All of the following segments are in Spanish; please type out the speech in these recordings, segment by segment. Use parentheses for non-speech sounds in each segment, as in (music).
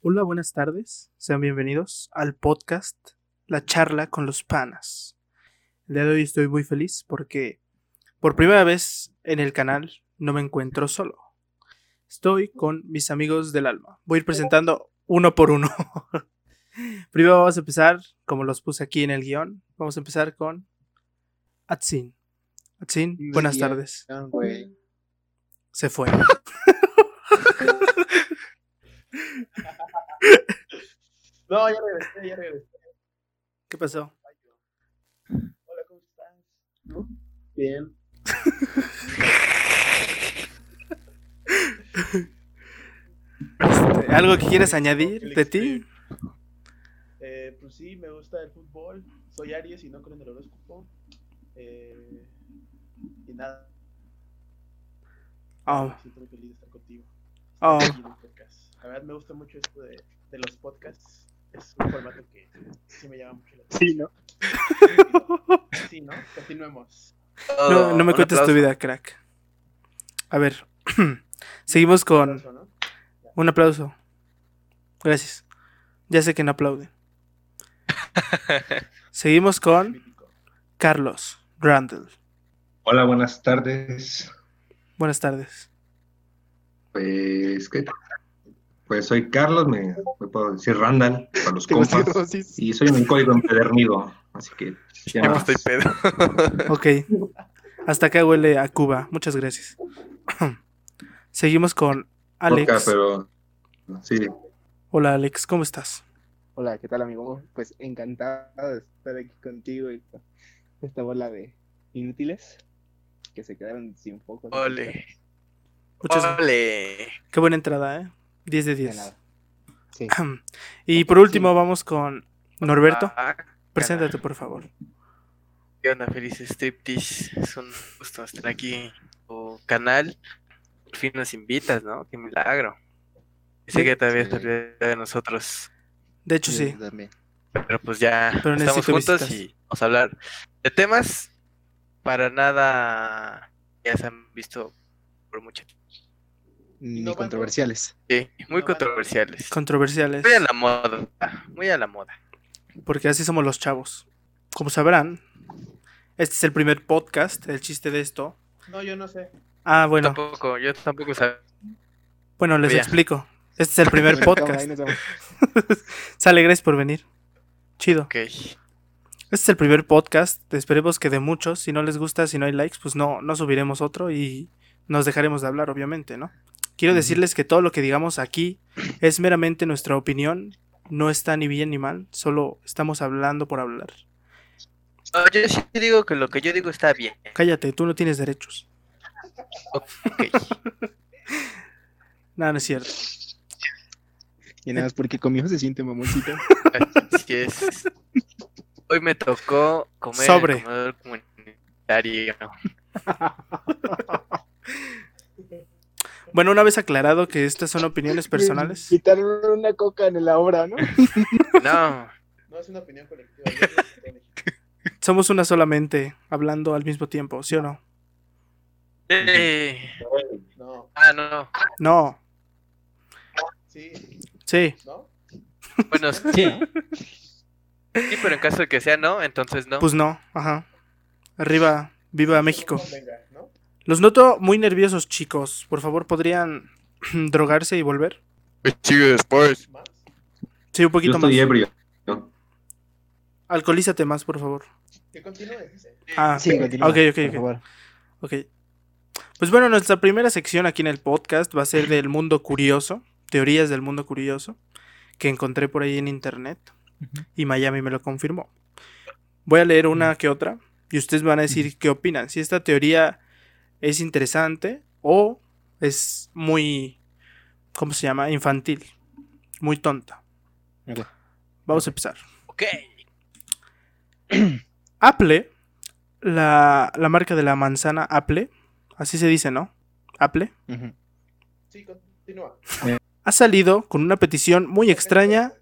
Hola, buenas tardes. Sean bienvenidos al podcast La charla con los panas. El día de hoy estoy muy feliz porque por primera vez en el canal no me encuentro solo. Estoy con mis amigos del alma. Voy a ir presentando uno por uno. (laughs) Primero vamos a empezar, como los puse aquí en el guión, vamos a empezar con Atsin. Atsin, Muy buenas bien, tardes. güey. Se fue. No, ya regresé, ya regresé. ¿Qué pasó? Hola, ¿cómo estás? ¿No? Bien. Este, ¿Algo que quieres añadir de ti? Eh, pues sí, me gusta el fútbol. Soy Aries y no creo en el horóscopo. Eh, y nada. Oh, Me siento muy feliz de estar contigo. oh, aquí en el podcast. La verdad me gusta mucho esto de, de los podcasts. Es un formato que sí me llama mucho la atención. Sí, ¿no? (laughs) Sí, ¿no? Continuemos. No, no me cuentes tu vida, crack. A ver, (clears throat) seguimos con Eso, ¿no? un aplauso. Gracias. Ya sé que no aplauden. Seguimos con Mítico. Carlos Randall. Hola, buenas tardes. Buenas tardes. Pues, ¿qué tal? Pues soy Carlos, me, me puedo decir Randall para los compas. Y soy un código empedernido, así (laughs) que Ya ya Ah. me más. estoy pedo. Ok. Hasta acá huele a Cuba. Muchas gracias. (clears throat) Seguimos con Podcast, Alex. pero sí, Hola Alex, ¿cómo estás? Hola, ¿qué tal, amigo? Pues encantado de estar aquí contigo y con esta bola de inútiles que se quedaron sin foco. Ole. Muchas Ole. Qué buena entrada, ¿eh? 10 de De 10. nada. Sí. (clears throat) Y por último vamos con Norberto. Ah, Preséntate, por favor. ¿Qué onda, feliz striptease? Es un gusto estar aquí. Tu canal. Por fin nos invitas, ¿no? Qué milagro. Sé Sí. que todavía se Sí. olvida de nosotros. De hecho, sí. También. Pero pues ya Pero estamos necesito juntos visitas. y vamos a hablar de temas para nada ya se han visto por mucho tiempo. Ni no van- controversiales. Sí, muy No, controversiales. Controversiales. Muy a la moda. Muy a la moda. Porque así somos los chavos. Como sabrán, este es el primer podcast, el chiste de esto. No, yo no sé. Ah, bueno, Tampoco, yo tampoco sabía. bueno, les Ya. explico. Este es el (laughs) primer Bueno, cámara, ahí podcast. nos vemos. Sale, gracias por venir. Chido. Ok. Este es el primer podcast. Esperemos que de muchos. Si no les gusta, si no hay likes, pues no, no subiremos otro y nos dejaremos de hablar, obviamente, ¿no? Quiero Ujú. decirles que todo lo que digamos aquí es meramente nuestra opinión. No está ni bien ni mal. Solo estamos hablando por hablar. No, yo sí digo que lo que yo digo está bien. Cállate, tú no tienes derechos. Ok. Nada, no es cierto. Y nada más porque conmigo se siente mamoncito. Así es. Hoy me tocó comer Sobre. en el comedor comunitario. Bueno, una vez aclarado que estas son opiniones (laughs) personales. Quitaron una coca en la obra, ¿no? No, No es una opinión colectiva. yo creo que todo México. Somos una solamente, hablando al mismo tiempo, ¿sí o no? Eh, No, Ah, no, no. No, sí, sí. ¿no? Bueno, sí, pero en caso de que sea no, entonces no. Pues no, ajá. Arriba, viva México. Venga, ¿no? Los noto muy nerviosos, chicos. Por favor, ¿podrían (clears throat) drogarse y volver? sigue después. ¿Más? Sí, un yo poquito más. estoy ebrio. ¿no? Alcoholízate más, por favor. Que continúes. Ah, Sí, continúa, ok, ok, por ok. favor. Ok. Pues bueno, nuestra primera sección aquí en el podcast va a ser del mundo curioso, teorías del mundo curioso, que encontré por ahí en internet y Miami me lo confirmó. Voy a leer una que otra y ustedes van a decir qué opinan, si esta teoría es interesante o es muy, ¿cómo se llama? Infantil, muy tonta. Ok. Vamos a empezar. Ok. Apple, la, la marca de la manzana Apple, así se dice, ¿no? Apple. Ujú. Sí, continúa. ha salido con una petición muy extraña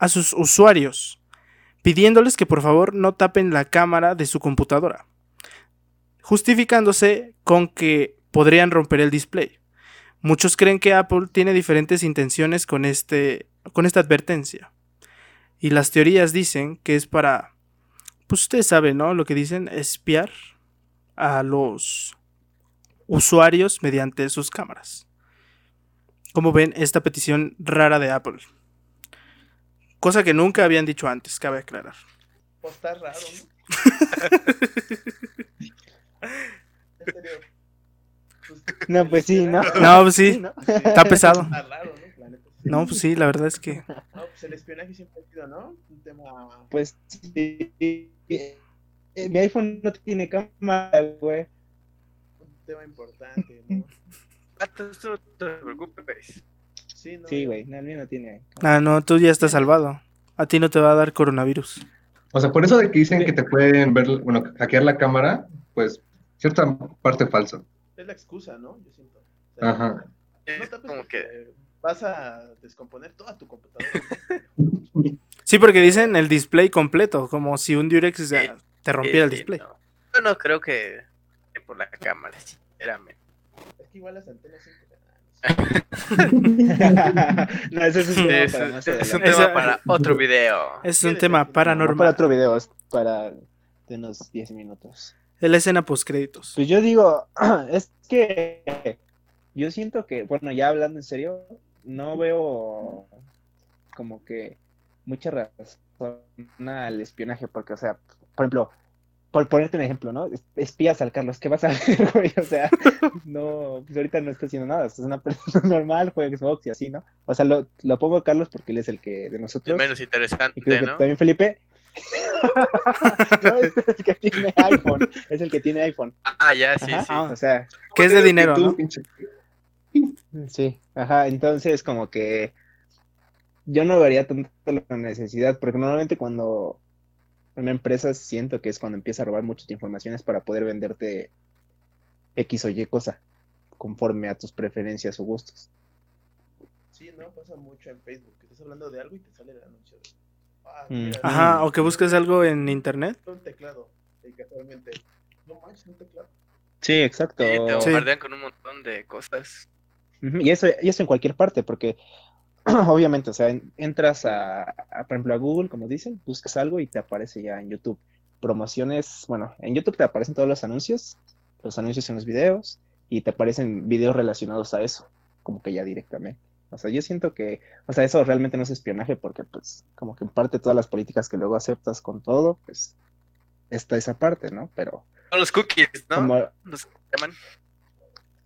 a sus usuarios, pidiéndoles que por favor no tapen la cámara de su computadora, justificándose con que podrían romper el display. Muchos creen que Apple tiene diferentes intenciones con este con esta advertencia. Y las teorías dicen que es para, pues ustedes saben, ¿no? Lo que dicen, espiar a los usuarios mediante sus cámaras. Como ven, esta petición rara de Apple. Cosa que nunca habían dicho antes, cabe aclarar. Pues está raro, ¿no? (laughs) en serio. (laughs) Pues, No, pues sí, ¿no? No, pues sí, ¿no? está pesado. Está raro, ¿no? La neta, sí. No, pues sí, la verdad es que No, pues el espionaje siempre ha sido, ¿no? Un tema. Pues sí. Eh, Mi iPhone no tiene cámara, güey. un tema importante, ¿no? Vato, tú no te preocupes. Sí, no, Sí, güey, no, el mío no tiene. Ah, no, tú ya estás salvado. A ti no te va a dar coronavirus. O sea, por eso de que dicen que te pueden ver, bueno, hackear la cámara, pues cierta parte falsa. Es la excusa, ¿no? Yo siento. O sea, eh, Ajá. No Es tapes como que porque Vas a descomponer toda tu computadora. Sí, porque dicen el display completo, como si un Durex o sea, Eh, te rompiera el Eh, display. No. Yo no creo que que por la cámara, sinceramente. es que igual las antenas siempre te dan, no sé. no, ese es un tema Es, para más es un adelante. Esa- (laughs) tema para otro video. Es Sí, un de- tema no, No, para paranormal. otro video, es para de unos 10 minutos. Es la escena postcréditos. Pues yo digo, (clears throat) es que yo siento que, bueno, ya hablando en serio, no veo como que mucha razón al espionaje, porque, o sea, por ejemplo, por ponerte un ejemplo, ¿no? Espías al Carlos, ¿qué vas a (laughs) hacer, güey? O sea, no, pues ahorita no está haciendo nada, es una (laughs) persona normal, juega Xbox y así, ¿no? O sea, lo, lo pongo a Carlos porque él es el que de El nosotros. menos Y creo interesante, que ¿no? (laughs) también Felipe. no, es el que tiene iPhone. Es el que tiene iPhone. Ah, ya, sí, Ajá. sí. Ah, O sea, que es de dinero, Tú, ¿no? pinche- sí. Ajá, entonces como que yo no vería tanto la necesidad, porque normalmente cuando una empresa siento que es cuando empieza a robar muchas informaciones para poder venderte X o Y cosa, conforme a tus preferencias o gustos. Sí, no, pasa mucho en Facebook. Que estás hablando de algo y te sale el anuncio. de, Ah, Mm. mira, Ajá, Mm. o que busques algo en internet. un teclado. Y casualmente. No manches, un teclado. Sí, exacto. Sí, te Sí. bombardean con un montón de cosas. Ujú, Y eso, y eso en cualquier parte, porque (clears throat) obviamente, o sea, en- entras a, a, por ejemplo, a Google, como dicen, buscas algo y te aparece ya en YouTube. Promociones, bueno, en YouTube te aparecen todos los anuncios, los anuncios en los videos, y te aparecen videos relacionados a eso, como que ya directamente. O sea, yo siento que, o sea, eso realmente no es espionaje, porque pues, como que en parte todas las políticas que luego aceptas con todo, pues, está esa parte, ¿no? Pero, Son los cookies, ¿no? como, Los que llaman.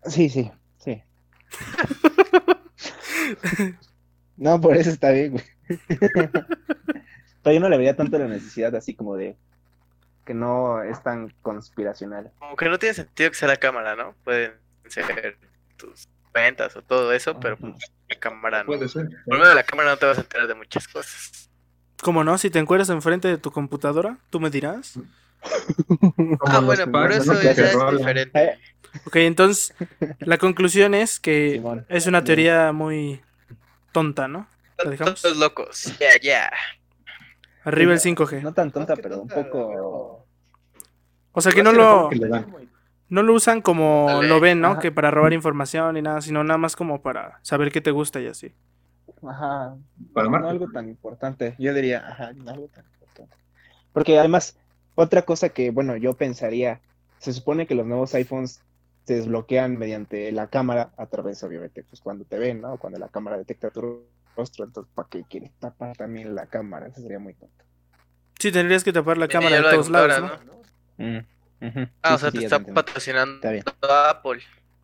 Sí, sí, sí. (laughs) No, por eso está bien, güey. Pero yo no le vería tanto la necesidad así como de que no es tan conspiracional. Como que no tiene sentido que sea la cámara, ¿no? Pueden ser tus ventas o todo eso, pero Ujú. pues, la cámara no. Puede ser. Por medio de la cámara no te vas a enterar de muchas cosas. Como no, si te encuentras enfrente de tu computadora, tú me dirás. Ah, bueno, Como por los eso que ya se es roban. diferente. Eh, Ok, entonces la conclusión es que Simón. es una teoría muy tonta, ¿no? ¿La dejamos? Todos locos. Ya, ya. Arriba el 5G. No tan Más tonta, Ah, que pero un tonta, poco. pero- O sea que no Más lo, que le dan. como- no lo usan como Dale. lo ven, ¿no? Ajá. Que para robar información y nada, sino nada más como para saber qué te gusta y así. Ajá. Para No Marco. algo tan importante, yo diría, ajá, no algo tan importante. Porque además, otra cosa que, bueno, yo pensaría, se supone que los nuevos iPhones se desbloquean mediante la cámara a través, obviamente, pues cuando te ven, ¿no? Cuando la cámara detecta tu rostro, entonces, ¿para qué quieres tapar también la cámara? Eso sería muy tonto. Sí, tendrías que tapar la Sí, cámara ya de lo todos lados, ¿no? computadora, ¿no? Ah, o sea, te está patrocinando Está bien. Apple.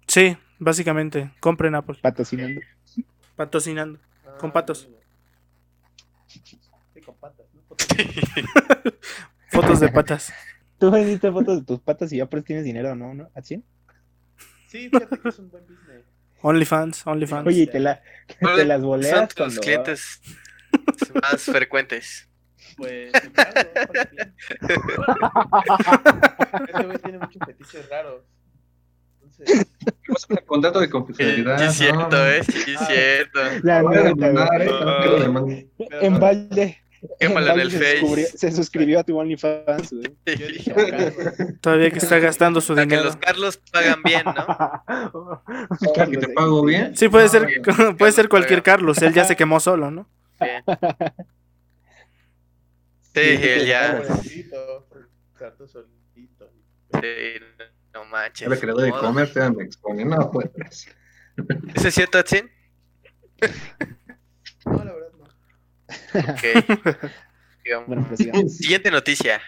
Sí, básicamente. Compren Apple. patrocinando. Patrocinando. Ah, Con patos. amigo. Sí, con patas, ¿no? Con- Fotos de patas. Tú vendiste fotos de tus patas y ya pues tienes dinero, ¿no? ¿No? ¿Así? Sí, fíjate que es un buen business. OnlyFans, OnlyFans. Oye, y te, la, te las Son boleas tus cuando... clientes más frecuentes. Pues, (laughs) claro, ¿no? Para ti. (laughs) Este güey tiene muchos fetiches raros. Entonces, El Pues, contrato (laughs) de Sí, confidencialidad. es cierto, no. ¿eh? Sí, es Ah. (laughs) cierto. La Voy a neta, güey. demandar, ¿eh? Ah. Creo que lo demando. pero En no, balde. Quémala en el se Face. descubrió- (laughs) se suscribió a tu (laughs) OnlyFans, güey. yo Sí. dije, Carlos, Todavía que está gastando su (laughs) O sea, que dinero. los Carlos pagan bien, ¿no? ¿no? Pues Que te pago bien. Sí, puede No, ser, (laughs) güey. puede ser Carlos cualquier paga. Carlos. Él ya se quemó solo, ¿no? Bien. Sí, él ya. Pobrecito, Sarto solito. Sí, no manches. Ahora que le doy de modo. comer, te me expone. No, pues. ¿Eso es cierto, Atsin? No, la verdad no. Ok. (laughs) (laughs) Digamos, Bueno, pues digamos. Siguiente noticia.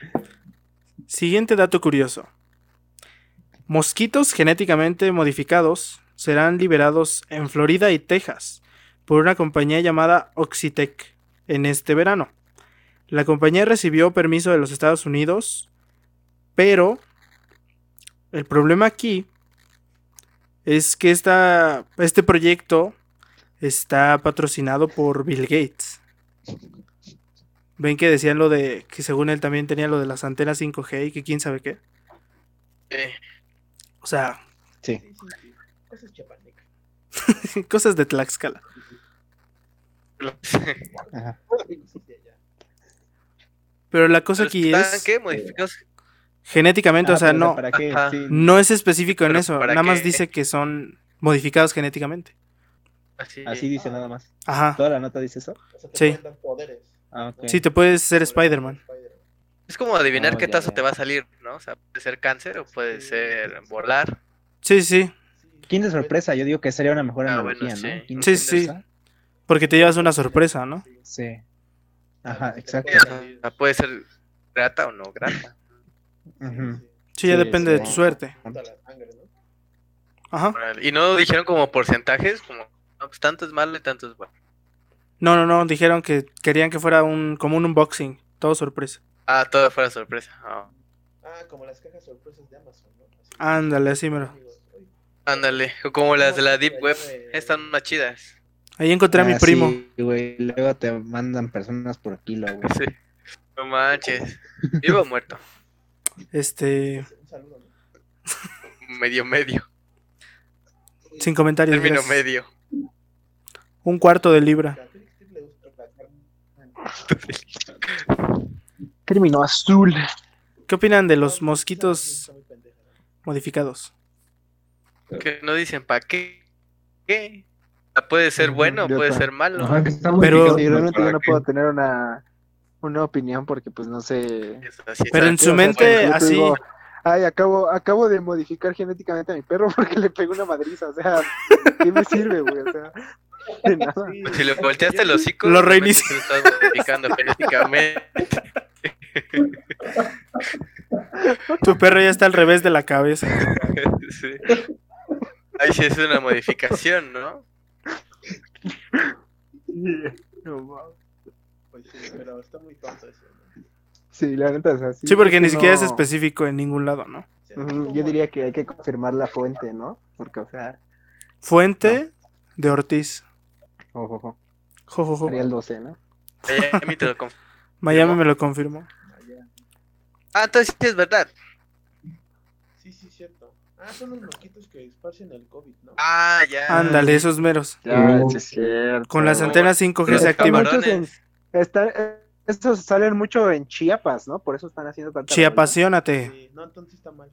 Siguiente dato curioso. Mosquitos genéticamente modificados serán liberados en Florida y Texas por una compañía llamada Oxitec en este verano. La compañía recibió permiso de los Estados Unidos, pero el problema aquí es que esta- este proyecto está patrocinado por Bill Gates. Ven que decían lo de que según él también tenía lo de las antenas 5G y que quién sabe qué. Eh, O sea, Sí. Sí, sí, sí. Esa es chapaneca. (laughs) cosas de Tlaxcala. Ajá. (laughs) Sí, sí, ya. Pero la cosa aquí ¿Están es qué? ¿Modificados? genéticamente, Ah, o sea, pero no, Mm. ¿Para qué? Ajá. Sí. no es específico en Pero eso. ¿para Nada más qué? dice que son modificados genéticamente. Así. Así dice nada más. Ajá. Toda la nota dice eso. O sea, te Sí. pueden dar poderes. Ah, ok. Sí, te puedes ser Como Spider-Man. Spider-Man. Es como adivinar No, qué Ah, ya, tazo ya. te va a salir, ¿no? O sea, puede ser cáncer o puede Sí. ser volar. Sí, sí. Sí. ¿Quién de sorpresa? Yo digo que sería una mejor Ah, analogía, bueno, ¿no? sí. ¿Quién Sí, de sí. sorpresa? Porque te llevas una sorpresa, ¿no? Sí. Ajá, Sí, exacto. sí, O sea, puede ser grata o no grata. Ujú. Sí, ya Sí, depende de sí. tu suerte. Junta la sangre, ¿no? Ajá. Órale. Y no dijeron como porcentajes, como no, pues tanto es malo y tanto es bueno. No, no, no. Dijeron que querían que fuera un como un unboxing. Todo sorpresa. Ah, todo fuera sorpresa. Ah, Ah, como las cajas sorpresas de Amazon, ¿no? Así. Ándale, así mero. Amigos, oye, ándale, o como las de la Deep Web, Eh, están más chidas. Ahí encontré a mi Ah, primo. sí, güey. Luego te mandan personas por kilo, güey. Sí. No manches. Vivo o muerto. Este. un saludo, ¿no? Medio, medio. Sin comentarios. Término gracias. medio. Un cuarto de libra. A Felix sí le gusta la carne. Término azul. ¿Qué opinan de No, los esa mosquitos Ah, pues, está muy pendeja, ¿no? modificados? Que no dicen para qué. ¿Qué? Ah, Puede ser Ujú, bueno, yo puede también. ser malo. Ajá, que está muy Pero- picado, Sí, ¿para qué? tener una, una opinión porque pues no sé. Eso, así Pero está. en su mente, yo te así. digo, Ay, acabo, acabo de modificar genéticamente a mi perro (laughs) porque le pegó una madriza. O sea, ¿qué me sirve, güey? O sea, (laughs) de nada. Sí, Si le volteaste el hocico, Lo realmente reinicia. se Lo estás modificando genéticamente. (laughs) Tu perro ya está al revés de la cabeza. Sí. Ahí sí es una modificación, ¿no? pues sí, pero está muy tonto eso, ¿no? Sí, la neta es así. Sí, porque ni No. siquiera es específico en ningún lado, ¿no? O sea, Ujú, Yo ¿cómo? diría que hay que confirmar la fuente, ¿no? Porque, o sea, Fuente de Ortiz. ojo, ojo, Jo, jo, jo. haría el 12, ¿no? Allá a mí te lo conf- Miami me lo confirmó. Ah, entonces sí es verdad. Sí, sí, cierto. Ah, son los mosquitos que esparcen el COVID, ¿no? Ah, ya. Ándale, esos meros. Ya, sí sí es cierto. Mm. Con las Pero- antenas 5G se Pero- activan. Camarón. Camarones. están- eh, estos salen mucho en Chiapas, ¿no? Por eso están haciendo tanta. Chiapasionate. Sí, Eh, no, entonces está mal.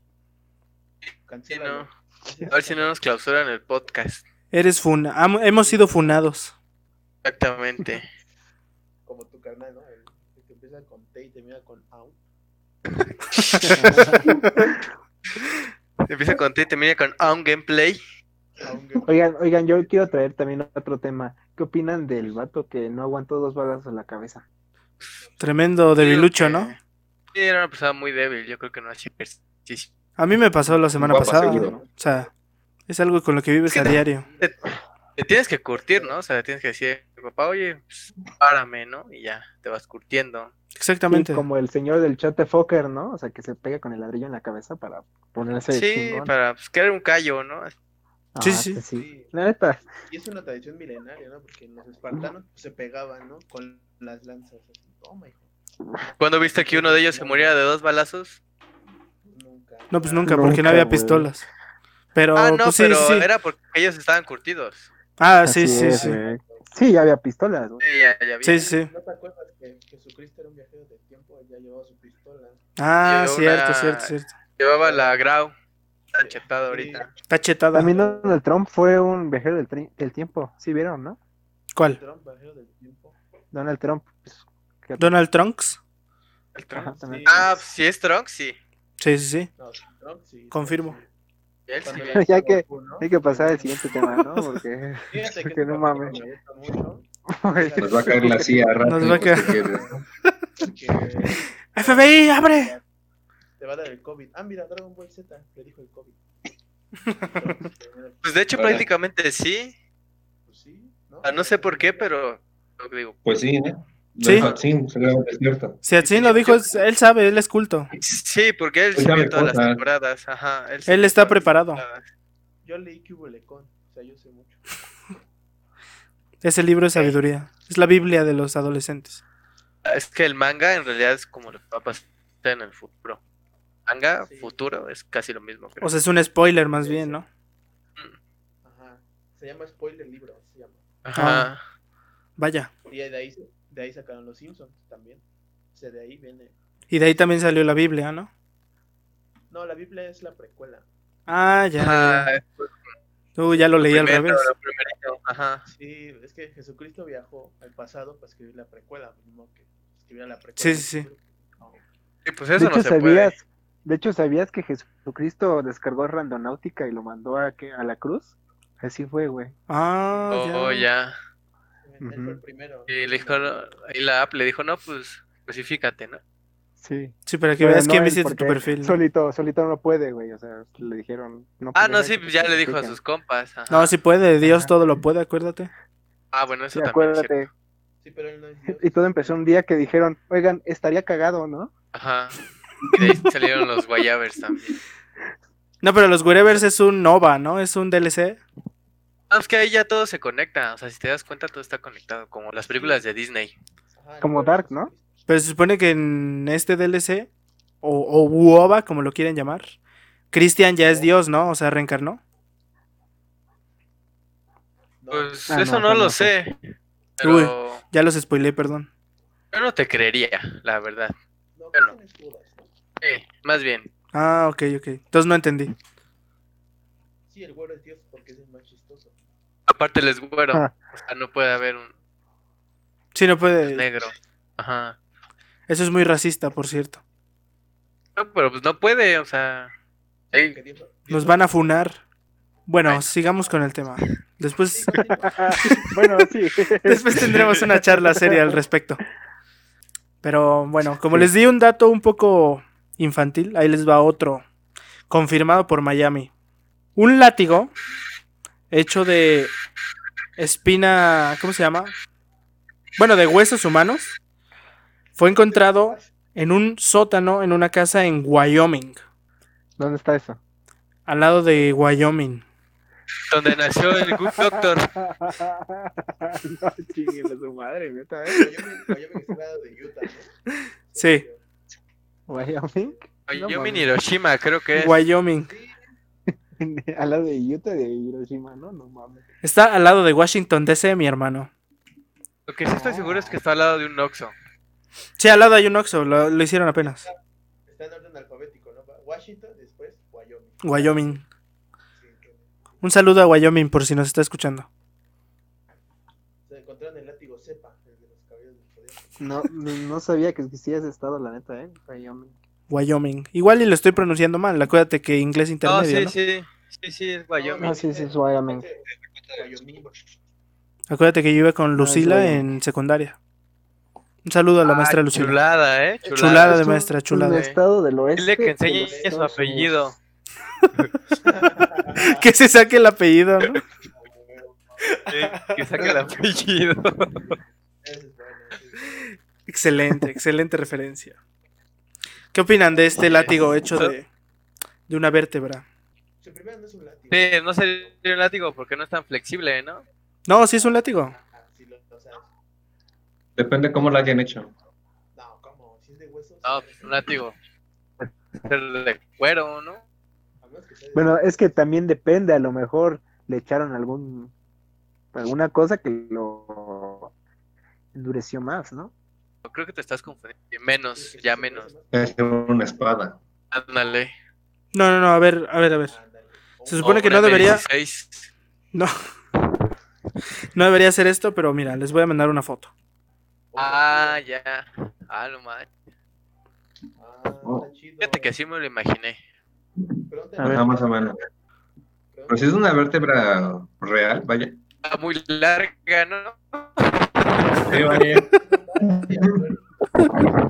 Sí, Cancélalo. no. A ver si no nos clausuran el podcast. Eres funa. Am- Hemos sido funados. Exactamente. Como tu carnal, ¿no? El, el que empieza con T y termina con AU. Empieza con T y termina con un gameplay. rola. Oigan, oigan, yo quiero traer también otro tema. ¿Qué opinan del vato que no aguantó dos balas en la cabeza? Tremendo debilucho, ¿no? Sí, era una persona muy débil. Yo creo que no hacía ejercicio. A mí me pasó la semana Guapa, pasada. seguro. O sea, es algo con lo que vives a diario. Te tienes que curtir, ¿no? O sea, le tienes que decir, papá, oye, pues, párame, ¿no? Y ya, te vas curtiendo. Exactamente. Sí, como el señor del chat de Fokker, ¿no? O sea, que se pega con el ladrillo en la cabeza para ponerse Sí, chingón. para pues, crear un callo, ¿no? Ah, Sí, sí. pues Sí. La neta, Y es una tradición milenaria, ¿no? Porque los espartanos pues, se pegaban, ¿no? Con las lanzas. Así. Oh, Toma, hijo. ¿Cuándo viste que uno de ellos se muriera de dos balazos? Nunca. No, pues nunca, porque no Nunca, había güey. pistolas. Pero, ah, no, pues sí, pero sí, sí. era porque ellos estaban curtidos. Ah, sí, Así sí, es, sí. güey. sí, ya había pistolas, güey. Sí, ya, ya vi. Sí, sí. ¿No te acuerdas que Jesucristo era un viajero del tiempo? Él ya llevaba su pistola. Ah, Llevó cierto, una- cierto, cierto. Llevaba la Grau. Está Sí. chetada ahorita. Está chetada. También Donald Trump fue un viajero del, tri- del tiempo, sí vieron, ¿no? (laughs) ¿Cuál? Trump, viajero del tiempo. Donald Trump. pues, que- Donald Trunks. ¿El Trunks? Ajá, también. Ah, pues, si es Trunks, sí. Sí, sí, sí. No, Trump sí. Confirmo. Él (laughs) sí. Cuando Ya le- que- ¿no? Hay que pasar al siguiente tema, ¿no? (laughs) Porque pues, Fíjate que no este mames. capítulo me gusta mucho, Nos va a pues, (laughs) caer la silla rápido. Nos va a caer. que FBI, abre. Te va a dar el COVID. Ah, mira, Dragon Ball Z le dijo el (laughs) COVID. Pues de hecho, Ahora. prácticamente sí. Pues sí, Ah, no sé por qué, pero. lo que digo. Pues sí, ¿no? Sí. Sí. Sí, seguramente es cierto. Si Atsin lo dijo, es- él sabe, él es culto. pues, Sí, porque él Él Pues se sabe vio todas las cosas. temporadas. Ajá. Él, sí Él vio está todas las preparado. temporadas. Yo leí que hubo lecón. O sea, yo sé mucho. Ese libro de sabiduría. Es la Biblia de los adolescentes. Es que el manga en realidad es como lo que va a pasar en el futuro. Manga, Sí. futuro, es casi lo mismo. creo. O sea, es un spoiler más bien, ¿no? Ajá. Se llama Spoiler Libro. Se llama. Ajá. ah, Vaya. Y de ahí, de ahí sacaron los Simpsons también. O sea, de ahí viene. Y de ahí también salió la Biblia, ¿no? No, la Biblia es la precuela. Ah, ya. Ajá, ya. Tú ya lo leí al primero, revés. lo primerito, Ajá. Sí, es que Jesucristo viajó al pasado para escribir la precuela. Mismo que escribir la precuela. Sí, sí, sí. Sí, pues de eso hecho no se puede. sabías, de hecho sabías que Jesucristo descargó Randonáutica y lo mandó a que a la cruz. Así fue, güey. Ah, Oh, ya. ya. Él fue el Ujú. primero. Y le dijo, no, y la app le dijo, no, pues crucifícate, ¿no? Sí. Sí, para que Pero veas no quién él, visita tu porque perfil. ¿no? Solito, solito no puede, güey. O sea, le dijeron. Ah, puede, no, güey, sí, que pues ya te le dijo a crucifiquen. sus compas. ajá. No, sí puede, Dios Ajá. todo lo puede, acuérdate. Ah, bueno, Sí, eso también. es cierto. acuérdate. Sí, pero él no es Dios. Y todo empezó un día que dijeron, oigan, estaría (laughs) cagado, ¿no? Ajá. Y de ahí (laughs) salieron los guayabers también. No, pero los Wherevers es un Nova, ¿no? Es un DLC. No, es que ahí ya todo se conecta. O sea, si te das cuenta, todo está conectado. Como las películas de Disney. Ajá, Como el pueblo de Dark, ¿no? Jesucristo. Pero se supone que en este DLC, o, o Uova, como lo quieren llamar, Christian ya Oh. es Dios, ¿no? O sea, reencarnó. No, Pues Ah, no, eso no, no, lo no. sé. Pero Ya los spoilé, perdón. yo no te creería, la verdad. no, pero- ¿qué tienes dudas, no? Sí, más bien. Ah, ok, ok. Entonces no entendí. Sí, el güero es Dios porque es el más chistoso. Aparte les güero. Ah. O sea, no puede haber un Sí, no puede. negro. Ajá. Eso es muy racista, por cierto. No, pero pues no puede, o sea. ahí- Que Dios- Nos van a funar. Bueno, Ay. sigamos con el tema. Después, Sí, continúa. bueno, sí. (laughs) después tendremos una charla seria al respecto. Pero bueno, como les di un dato un poco infantil, ahí les va otro, confirmado por Miami. Un látigo hecho de espina, ¿cómo se llama? Bueno, de huesos humanos, fue encontrado en un sótano en una casa en Wyoming, ¿Dónde (laughs) está eso? al lado de Wyoming. Donde nació (laughs) el Good Doctor. no, chingue, su madre, neta, ¿eh? Wyoming- Wyoming es al lado de Utah, ¿no? (laughs) Sí. Wyoming. (laughs) No Yo mames. en Hiroshima, creo que es. Wyoming. Al lado de Utah y de Hiroshima, ¿no? No mames. Está al lado de Washington DC, mi hermano. Lo que sí estoy seguro es que está al lado de un Oxxo. Sí, al lado hay un Oxxo, lo, lo hicieron apenas. Está en orden alfabético, ¿no? Va Washington, después Wyoming. Wyoming. Sí, entonces, Un saludo a Wyoming por si nos está escuchando. se encontraron el látigo cepa, el de los cabellos del zodiaco. No, no no sabía que existía ese estado, la neta, ¿eh? Wyoming. Wyoming. Igual y lo estoy pronunciando mal, acuérdate que inglés No, intermedio, sí, ¿no? sí. Sí, sí, es Wyoming. Ah, sí, sí, es Wyoming. Entonces, Wyoming. Acuérdate que yo iba con Lucila Wyoming. en secundaria. Un saludo a la Ah, maestra Lucila. Chulada, Chulada, eh. Chulada. de maestra, chulada. Un estado del oeste. Dile que de enseñe los su Estados apellido. Unidos. (laughs) Que se saque el apellido, ¿no? eh, Que saque (laughs) el apellido. Ese es bueno, sí. Excelente, excelente referencia. ¿Qué opinan de este látigo hecho de, de una vértebra? Su primero no es un látigo. Sí, no sería un látigo porque no es tan flexible, ¿no? No, sí es un látigo. Ah, sí, lo- o sea, Depende cómo lo hayan hecho. no, ¿cómo? Si es de huesos. No, pues un látigo. Ser de cuero, ¿no? a menos que sea de- Bueno, es que también depende, a lo mejor le echaron algún alguna cosa que lo endureció más, ¿no? Creo que te estás confundiendo. Menos, ya menos. Es una espada. Ándale. No, no, no, a ver, a ver, a ver. Ándale. Se supone que Una no debería, M16. no debería hacer esto, pero mira, les voy a mandar una foto. Ah, ya. Ah, no manches. Ah, está chido. Fíjate que así me lo imaginé. Pronto- A ver. Ajá, más o menos. pronto- Pero si es una vértebra real, vaya. Está muy larga, ¿no? Sí, vaya. No, son varios.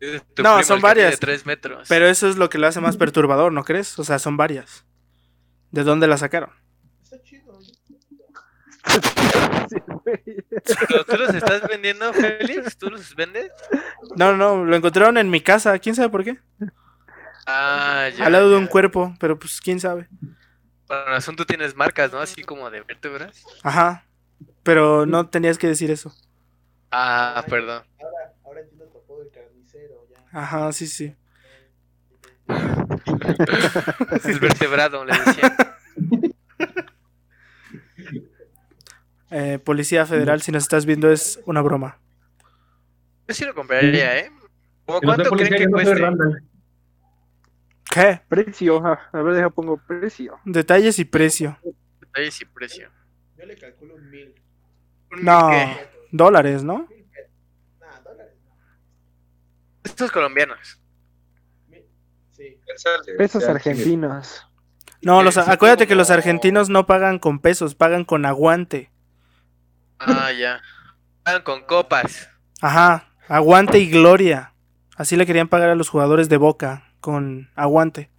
Es No, tu primo, son el que varias. tiene tres metros. Pero eso es lo que lo hace más perturbador, ¿no crees? O sea, son varias. ¿De dónde la sacaron? Está chido. yo- (laughs) Sí, güey. ¿Pero ¿Tú los estás vendiendo, Félix? ¿Tú los vendes? No, no, lo encontraron en mi casa, quién sabe por qué. Ah, ya. Al lado de un ya. cuerpo, pero pues quién sabe. Para razón tú tienes marcas, ¿no? Así como de vértebras. Ajá. Pero no tenías que decir eso. Ah, perdón. Ahora, ahora entiendo tu apodo de carnicero, ya. Ajá, sí, sí. El vertebrado, le decían. Eh, Policía Federal, si nos estás viendo, es una broma. Yo sí lo compraría, ¿eh? ¿Cómo Que nos dé cuánto creen policía, que yo no soy cueste? Randall. ¿Qué? Precio, ajá. a ver, deja pongo precio. Detalles y precio. Detalles y precio. Yo le calculo un mil. Un No, mil que- dólares, ¿no? Mil pesos. Nah, dólares. no. Estos colombianos. Mil- Sí. Pesos argentinos. No, los, Eh, son acuérdate que los como- argentinos no pagan con pesos, pagan con aguante. Ah, ya. Pagan con copas. Ajá, aguante y gloria. Así le querían pagar a los jugadores de Boca, con aguante. De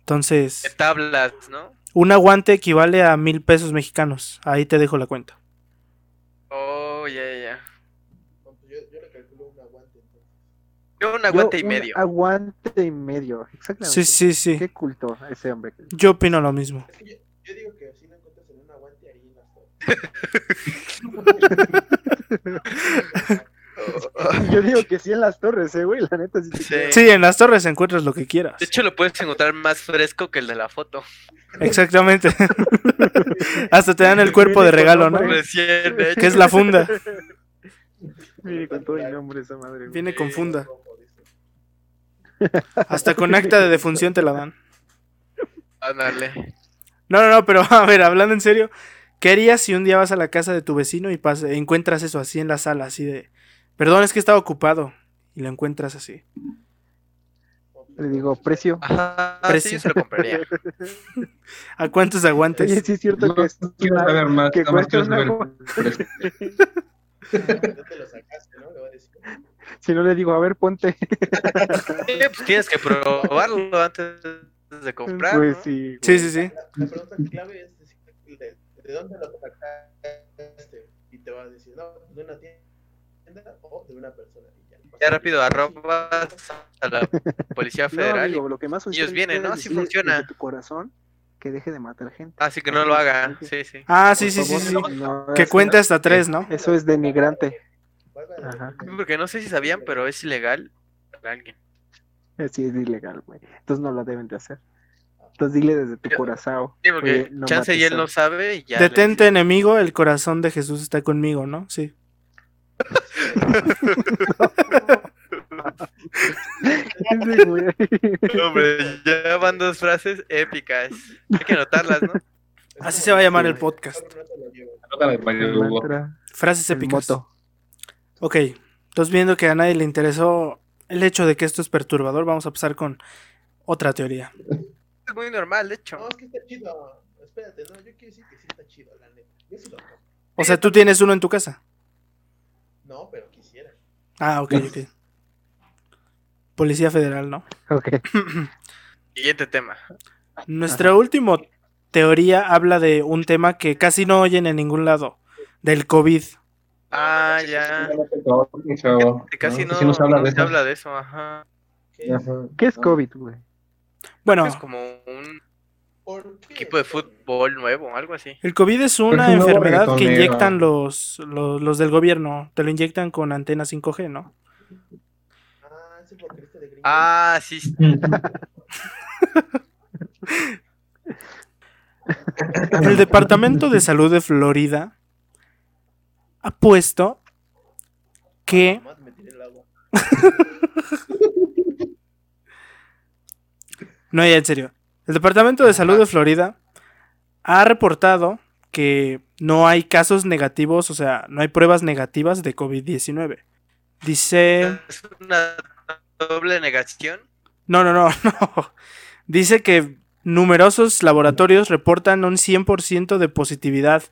Entonces, tablas, ¿no? un aguante equivale a mil pesos mexicanos. Ahí te dejo la cuenta. Oh, ya, ya. No, pues yo, yo le calculo un aguante. entonces. Yo un aguante Yo, y un medio. Aguante y medio, exactamente. Sí, sí, sí. Qué culto ese (laughs) hombre. Yo opino lo mismo. Es que yo, yo digo que si lo encuentras en un aguante, harinas todo. Yo digo que sí en las torres, eh, güey. La neta sí. te Sí. creo. Sí, en las torres encuentras lo que quieras. (laughs) De hecho, lo puedes encontrar más fresco que el de la foto. (laughs) Exactamente. Hasta te dan el cuerpo de regalo, ¿no? Recién hecho. Que es (laughs) la funda. Mire, con todo el nombre esa madre. güey. Viene con funda. Rojo, dice. Hasta con acta de defunción te la dan. Ándale. No, no, no, pero (laughs) a ver, hablando en serio, ¿qué harías si un día vas a la casa de tu vecino y pas- encuentras eso así en la sala, así de, perdón, es que estaba ocupado, y lo encuentras así? Le digo, precio. Ajá, Precio. sí, yo se lo compraría. ¿A cuántos Oye, aguantes? sí es cierto que es. quiero una- saber más, que nada más cuesta quiero una saber. agua. Ya te lo sacaste, ¿no? Le va a decir. Si no le digo, a ver, ponte. Sí, pues tienes que probarlo antes de comprar. Pues ¿no? sí. güey. Sí, sí, sí. La pregunta clave es decir, ¿de, de dónde lo sacaste? Y te va a decir, no, de una tienda o de una persona. Y ya, Ya rápido, arrobas a la (laughs) Policía No, Federal. digo, lo que más ellos funciona vienen, es ¿no? Sí decirle funciona. desde tu corazón que deje de matar gente. Así que no lo haga. Sí, sí. Ah, Por sí, sí, sí, favor, sí. no Que hagas cuente hasta tres, ¿no? Eso es denigrante. Ajá. Sí, Porque no sé si sabían, pero es ilegal para alguien. eso. Sí, es ilegal, güey. Entonces no lo deben de hacer. Entonces dile desde tu Yo- corazón. Sí, porque eh, Oye, no chance y mates él a- no sabe y ya. le Detente enemigo, el corazón de Jesús está conmigo, ¿no? Sí. Sí, (laughs) güey. (laughs) dice- Hombre, ya van dos frases épicas. Hay que anotarlas, ¿no? Así se va a llamar el podcast. Anótala, Mario El Lugo. mantra, Frases el épicas. moto. Ok, entonces viendo que a nadie le interesó el hecho de que esto es perturbador, vamos a pasar con otra teoría. Es muy normal, de hecho. No, es que está chido. Espérate, no, yo quiero decir que sí está chido, la neta. Yo sí lo hago. O sea, tú tienes uno en tu casa. No, pero quisiera. Ah, ok, ok. Policía Federal, ¿no? Ok. Siguiente tema. Nuestra última teoría habla de un tema que casi no oyen en ningún lado, del COVID. Ah, ya. Chavo, Casi no, Sí nos habla no de se eso. habla de eso. Ajá. ¿Qué? Ajá. ¿Qué es COVID, güey? Bueno, Es como un ¿Por qué? equipo de fútbol nuevo, algo así. el COVID es Pero una es un nuevo enfermedad que reggaetonero. inyectan los, los, los del gobierno. Te lo inyectan con antena 5G, ¿no? Ah, ese porquerista de gringo. Ah, sí, El Departamento de Salud de Florida ha puesto que Nomás me tiré el agua. No, ya en serio. El Departamento de Salud de Florida ha reportado que no hay casos negativos, o sea, no hay pruebas negativas de COVID-19. Dice... ¿Es una doble negación? No, no, (laughs) no, no. Dice que numerosos laboratorios reportan un 100% de positividad,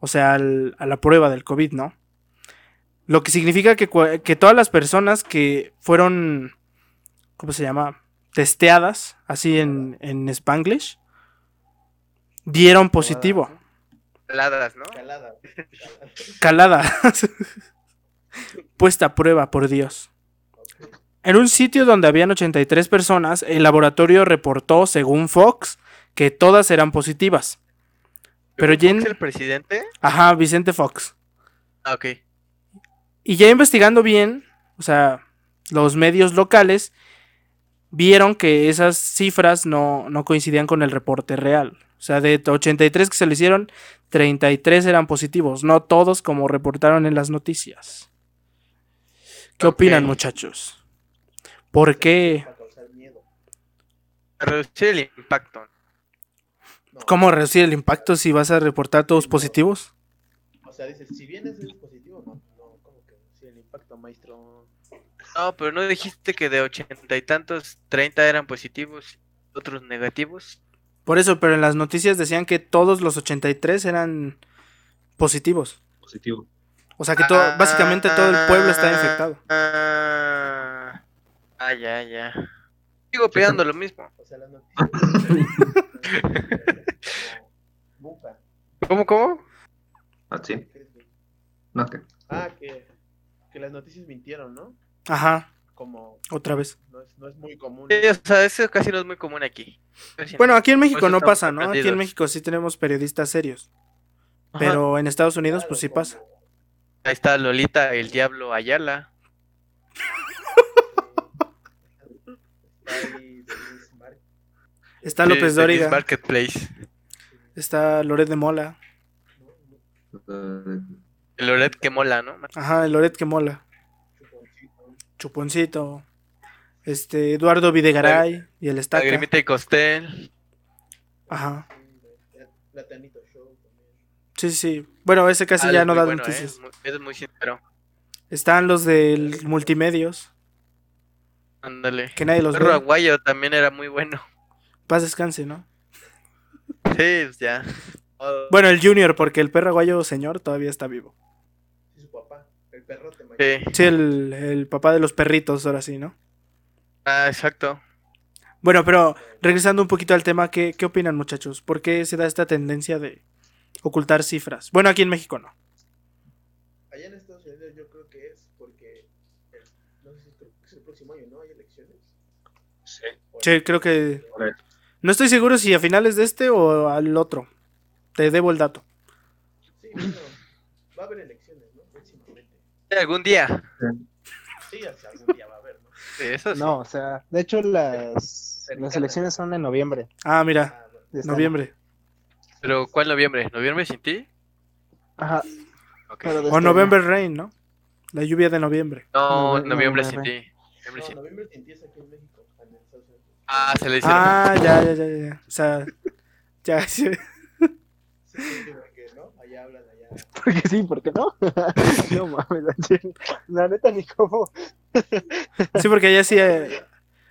o sea, al- a la prueba del COVID, ¿no? Lo que significa que, cua- que todas las personas que fueron, ¿cómo se llama? Testeadas, así en, en Spanglish, dieron positivo. Ladas, ¿no? Calada. calada. Calada. (laughs) Puesta a prueba, por Dios. En un sitio donde habían 83 personas, el laboratorio reportó, según Fox, que todas eran positivas. Pero ¿Es Jen- el presidente? Ajá, Vicente Fox. Ah, ok. Y ya investigando bien, o sea, los medios locales vieron que esas cifras no, no coincidían con el reporte real. O sea, de 83 que se le hicieron, 33 eran positivos, no todos como reportaron en las noticias. ¿Qué Ok. opinan, muchachos? ¿Por qué? Para causar miedo. Reducir el impacto. No, ¿Cómo reducir el impacto si vas a reportar todos positivos? O sea, dices, si vienes es positivo, no, no, como que si el impacto maestro. No, pero no dijiste que de ochenta y tantos, 30 eran positivos, otros negativos. Por eso, pero en las noticias decían que todos los 83 eran positivos. Positivo. O sea que todo, básicamente todo el pueblo está Ah, infectado. Ah, ah, ya, ya. Sigo pegando lo mismo. O sea, las noticias. Como Buca. ¿Cómo, cómo? Así. Ah, No, que Ah, que, que las noticias mintieron, ¿no? Ajá, Como otra vez. no es, no es muy común. Sí, o sea, eso casi no es muy común aquí. Bueno, aquí en México Pues no estamos pasa, ¿no? Aquí en sorprendidos. México sí tenemos periodistas serios. Ajá. Pero en Estados Unidos, Claro, pues sí como- pasa. Ahí está Lolita, el diablo Ayala. Ahí, Denise Mar- Está López de- de Miss Dóriga, Marketplace. está Loret de Mola. ¿no? eh, El Loret que mola, ¿no? Ajá, el Loret que mola. Chuponcito. Chuponcito. Este, Eduardo Videgaray y el Estaca. Lagrimita y Costel. Ajá, Platanito Show también. sí, sí. Bueno, ese casi Ah, ya es no muy da bueno, ¿eh? noticias. Es muy- Es muy sincero. Están los del multimedios, Ándale. que nadie los Perro Pues ve. Aguayo también era muy bueno. (laughs) Paz descanse, ¿no? Sí, pues ya. Bueno, el Junior, porque el perro aguayo señor todavía está vivo. Y su papá, el perro te mañana. Sí. Sí, el, el papá de los perritos, ahora sí, ¿no? Ah, exacto. Bueno, pero regresando un poquito al tema, ¿qué, qué opinan muchachos? ¿Por qué se da esta tendencia de ocultar cifras? Bueno, aquí en México no. Allá en Estados Unidos yo creo que es porque. el- no sé si creo que es el próximo año, ¿no? Hay elecciones. sí. O- Sí, creo que- Ahora, No estoy seguro si a finales de este o al otro. Te debo el dato. Sí, bueno, va a haber elecciones, ¿no? Próximamente. Sí, Algún día. Sí, hasta algún día va a haber, ¿no? Sí, eso sí. No, o sea, de hecho las, Cercana. las elecciones son en noviembre. Ah, mira, Ah, (laughs) bueno. de este año. noviembre. Pero ¿cuál noviembre? ¿Noviembre sin ti? Ajá. Ok. pero de O este November Rain, ¿no? La lluvia de noviembre. No, Noviembre, noviembre. noviembre sin ti. Noviembre No, sin- noviembre empieza aquí en México. en Estados Unidos. Ah, se le hicieron. Ah, ya, ya, ya, ya, ya. O sea, ya, (laughs) sí. Sí, sí, porque, ¿no? Allá hablan, allá. año. (laughs) Porque sí, porque no. (laughs) no mames, la chingada. la neta ni cómo. Sí, porque allá sí, eh,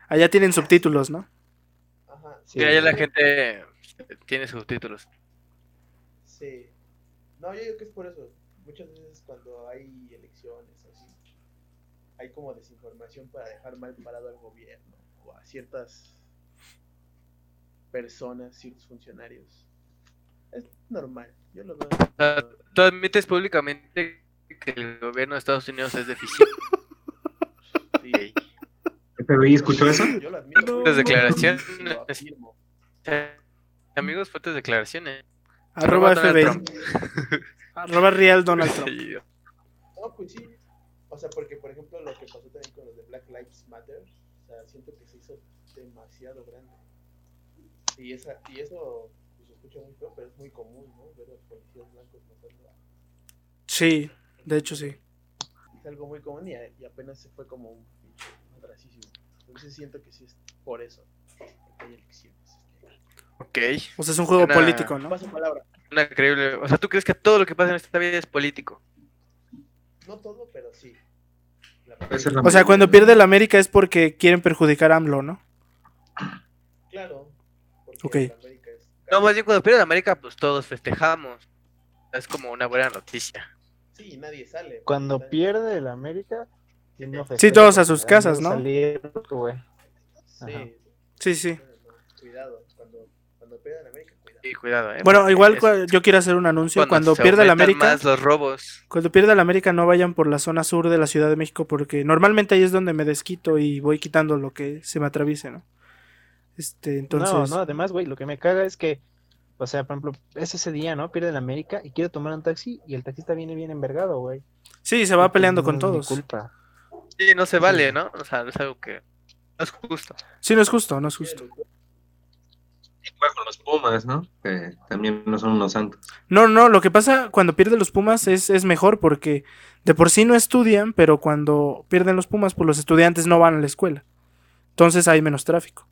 allá tienen subtítulos, ¿no? Ajá, sí. Sí. Mira, ya la gente eh, tiene subtítulos. sí. No, yo digo que es por eso. Muchas veces cuando hay elecciones, así, hay como desinformación para dejar mal parado al gobierno o a ciertas personas, ciertos funcionarios. Es normal. Yo lo veo. O sea, tú admites públicamente que el gobierno de Estados Unidos es deficiente. Sí. ¿FBI Este escuchó eso? Yo lo admito. Las declaraciones. Lo afirmo. Amigos, fuertes declaraciones. Arroba Donald FBI. Trump. Arroba Real Donald Trump. Sí. No, pues sí. O sea, porque por ejemplo lo que pasó también con los de Black Lives Matter, o sea, siento que se hizo demasiado grande. Y, esa, y eso pues, se escucha muy feo, pero es muy común, ¿no? Ver a los policías blancos matando a- Sí, de hecho sí. Es algo muy común y, a- y apenas se fue como un pinche racismo. Entonces siento que sí es por eso. porque Hay elecciones. Ok. O sea, es un juego Una- político, ¿no? Paso palabra. una creíble. O sea, ¿tú crees que todo lo que pasa en esta vida es político? No todo, pero sí. La Esa es la O sea, cuando pierde la América es porque quieren perjudicar a AMLO, ¿no? Claro. Porque Ok. la América es- No, más bien cuando pierde la América, pues todos festejamos. Es como una buena noticia. Sí, nadie sale. Cuando Nadie- pierde el América, no Sí, todos a sus casas, ¿no? Salir, güey. Ajá. Sí, Sí, sí. bueno, no, cuidado. Cuando, cuando pierda la América, cuidado. Y cuidado, ¿eh? Bueno, Porque igual es cua- yo quiero hacer un anuncio. Cuando se pierda la aumentan América, más los robos. cuando pierda la América no vayan por la zona sur de la Ciudad de México porque normalmente ahí es donde me desquito y voy quitando lo que se me atraviese, ¿no? Este, entonces, No, no, además, güey, lo que me caga es que, o sea, por ejemplo, es ese día, ¿no? Pierde el América y quiere tomar un taxi y el taxista viene bien envergado, güey. sí, se va peleando con No es mi todos. culpa. Sí, no se vale, ¿no? O sea, es algo que no es justo. Sí, no es justo, no es justo. juega con los Pumas, ¿no? Que también no son unos santos. No, no, lo que pasa cuando pierden los Pumas es, es mejor porque de por sí no estudian, pero cuando pierden los Pumas, pues los estudiantes no van a la escuela. Entonces hay menos tráfico.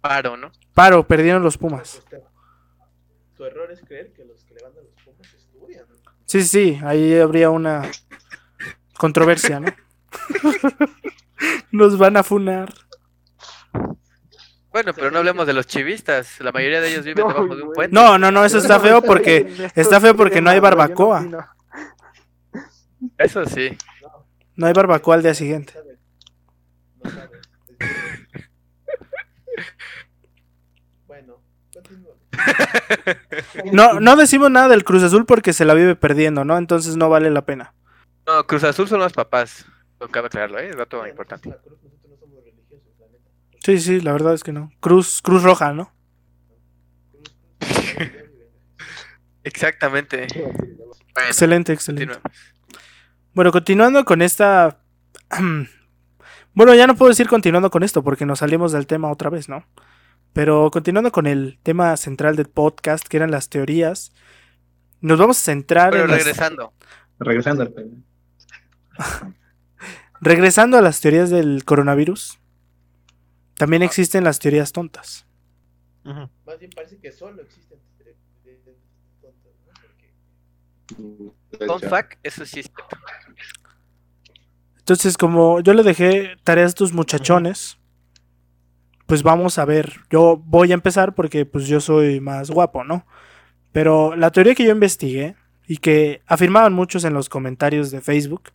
Paro, ¿no? Paro, perdieron los Pumas. Pues, te- Tu error es creer que los que levantan los pumas estudian. Sí, sí, ahí habría una controversia, ¿no? (laughs) Nos van a funar. Bueno, pero no hablemos de los chivistas. La mayoría de ellos viven No, debajo de un güey. puente. No, no, no, eso está feo porque (laughs) está feo porque no hay barbacoa. Yo no opino. Eso sí. no hay barbacoa al día siguiente. No sabes. es diferente. bueno, continúa. No, no decimos nada del Cruz Azul porque se la vive perdiendo, ¿no? Entonces no vale la pena. No, Cruz Azul son los papás. No cabe aclararlo, ¿eh? Es dato importante. La cruz, nosotros no somos religiosos, la neta. Sí, sí, la verdad es que no. Cruz, Cruz Roja, ¿no? Cruz, cruz, Exactamente. Bueno, Excelente, excelente. continúa. Bueno, continuando con esta. (clears throat) Bueno, ya no puedo decir continuando con esto porque nos salimos del tema otra vez, ¿no? Pero continuando con el tema central del podcast, que eran las teorías, nos vamos a centrar Bueno, en. las- regresando. Regresando al tema. Regresando a las teorías del coronavirus, también existen las teorías tontas. Ujú. Más bien parece que solo existen tres- tres tontos, ¿no? Porque Pues Fun fact, eso sí es cierto. Entonces, como yo le dejé tareas a estos muchachones, pues vamos a ver. Yo voy a empezar porque pues yo soy más guapo, ¿no? Pero la teoría que yo investigué y que afirmaban muchos en los comentarios de Facebook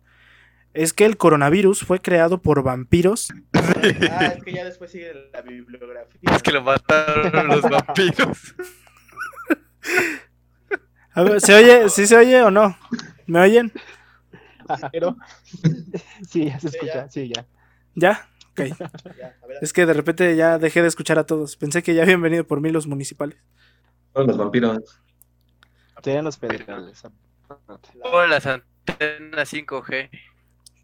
es que el coronavirus fue creado por vampiros. Ah, es que ya después sigue la bibliografía. Es que lo mataron los (laughs) vampiros. A ver, ¿se oye? ¿Sí se oye o no? ¿Me oyen? Pero- (laughs) Sí, ya se Sí, escucha, ya. sí, ya. ¿Ya? Ok. Ya, a ver, Es que de repente ya dejé de escuchar a todos. Pensé que ya habían venido por mí los municipales. Todos los vampiros. Serían los federales. Por las antenas 5G.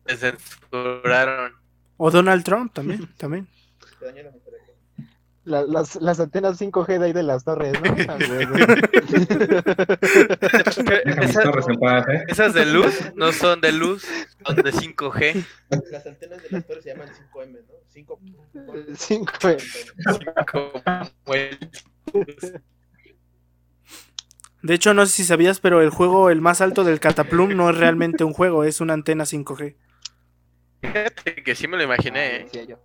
Se censuraron. (laughs) O Donald Trump también, también. te dañó la memoria. La- las, las antenas 5G de ahí de las torres, (laughs) ¿no? Ah, güey, güey. Deja mis Esa- torres en paz, ¿eh? esas de luz no son de luz, son de 5G. Las antenas de las torres se llaman 5M, ¿no? 5 5G. Como el- De hecho, no sé si sabías, pero el juego, el más alto del Cataplum, no es realmente un juego, es una antena 5G. Fíjate que sí me lo imaginé, ¿eh? Decía yo.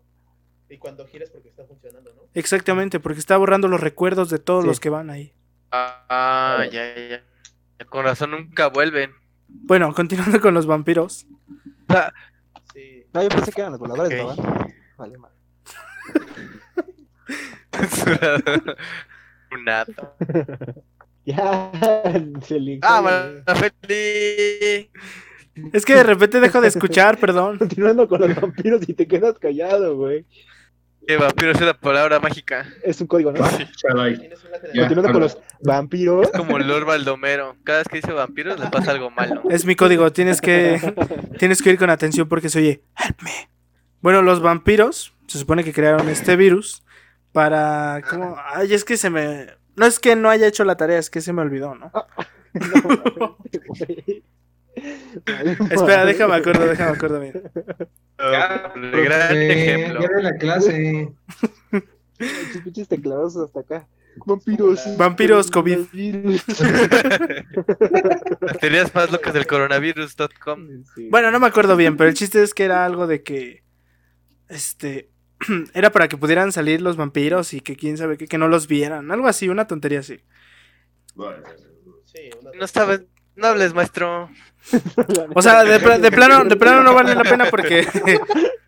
Y cuando giras porque está funcionando, ¿no? Exactamente, porque está borrando los recuerdos de todos Sí. los que van ahí. Ah, ya, ya, ya. Con razón nunca vuelven. Bueno, continuando con los vampiros. Sí. No, yo pensé que eran los voladores, Ok. ¿no? va? Vale, mal. (laughs) Un ato. (laughs) Ya, se Ah, Manafeli. Es que de repente dejo de escuchar, perdón. Continuando con los vampiros y te quedas callado, güey. Que vampiro es la palabra mágica. Es un código, ¿no? Chalai. Tienes una Ya, Continuando con los (laughs) vampiros. Como Lord Baldomero. Cada vez que dice vampiros le pasa algo malo. Es mi código, tienes que, tienes que ir con atención porque se oye, help me. Bueno, los vampiros se supone que crearon este virus para... ¿cómo? Ay, es que se me... No es que no haya hecho la tarea, es que se me olvidó, ¿no? No, güey. Vale, Espera, (laughs) madre. déjame acuerdo, déjame acuerdo bien. Gran ejemplo. Ya de la clase. Sus pinches teclados hasta acá. Vampiros. Vampiros COVID. Las teorías más locas del coronavirus.com. (laughs) Bueno, no me acuerdo bien, pero el chiste es que era algo de que. Este. (clears throat) Era para que pudieran salir los vampiros y que quién sabe qué, que no los vieran. Algo así, una tontería así. Sí, una No estaba, no hables, maestro. O sea, de, pla- de plano, de plano no vale la pena porque.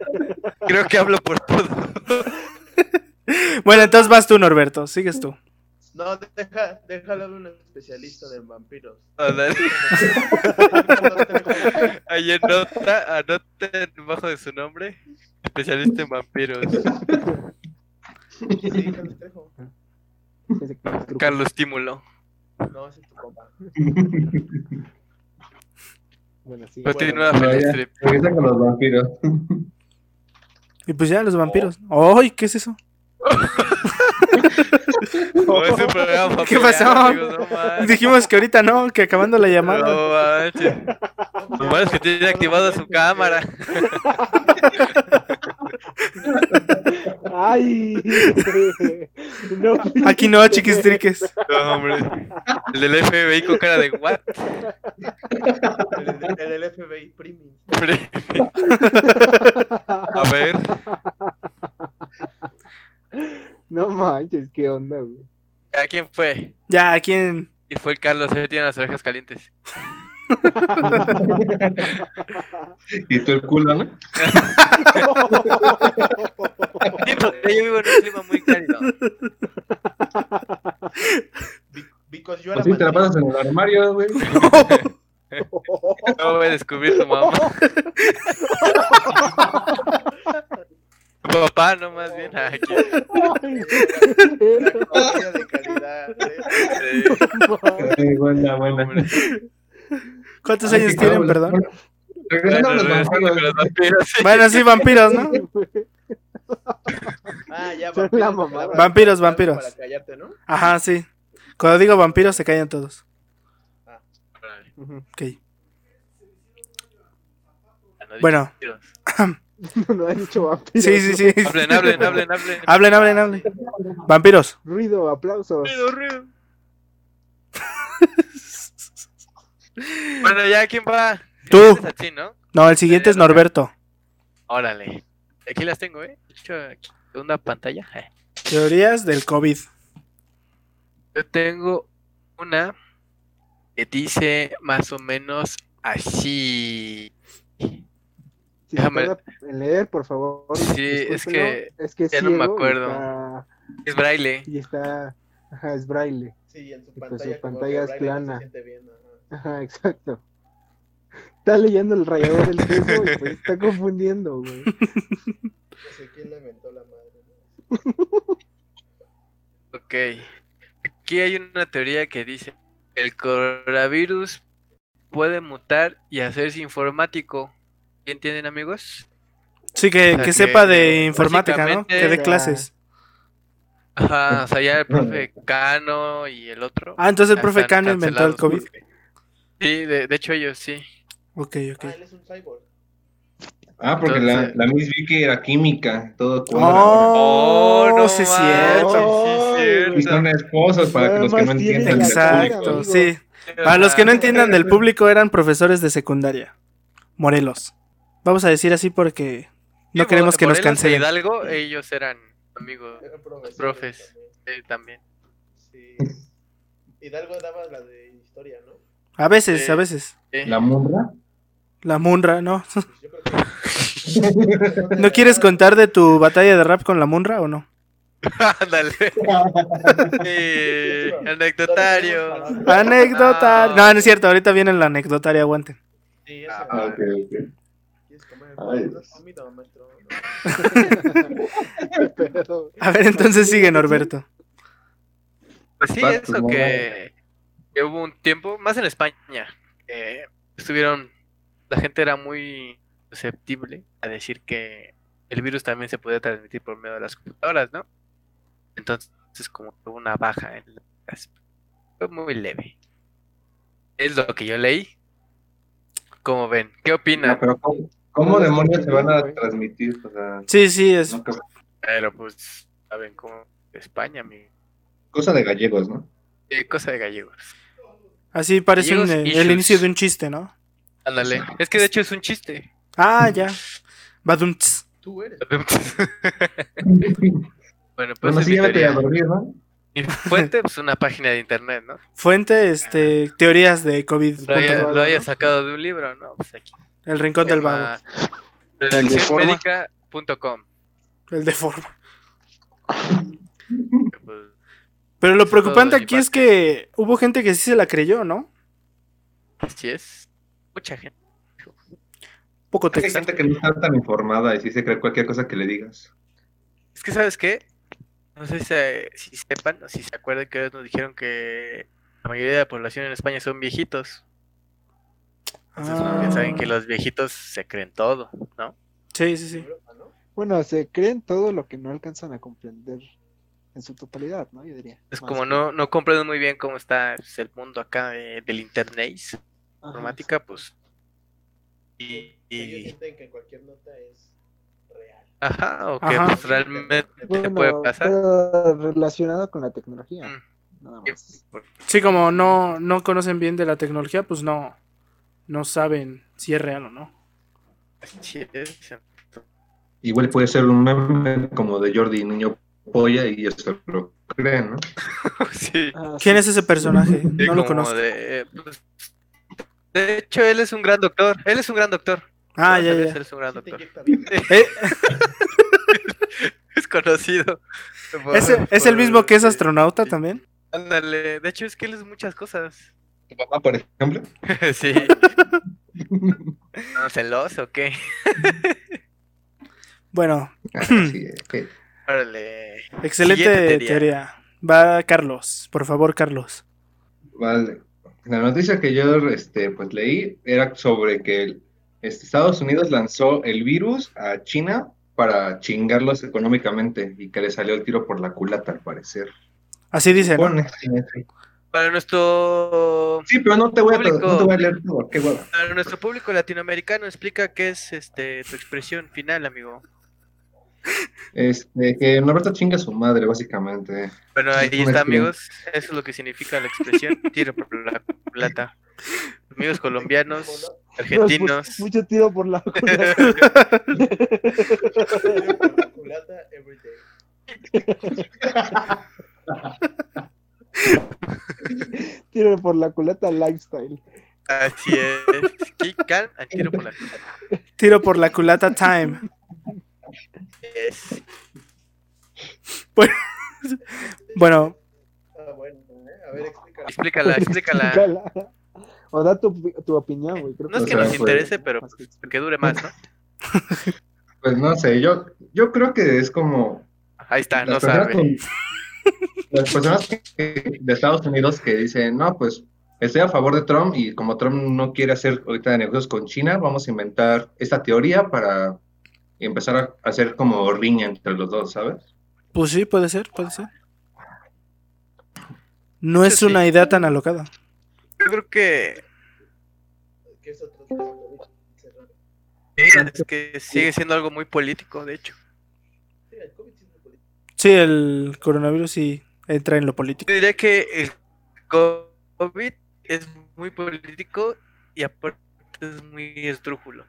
(laughs) Creo que hablo por todo. (laughs) bueno, entonces vas tú, Norberto. Sigues tú. No, deja, déjalo a un especialista de vampiros. Dale. Pero Ahí anota, anoten bajo de su nombre, especialista en vampiros, (laughs) Carlos Tímulo. No, ese es tu compa. Bueno, sí. Continúa Bueno, Feliz ya. Trip. (laughs) Regresa con los vampiros. Y pues ya, los vampiros. ¡Ay! ¿Qué es eso? No, es un programa ¿Qué familiar, pasó? amigos, no manches. Dijimos que ahorita no, que acabando la llamada. No manches. Lo malo es que tiene activada su cámara. Ay, no, Aquí no, chiquistriques. No, hombre. El del FBI con cara de what? El, el del FBI Premium. hombre? A ver, no manches, qué onda, güey. ¿a quién fue? Ya, ¿a quién? Y fue el Carlos, él tiene las orejas calientes. Y tú el culo, ¿no? Sí, porque yo vivo en un clima muy cálido. Be- Because you are Así a Pues te la man. pasas en el armario, (laughs) güey. No voy a descubrir tu mamá. Tu papá, no más bien. Ay, (laughs) qué- Eh, La copia de calidad. ¿eh? eh, Sí, buena, buena. hombre. ¿Cuántos años tienen, (laughs) perdón? Regresando a los Regresando con vampiros. los vampiros, sí. Bueno, sí, vampiros, ¿no? Ah, ya, Son vampiros, la te mamada. van a- Vampiros, vampiros. Para callarte, ¿no? Ajá, sí. Cuando digo vampiros se callan todos. Ok. Bueno, No ha dicho vampiros. sí, sí, sí. Hablen, hablen, hablen, hablen. Hablen, hablen, hablen. Vampiros. Ruido, aplausos. Ruido, ruido. (laughs) Bueno, ya, ¿quién va? Tú. Ese es a ti, ¿no? No, el siguiente es Norberto. Órale. Aquí las tengo, ¿eh? De hecho, aquí, Segunda pantalla. Eh. Teorías del COVID. Yo tengo una que dice más o menos así. Si Déjame- tarda en leer, por favor. Sí, es que- discúlpenlo. es que es ya no me ciego y acuerdo. está- Es braille. Y está, ajá, es braille. Sí, en su Pues pantalla. su como pantalla que es Braille no se plana. siente bien, ajá. Ajá, exacto. Está leyendo el rayador del queso y pues está confundiendo, güey. (laughs) No sé quién le inventó la madre. ¿no? Ok. Aquí hay una teoría que dice, el coronavirus puede mutar y hacerse informático. ¿Sí ¿Entienden, amigos? Sí, que, sea, que que sepa de informática, ¿no? básicamente Que dé era- clases. Ajá, o sea, ya el (laughs) profe Cano y el otro. Ah, entonces el ya profe están Cano inventó el cancelados COVID. porque- Sí, de, de hecho ellos sí. Ok, ok. Ah, él es un cyborg. Ah, porque la, Entonces- la Miss Vicky era química, todo Ah, cuadra. Oh, no sí es cierto. manches, sí es Oh, Y cierto. son esposos pues Nada para que los que no más tiene entiendan. del Exacto, público. sí. Sí, o Para los sea, que no entiendan del público, eran profesores de secundaria. Morelos. Vamos a decir así porque no sí, queremos que nos Morelos e cancelen. Hidalgo, ellos eran amigos Eran profesores profes. también, eh, también. Sí. Hidalgo daba la de historia, ¿no? A veces, Sí. a veces. Sí. La murra. La Munra, ¿no? Pues yo creo que- (laughs) ¿No quieres contar de tu batalla de rap con la Munra o no? (laughs) (laughs) Ándale. Sí, anecdotario. Anecdotario. No. No, no es cierto, ahorita viene la anecdotaria, aguanten. Sí, eso. Ah, ok, ok. ¿Quieres comer? Ay. ¿No has comido, maestro? No. Pero, A ver, entonces sigue Norberto. Pues sí, Patos, eso no que, que hubo un tiempo, más en España, que estuvieron, la gente era muy susceptible a decir que el virus también se podía transmitir por medio de las computadoras, ¿no? Entonces, como que hubo una baja en las... Fue muy leve. Es lo que yo leí. ¿Cómo ven? ¿Qué No, pues opinan? Ah, pero ¿cómo, cómo No, demonios se van güey. a transmitir? O sea, Sí, sí, es. no creo- Pero pues, saben cómo España, mi... Cosa de gallegos, ¿no? Eh, cosa de gallegos. Así parece un, Gallegos eh, el issues. inicio de un chiste, ¿no? Ándale. Es que de hecho es un chiste. Ah, ya. Badumts. Tú eres. (laughs) bueno, pues Bueno, es sí, mi ya vete teoría. a dormir, ¿no? Mi fuente, pues una página de internet, ¿no? Fuente, este, teorías de COVID. Lo haya, punto lo haya ¿no? sacado de un libro, ¿no? Pues aquí. El rincón del vago. Redacciónmedica.com. El de forma. que, pues, Pero lo Eso es todo preocupante de mi aquí es que hubo gente que sí se la creyó, ¿no? Así es. Mucha gente. Poco Hay texto. gente que no está tan informada y sí se cree cualquier cosa que le digas. Es que, ¿sabes qué? No sé si, se- si sepan o si se acuerdan que nos dijeron que la mayoría de la población en España son viejitos. Entonces, pues, Ah. ya saben que los viejitos se creen todo, ¿no? Sí, sí, sí. Europa, ¿no? Bueno, se creen todo lo que no alcanzan a comprender en su totalidad, ¿no? Yo diría. Es Más Ah, como que- no, no comprenden muy bien cómo está pues, el mundo acá de- del internet, Ajá. informática, pues. Y, Ellos y- sienten que cualquier nota es real. ajá, o que Ajá. pues, (laughs) realmente (laughs) te Bueno, puede pasar. pero relacionado con la tecnología, Mm. nada Sí, más. por- Sí, como no, no conocen bien de la tecnología, pues no, no saben si es real o no. así es. Igual puede ser un meme como de Jordi Niño Polla y ellos se lo creen, ¿no? (laughs) Sí. Ah, ¿Quién sí. es ese personaje? Sí, No lo como conozco. De, eh, pues, de hecho, él es un gran doctor. Él es un gran doctor. Ah, Él ya, es- ya. Él es un gran Sí te doctor. inyecta veneno. Eh, (laughs) Es conocido. por- ¿Es, es el por- mismo que es eh, astronauta también? Ándale. De hecho, es que él es (laughs) muchas cosas. Tu papá, por ejemplo. sí. No, ¿Celoso o qué? Bueno, Ah, (clears throat) Así es, que- Órale. excelente Siguiente teoría. Va Carlos, por favor, Carlos. Vale. La noticia que yo este, pues, leí era sobre que el- este, Estados Unidos lanzó el virus a China para chingarlos económicamente y que le salió el tiro por la culata, al parecer. Así dice, ¿no? Pone, sí, sí. Para nuestro, Sí, pero no te voy a, tra- Público. no te voy a leer todo, qué hueva. para nuestro público latinoamericano, explica qué es este tu expresión final, amigo. Este, que Norberto chinga a su madre, básicamente. Bueno, Sí, ahí está, como el cliente. amigos. Eso es lo que significa la expresión tiro por la plata. Amigos colombianos, Pero, pues, (laughs) argentinos. Mucho tiro por la (laughs) Tiro por la culata every day. tiro por la culata lifestyle. Así es. Kick can and tiro por la plata. Tiro por la culata time. Es- Bueno, Ah, bueno, ¿eh? A ver, explícalo. Explícala, (laughs) explícala. Explícala. O da tu, tu opinión, güey. creo No es que nos fue- interese, pero- más que- Que dure más, ¿no? Pues no sé, yo, yo creo que es como Ahí está, Ah, no las personas sabe. con- las personas que- de Estados Unidos que dicen, no, pues estoy a favor de Trump y como Trump no quiere hacer ahorita negocios con China, vamos a inventar esta teoría para empezar a hacer como riña entre los dos, ¿sabes? pues sí, puede ser, puede ser. No es Sí. una idea tan alocada. Yo creo que, Que es otro tema, lo voy a cerrar. es que sigue siendo algo muy político, de hecho. Sí, el COVID sí es muy político. Sí, el coronavirus sí entra en lo político. Yo diría que el COVID es muy político y aparte es muy esdrújulo.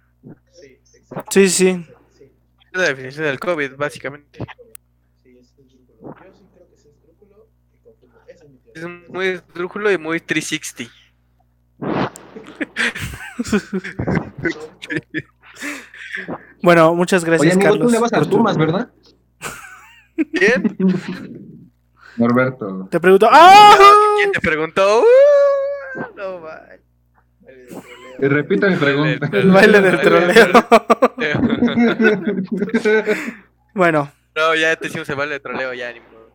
Sí, exacto. Sí, sí. Sí. Es la definición del COVID, básicamente. Sí, es un esdrújulo. Yo sí creo que es esdrújulo y confundo. Esa es mi Es teoría. muy esdrújulo y muy 360. Bueno, muchas Oye, gracias, amigo, Carlos. tú le vas a por las tu- Pumas, ¿verdad? ¿Quién? (laughs) Norberto. Te pregunto. (laughs) ¡Ah! ¿Quién te preguntó? ¡Uh! No man. Vale, de troleo. Y repito mi pregunta. El baile del troleo. (laughs) bueno, No, ya te hicimos el baile de troleo, ya ni modo.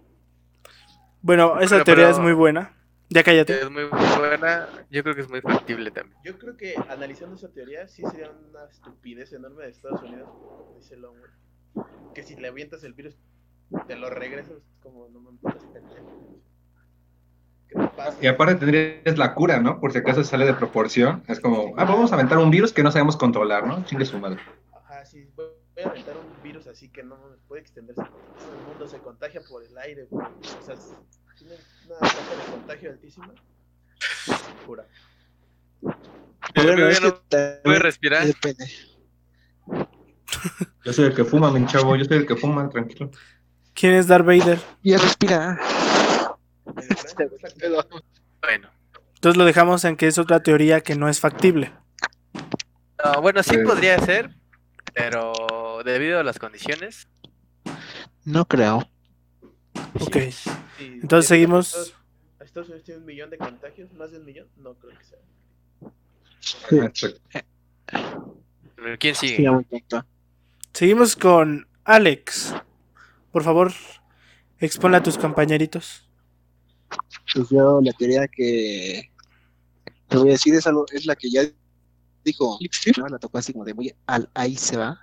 bueno, esa Bueno, teoría pero- es Eh. muy buena. Ya cállate. Es muy buena, yo creo que es muy factible también. Yo creo que analizando esa teoría, sí sería una estupidez enorme de Estados Unidos, como dice Elon Musk, que si le avientas el virus, te lo regresas, es como no me puedes ¿Qué te pasa? (laughs) Y aparte tendrías la cura, ¿no? Por si acaso sale de proporción. Es como, ah, vamos a aventar un virus que no sabemos controlar, ¿no? Chingue su madre. Ajá, sí, voy voy a aventar un virus así que no mames, puede extenderse. por todo El mundo se contagia por el aire, por- o sea, es- tienen una tasa de contagio altísima. Pura. El Bueno, virus es ya no que también puede respirar. depende. Yo soy el que fuma, mi chavo, yo soy el que fuma, tranquilo. ¿Quién es Darth Vader? Ya respira. (laughs) Este güey está- (laughs) Bueno. Entonces lo dejamos en que es otra teoría que no es factible. Ah, bueno, sí Pues- podría ser, pero debido a las condiciones. No creo. Ok. Sí, Entonces si seguimos. Estados- Estados Unidos tiene un millón de contagios, más de un millón, no creo que sea. Ah, ¿Quién sigue? Sí, un punto. Seguimos con Alex. Por favor, exponla a tus compañeritos. Pues yo la teoría que te voy a decir es algo, es la que ya dijo, ¿no? La tocó así como de muy al ahí se va.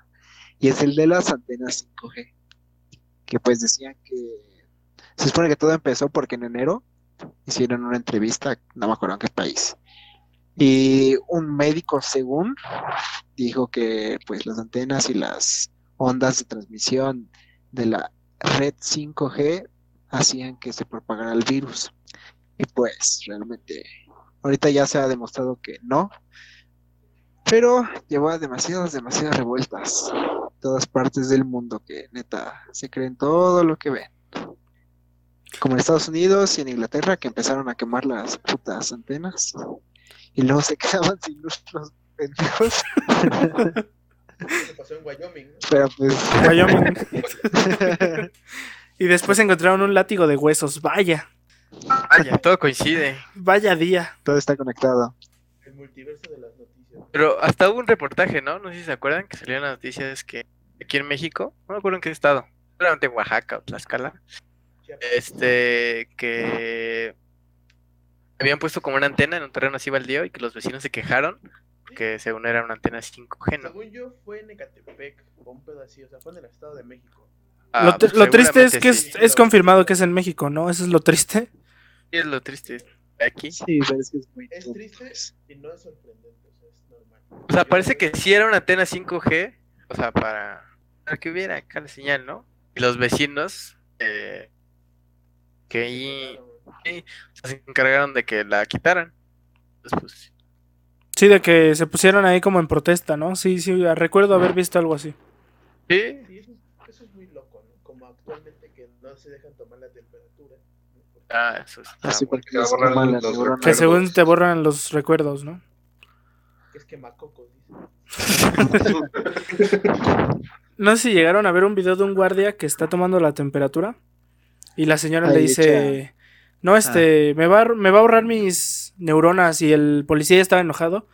Y es el de las antenas 5G. Que pues decían que se supone que todo empezó porque en enero hicieron una entrevista, no me acuerdo en qué país. Y un médico según dijo que pues las antenas y las ondas de transmisión de la red 5G hacían que se propagara el virus. Y pues realmente ahorita ya se ha demostrado que no, pero llevó a demasiadas, demasiadas revueltas en todas partes del mundo que neta se creen todo lo que ven. Como en Estados Unidos y en Inglaterra que empezaron a quemar las putas antenas y luego se (laughs) quedaban sin luz los pendejos, Eso pasó en Wyoming, ¿no? pero pues Wyoming. y después encontraron un látigo de huesos. Vaya, Vaya, todo coincide. vaya día. todo está conectado. El multiverso de las noticias. Pero hasta hubo un reportaje, ¿no? No sé si se acuerdan que salieron las noticias que aquí en México, no me acuerdo en qué estado, seguramente en Oaxaca o Tlaxcala, Chiapas. este, que habían puesto como una antena en un terreno así baldío y que los vecinos se quejaron que según era una antena 5G, ¿no? Según yo, fue en Ecatepec, o un pedo así, o sea, fue en el Estado de México. Ah, lo, tr- pues lo triste es seguramente que sí. es, es confirmado que es en México, ¿no? Eso es lo triste. Sí, es lo triste aquí. Sí, pero es que es muy Es triste y no es sorprendente, o sea, es normal. O sea, parece que sí era una antena 5G, o sea, para, para que hubiera acá la señal, ¿no? Y los vecinos eh, que ahí o sea, se encargaron de que la quitaran. Entonces, pues, Sí, de que se pusieron ahí como en protesta, ¿no? Sí, sí, recuerdo haber visto algo así. sí, Sí, eso, eso es muy loco, ¿no? Como actualmente que no se dejan tomar la temperatura. ¿no? Porque ah, eso es- está Así muy- porque Se va a les borrar queman las los neuronas. Que Recuerdos. pues según te borran los recuerdos, ¿no? es que Macoco dice. No sé si llegaron a ver un video de un guardia que está tomando la temperatura y la señora Ahí le dice, no, este, me, va a, me va a borrar mis neuronas y el policía ya estaba enojado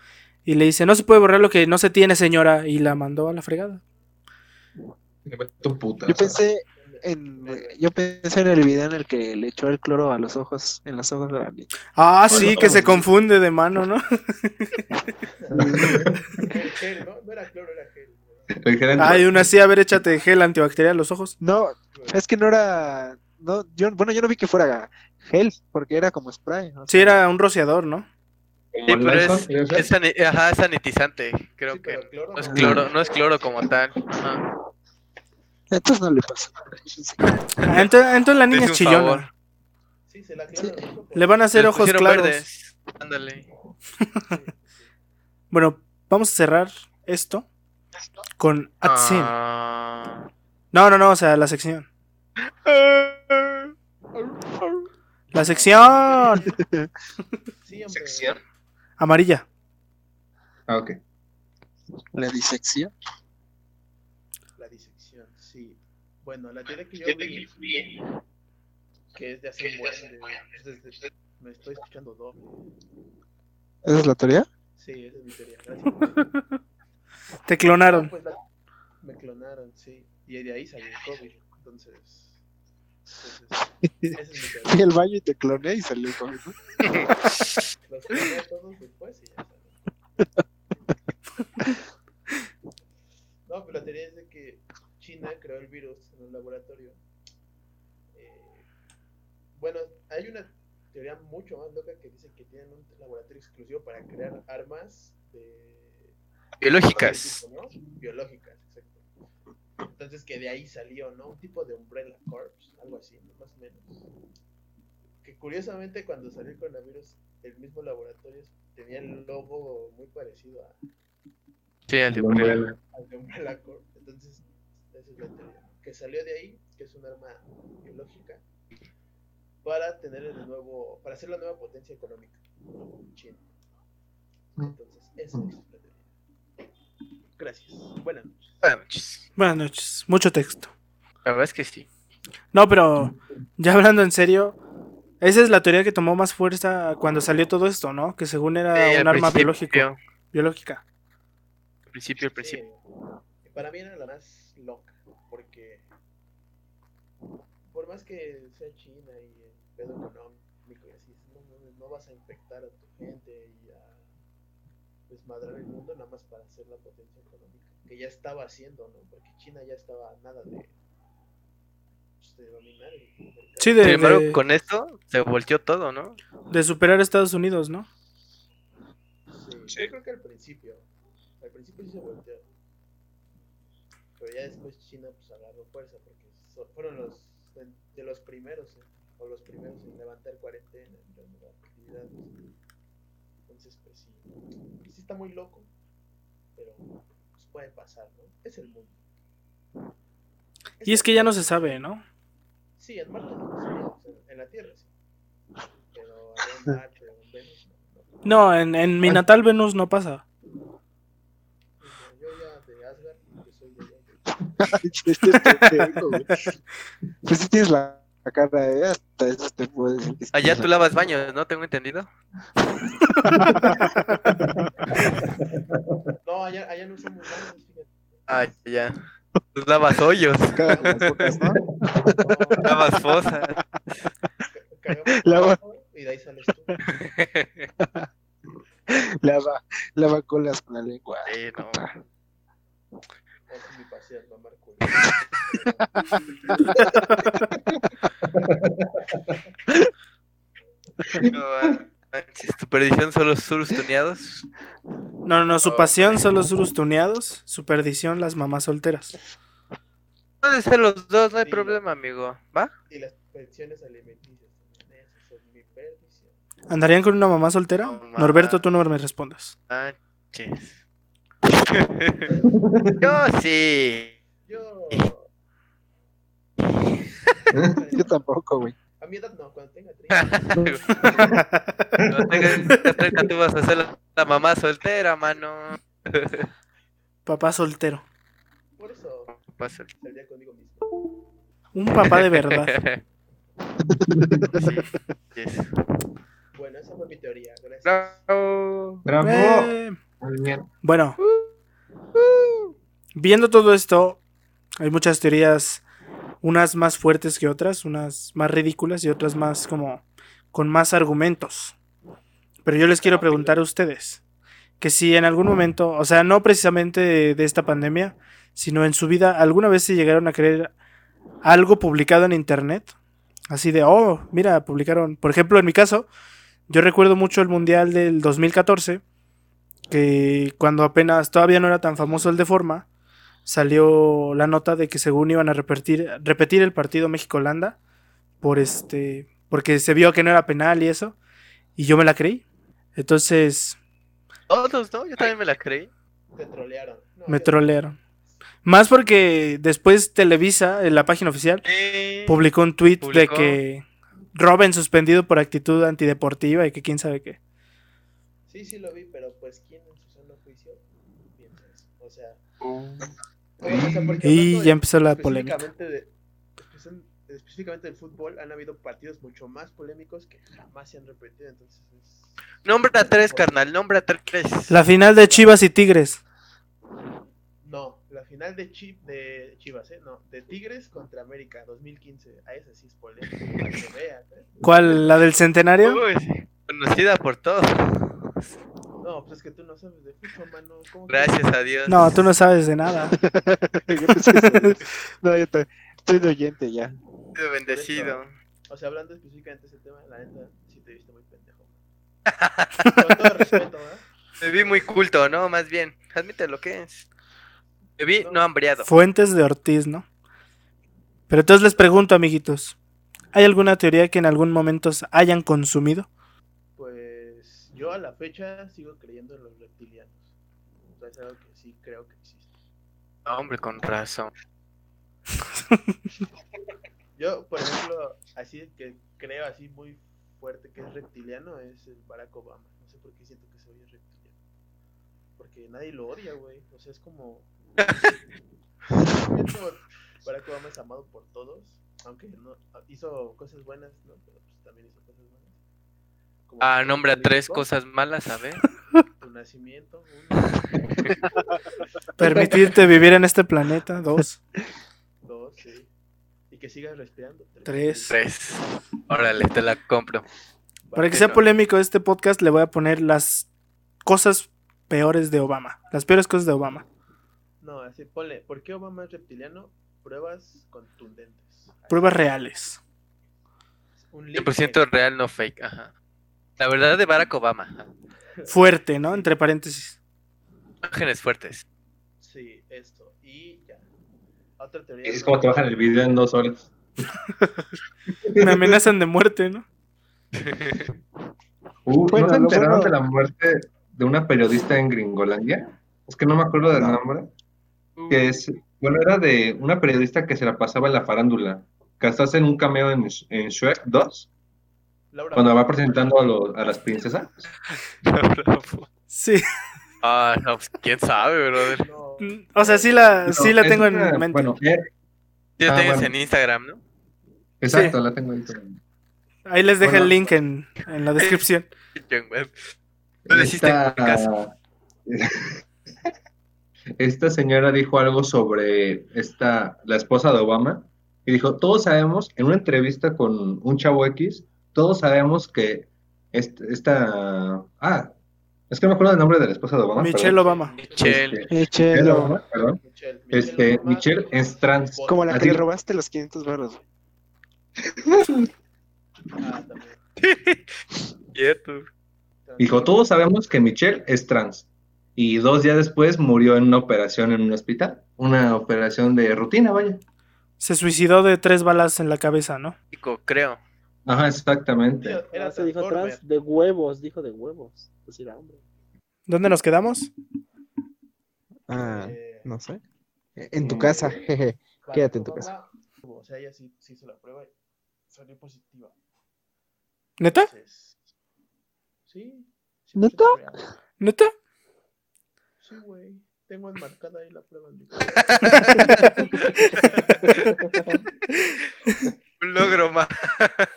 y le dice, no se puede borrar lo que no se tiene señora y la mandó a la fregada. Tu puta. (laughs) Yo pensé en, yo pensé en el video en el que le echó el cloro a los ojos, en los ojos de la niña. Ah, Bueno, sí, que se vamos. confunde de mano, ¿no? Era gel, ¿no? No era cloro, era gel. ¿no? El gerente- Ay, una así, a ver, échate gel antibacterial a los ojos. No, es que no era, no, yo, bueno, yo no vi que fuera gel, porque era como spray. ¿no? Sí, era un rociador, ¿no? Como Sí, pero Lysol, es, ¿podría ser? es sani- ajá, es sanitizante, creo Sí, que. pero cloro, No es cloro, no es cloro como tal. ajá. Entonces no le pasó. (laughs) Ah, Entonces, entonces la niña Te es hice un favor. chillona. Sí, se la cloro. ¿no? Le van a hacer Les ojos pusieron claros. verdes. Ándale. Bueno, vamos a cerrar esto con AdSense. Ah. No, no, no, o sea, la sección. La sección Sí, hombre. Sección. amarilla. Ah, ok. La disección. La disección, sí. Bueno, la teoría que yo vi, que es de hace un buen de- es desde- Me estoy escuchando doble. ¿Esa es la teoría? Sí, esa es mi teoría. Gracias. Te clonaron. Pues la- me clonaron, sí. Y de ahí salió el COVID. Entonces. entonces, esa es mi Fui teoría. al baño y te cloné y salió el (laughs) COVID, ¿no? Los cloné a todos después y ya está. No, pero la teoría es de que China creó el virus en un laboratorio. Eh, bueno, hay una teoría mucho más loca que dice que tienen un laboratorio exclusivo para crear armas de Biológicas. ¿no? Biológicas, exacto. Entonces que de ahí salió, ¿no? Un tipo de Umbrella Corps, algo así, ¿no? más o menos. que curiosamente cuando salió el coronavirus, el mismo laboratorio tenía el logo muy parecido a, Sí, al de Umbrella. al de Umbrella Corp. Entonces, esa es la teoría. Que salió de ahí, que es un arma biológica, para tener el nuevo, para hacer la nueva potencia económica. China. Entonces, esa es la teoría. Gracias. Buenas noches. Buenas noches. Buenas noches, mucho texto. Ah, La verdad es que sí. No, pero ya hablando en serio, esa es la teoría que tomó más fuerza cuando salió todo esto, ¿no? Que según era Sí, al Ah, un arma principio, biológico, biológica. Al principio, al principio. Sí. Para mí era la más loca, porque por más que sea China y el pedo económico y así, no, mames, no vas a infectar a tu gente y a desmadrar el mundo nada más para hacer la potencia económica, que ya estaba haciendo, ¿no? Porque China ya estaba a nada de, pues, de dominar el mercado. Sí, Sin de, embargo, de- con esto se volteó todo, ¿no? de superar a Estados Unidos, ¿no? Sí, Yo creo que al principio. Al principio sí se volteó. Pero ya después China pues agarró fuerza porque so- fueron los de, de los primeros, en- o los primeros en levantar cuarentena, en levantar actividades. Entonces pues sí. Sí está muy loco, pero pues, puede pasar, ¿no? Es el mundo. Y es que ya no se sabe, ¿no? Sí, en Marte no, sí, o sea, en la Tierra sí. Pero allá en Marte o en Venus no. no. No, en, en mi natal Venus no pasa. Yo ya de Asgard, que soy de allá. (laughs) Este es pendejo, güey. Pues sí tienes la, la cara, ¿eh? Hasta eso te puedo decir que sí Allá tienes tú lavas baños, ¿no? Tengo entendido. No, allá, allá no somos baños, fíjate. Ah, ya. Tú lavas hoyos, la cara de las bocas, ¿no? No, lavas fosas. cagamos La- abajo y de ahí sales tú. Lava, lava colas con la lengua. Sí, no. Ese es mi paseo, mamar culo. pues, No, manches, tu perdición son los suros tuneados. No, no, no, su pasión son los surus tuneados, su perdición las mamás solteras. Pueden ser los dos, no hay Sí. problema, amigo. ¿Va? Y las pensiones alimenticias también, esas son mi perdición. ¿Andarían con una mamá soltera? No, ma. Norberto, tú no me respondas. Manches. Yo sí. Yo, Yo tampoco, (laughs) güey. a mi edad no, cuando tenga 30. Cuando tengas 30 tú vas a ser la, la mamá soltera, mano. Papá soltero. Por eso Papá soltero. saldría conmigo mismo. Un papá de (laughs) verdad. Yes. Bueno, esa fue mi teoría, gracias. Bravo. (laughs) Bravo. Eh, Muy bien. Bueno, viendo todo esto, hay muchas teorías, unas más fuertes que otras, unas más ridículas y otras más como con más argumentos. Pero yo les quiero preguntar a ustedes que si en algún momento, o sea, no precisamente de, de esta pandemia, sino en su vida, alguna vez se llegaron a creer algo publicado en internet, así de, oh, mira, publicaron, por ejemplo, en mi caso, yo recuerdo mucho el Mundial del 2014, que cuando apenas todavía no era tan famoso el de forma, salió la nota de que según iban a repetir, repetir el partido México-Holanda por este porque se vio que no era penal y eso, y yo me la creí. Entonces Todos, ¿no? Yo también me la creí. Te trolearon. No, me ya- trolearon. Más porque después Televisa, en la página oficial, Sí. publicó un tweet Publicó. de que Robin suspendido por actitud antideportiva y que quién sabe qué. Sí, sí lo vi, pero pues ¿quién en su sano juicio piensa eso? O sea... Oh. Y ya empezó la polémica. específicamente de- especial- específicamente del fútbol, han habido partidos mucho más polémicos que jamás se han repetido. Entonces, es- Nombra a tres, carnal. Nombra a tres. La final de Chivas y Tigres. No, la final de, Chi- de Chivas, ¿eh? No, de Tigres contra América 2015. A esa sí es polémica. para que vean, ¿eh? ¿Cuál? ¿La del centenario? Uy, sí. Conocida por todos. No, pues es que tú no sabes de fútbol, mano. ¿cómo que- Gracias a Dios. No, tú no sabes de (laughs) nada. Yo (laughs) pensé eso. No, yo te- estoy de oyente ya. Sido Bendecido. O sea, hablando específicamente de ese tema, la neta, sí te viste muy pendejo. Con todo respeto, ¿eh? ¿verdad? Me vi muy culto, ¿no? Más bien. Admite lo que es. Me vi no hambriado. Fuentes de Ortiz, ¿no? Pero entonces les pregunto, amiguitos, ¿Hay alguna teoría que en algún momento hayan consumido? Pues yo a la fecha sigo creyendo en los reptilianos. O sea, es algo que sí creo que existe. No, hombre, con razón. Yo, por ejemplo, así que creo así muy fuerte que es reptiliano es el Barack Obama. No sé por qué siento que se oye reptiliano. Porque nadie lo odia, güey. O sea, es como... (laughs) Barack Obama es amado por todos. Aunque no, hizo cosas buenas, ¿no? Pero pues también hizo cosas buenas. Como Ah, su nombra tres nacimiento, cosas malas, a ver. Su nacimiento, uno, (laughs) Permitirte vivir en este planeta, dos. dos, sí. Y que sigas respirando. Tres. (laughs) Tres. Órale, te la compro. Para que Bueno. sea polémico este podcast, le voy a poner las cosas peores de Obama. Las peores cosas de Obama. No, así ponle, ¿por qué Obama es reptiliano? Pruebas contundentes. Pruebas reales. Un link 100% real, no fake. Ajá. La verdad de Barack Obama. Ajá. Fuerte, ¿no? Entre paréntesis. Imágenes fuertes. Sí, esto. Y ya. Otra teoría. Es ¿no? como te bajan el video en dos horas. Me amenazan de muerte, ¿no? Uh, Bueno, ¿No se lo enteraron bueno- de la muerte de una periodista en Gringolandia? Es que no me acuerdo del nombre. Uh, Que es, bueno, era de una periodista que se la pasaba en la farándula. Que hasta hacen un cameo en, Sh- en Shrek 2, Laura cuando va Bozo. presentando a, los- a las princesas. Sí. (laughs) (laughs) Ah, no, pues, quién sabe, brother. No, O sea, sí la, No, sí la es tengo en una- mente. Bueno, eh, Ya Ah, tienes bueno. en Instagram, ¿no? exacto, la tengo ahí. Ahí les dejo bueno. Eh, el link en, en la descripción. Yo, güey. Lo hiciste en mi casa. (laughs) Esta señora dijo algo sobre esta, la esposa de Obama, y dijo, todos sabemos, en una entrevista con un chavo X, todos sabemos que est- esta... Ah, es que no me acuerdo el nombre de la esposa de Obama. Michelle Obama. Michelle. Este, Michelle Échelo. Obama, perdón. Michelle. Este, Obama Michelle es es trans. Ah, bot. Como la que Así- le robaste los 500 baros. Ah, también. Cierto. Trans- Dijo, todos sabemos que Michelle es trans. Y dos días después murió en una operación en un hospital. Una operación de rutina, vaya. Se suicidó de tres balas en la cabeza, ¿no? Chico, creo. Ajá, Tío, exactamente. Era Ah, se dijo Transformer. trans de huevos, dijo de huevos. Pues era hombre. ¿Dónde nos quedamos? Ah, Eh, no sé. En tu Mm. casa, jeje. Barack Quédate en tu Obama, O sea, ella sí, sí hizo la prueba y salió positiva. ¿Neta? Entonces, sí. ¿Neta? real. ¿Neta? Sí, güey. Tengo enmarcada ahí la prueba. (laughs) en mi- Un (laughs) logro más.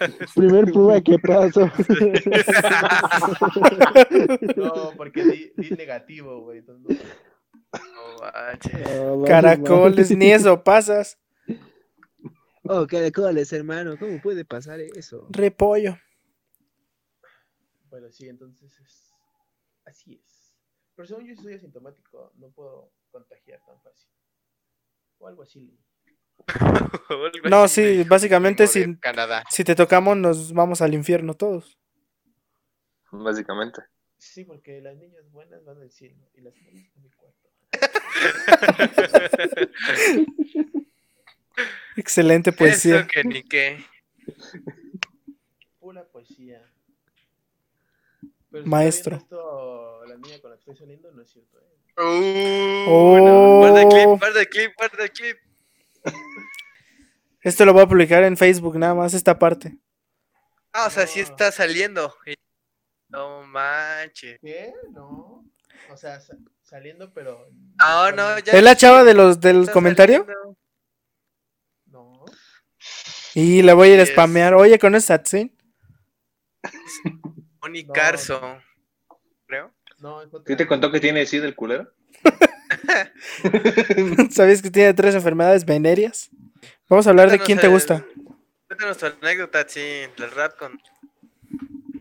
(laughs) Primer prueba que pasó. (laughs) No, porque di, di negativo, güey. entonces no. No manches. No, Caracoles, (laughs) (laughs) ni eso pasas. Oh, caracoles, hermano. ¿Cómo puede pasar eso? Repollo. Bueno, sí, entonces es... Así es. Pero según yo soy asintomático, no puedo contagiar tan fácil. O algo así. Algo No, así sí, me dijo básicamente un primo de sí. Canadá. Si te tocamos, nos vamos al infierno todos. Básicamente. Sí, porque las niñas buenas van al cielo y las malas a mi cuarto. Excelente Eso poesía. que ni qué. Pura poesía. Pero Maestro. Si está viendo esto, la niña con la que estoy saliendo no es cierto. ¿eh? Uh, Oh. Guarda el clip, guarda el clip, guarda el clip. Esto lo voy a publicar en Facebook nada más, esta parte. Ah, o sea, sí No. está saliendo. No manches. ¿Qué? No. O sea, sa- saliendo, pero. Ah, no, ya. ¿Es la chava de los, del está comentario? saliendo. No. Y le voy a ir a Yes. spamear. Oye, ¿conoces a Tzin? Moni No. Carso. Creo. No, es otra. ¿Sí te contó que tiene SIDA el culero? (laughs) ¿Sabías que tiene tres enfermedades venéreas? Vamos a hablar de Cuéntanos quién te el- gusta. Cuéntanos tu anécdota, sí. El rap con.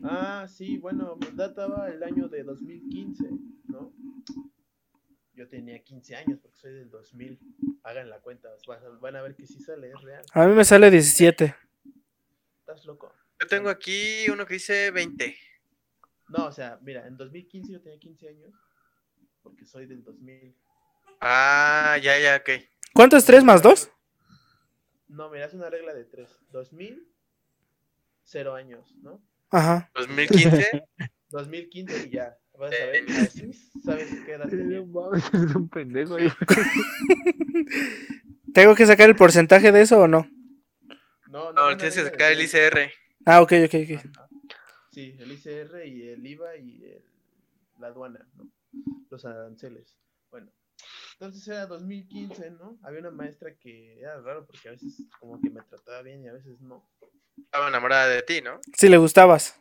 Ah, sí, bueno, databa el año de 2015, ¿no? Yo tenía 15 años porque soy del 2000. Hagan la cuenta, vas a- van a ver que sí sale, es real. A mí me sale 17. ¿Estás loco? Yo tengo aquí uno que dice 20. No, o sea, mira, en 2015 yo tenía 15 años porque soy del 2000. Ah, ya, ya, ok. ¿Cuánto es 3 más 2? No, mira, es una regla de 3. 2000 cero años, ¿no? Ajá. 2015, 2015 y ya. Vas a ver, así sabes qué edad (laughs) eh, tenía. (laughs) Es un pendejo. güey. ¿Tengo que sacar el porcentaje de eso o no? No, no, tienes que no, sacar el no. ICR. Ah, ok, ok, ok. Ajá. Sí, el ICR y el IVA y el- la aduana, ¿no? Los aranceles. Bueno, entonces era 2015, ¿no? Había una maestra que era raro porque a veces como que me trataba bien y a veces no. Estaba enamorada de ti, ¿no? Si le gustabas.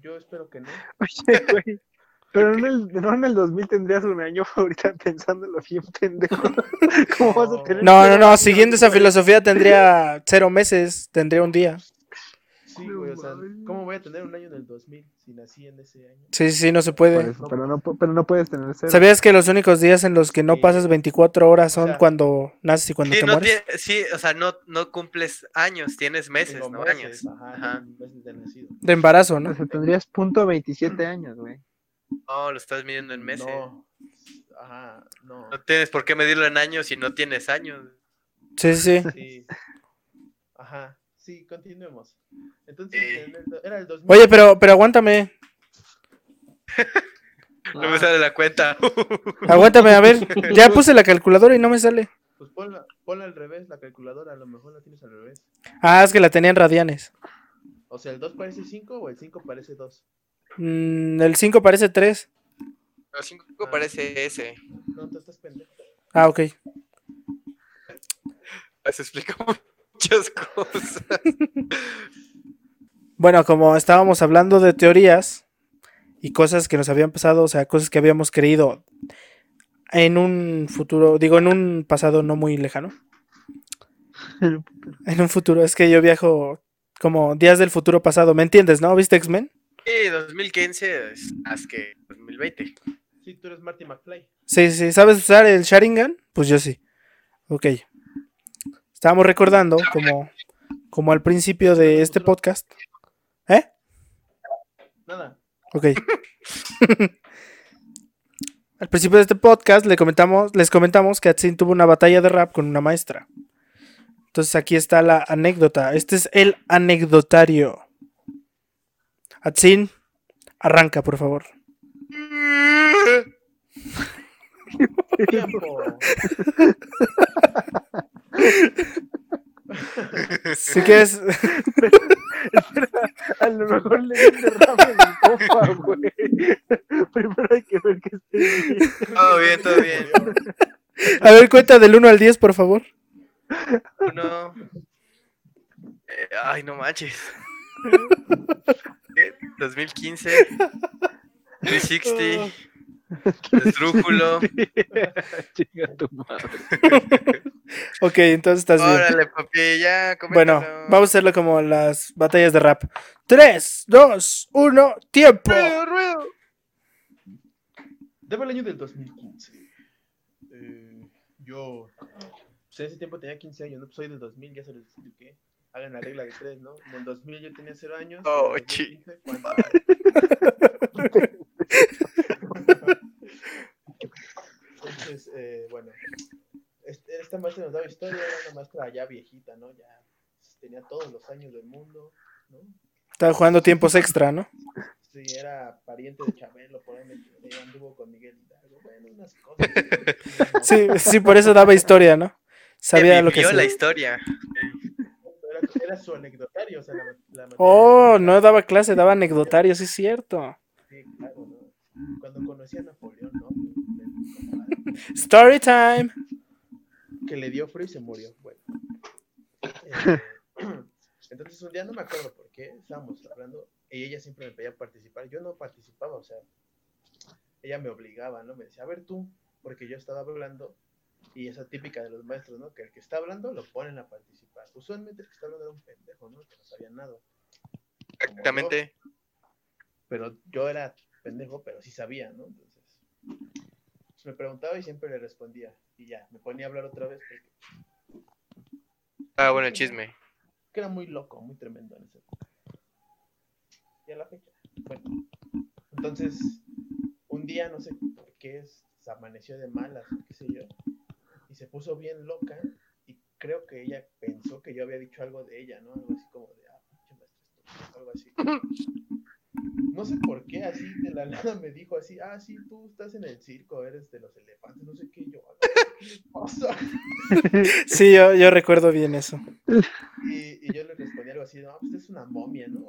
Yo espero que no. Oye, güey. Pero en el, no en el 2000 tendrías un año (laughs) ahorita pensándolo bien pendejo. (laughs) ¿Cómo vas a tener? No, no, no. Siguiendo esa filosofía tendría cero meses, tendría un día. Sí, No güey, o sea, mames. ¿cómo voy a tener un año en el 2000 si nací en ese año? Sí, sí, no se puede. Pues, pero, no, pu- pero no puedes tener cero. ¿Sabías que los únicos días en los que no Sí. pasas 24 horas O son sea, cuando naces y cuando Sí, te no mueres? tie- sí, o sea, no, no cumples años, tienes meses, Digo, ¿no? meses, Años. Ajá, Ajá. meses de nacido. De embarazo, ¿no? O sea, tendrías punto 27 años, güey. No, lo estás midiendo en meses. No. No. Ajá, no. tienes por qué medirlo en años si no tienes años. Sí, sí, sí. Sí. Ajá, sí, continuemos. Entonces, Eh. en el do- era el 2000. Oye, pero, pero aguántame. No me sale la cuenta. Aguántame, a ver. Ya puse la calculadora y no me sale. Pues ponla, ponla al revés, la calculadora, a lo mejor la tienes al revés. Ah, es que la tenía en radianes. O sea, el 2 parece 5 o el 5 parece 2. Mm, el 5 parece 3. El 5 parece ese. No, tú estás pendejo. Ah, ok. Se explica (laughs) muchas cosas. Bueno, como estábamos hablando de teorías y cosas que nos habían pasado, o sea, cosas que habíamos creído en un futuro, digo, en un pasado no muy lejano. En un futuro, es que yo viajo como días del futuro pasado, ¿me entiendes, no? ¿Viste X-Men? Sí, 2015 es más que (laughs) 2020. Sí, tú eres Marty McFly. Sí, sí, ¿sabes usar el Sharingan? Pues yo sí. Ok. Estábamos recordando, como, como al principio de este podcast. ¿Eh? Nada. Ok. (laughs) Al principio de este podcast le comentamos, les comentamos que Atsin tuvo una batalla de rap con una maestra. Entonces aquí está la anécdota. Este es el anecdotario. Atsin, arranca, por favor. Tiempo. Si quieres, (laughs) A lo mejor le derrame la (laughs) copa, güey. Primero hay que ver que esté bien. Todo bien, todo bien. a ver, cuenta del 1 al 10, por favor. Uno. Eh, ay, no (laughs) manches. Eh, 2015. Ah. 360. (laughs) Estrújulo. Chinga tu madre. Ok, entonces estás bien. Órale, papi, ya. Bueno, coméntalo. vamos a hacerlo como las batallas de rap. 3, 2, 1, tiempo. Ruedo, ruedo. Debo el año del 2015. Eh, yo. Pues en ese tiempo tenía 15 años, ¿no? Pues soy del 2000, ya se los expliqué. Hagan la regla de 3, ¿no? En el 2000 yo tenía 0 años. en Oh, el chi- 2015, ¿cuánto? Entonces, eh, bueno. este- esta maestra nos daba historia, era una maestra ya viejita, ¿no? Ya tenía todos los años del mundo, ¿no? Estaba jugando tiempos extra, ¿no? Sí, era pariente de Chabelo, por ahí me enteré, anduvo con Miguel Hidalgo. Bueno, unas cosas. ¿no? Sí, sí, por eso daba historia, ¿no? Sabía Eh, lo que vivió la hacía. historia. Era, era su anecdotario, o sea, la, la materia- Oh, no daba clase, daba anecdotario, sí es cierto. Sí, claro, ¿no? Cuando conocí a Napoleón, ¿no? El compadre Story time. Que le dio frío y se murió. Bueno. Eh, (clears throat) entonces un día no me acuerdo por qué estábamos hablando y ella siempre me pedía participar. Yo no participaba, o sea, ella me obligaba, ¿no? Me decía, a ver tú, porque yo estaba hablando y esa típica de los maestros, ¿no? Que el que está hablando lo ponen a participar. Usualmente el que está hablando era un pendejo, ¿no? Que no sabía nada. Como yo. Exactamente. pero yo era pendejo, pero sí sabía, ¿no? Entonces, me preguntaba y siempre le respondía. Y ya, me ponía a hablar otra vez porque Ah, bueno, el (laughs) chisme. que era muy loco, muy tremendo en ese época. Y a la fecha. Bueno, entonces, un día, no sé por qué, es- se amaneció de malas, o qué sé yo, y se puso bien loca, y creo que ella pensó que yo había dicho algo de ella, ¿no? Algo así como de, ah, pinche maestra algo así. No sé por qué así de la (laughs) nada me dijo así, ah, sí, tú estás en el circo, eres de los elefantes, no sé qué, yo, "Ah, ¿qué le pasa? Sí, yo, yo recuerdo bien eso. Y, y yo le respondí algo así, no, pues es una momia, ¿no?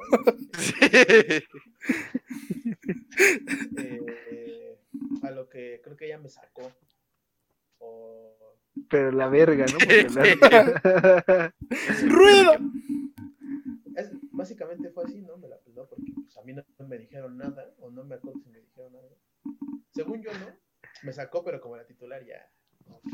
Eh, a lo que creo que ella me sacó. O Pero la verga, ¿no? Porque la- ¡Rueda! Es- básicamente fue así, ¿no? Me la peló porque pues, a mí no me dijeron nada, o no me acuerdo si me dijeron nada. Según yo, ¿no? Me sacó, pero como la titular ya. como que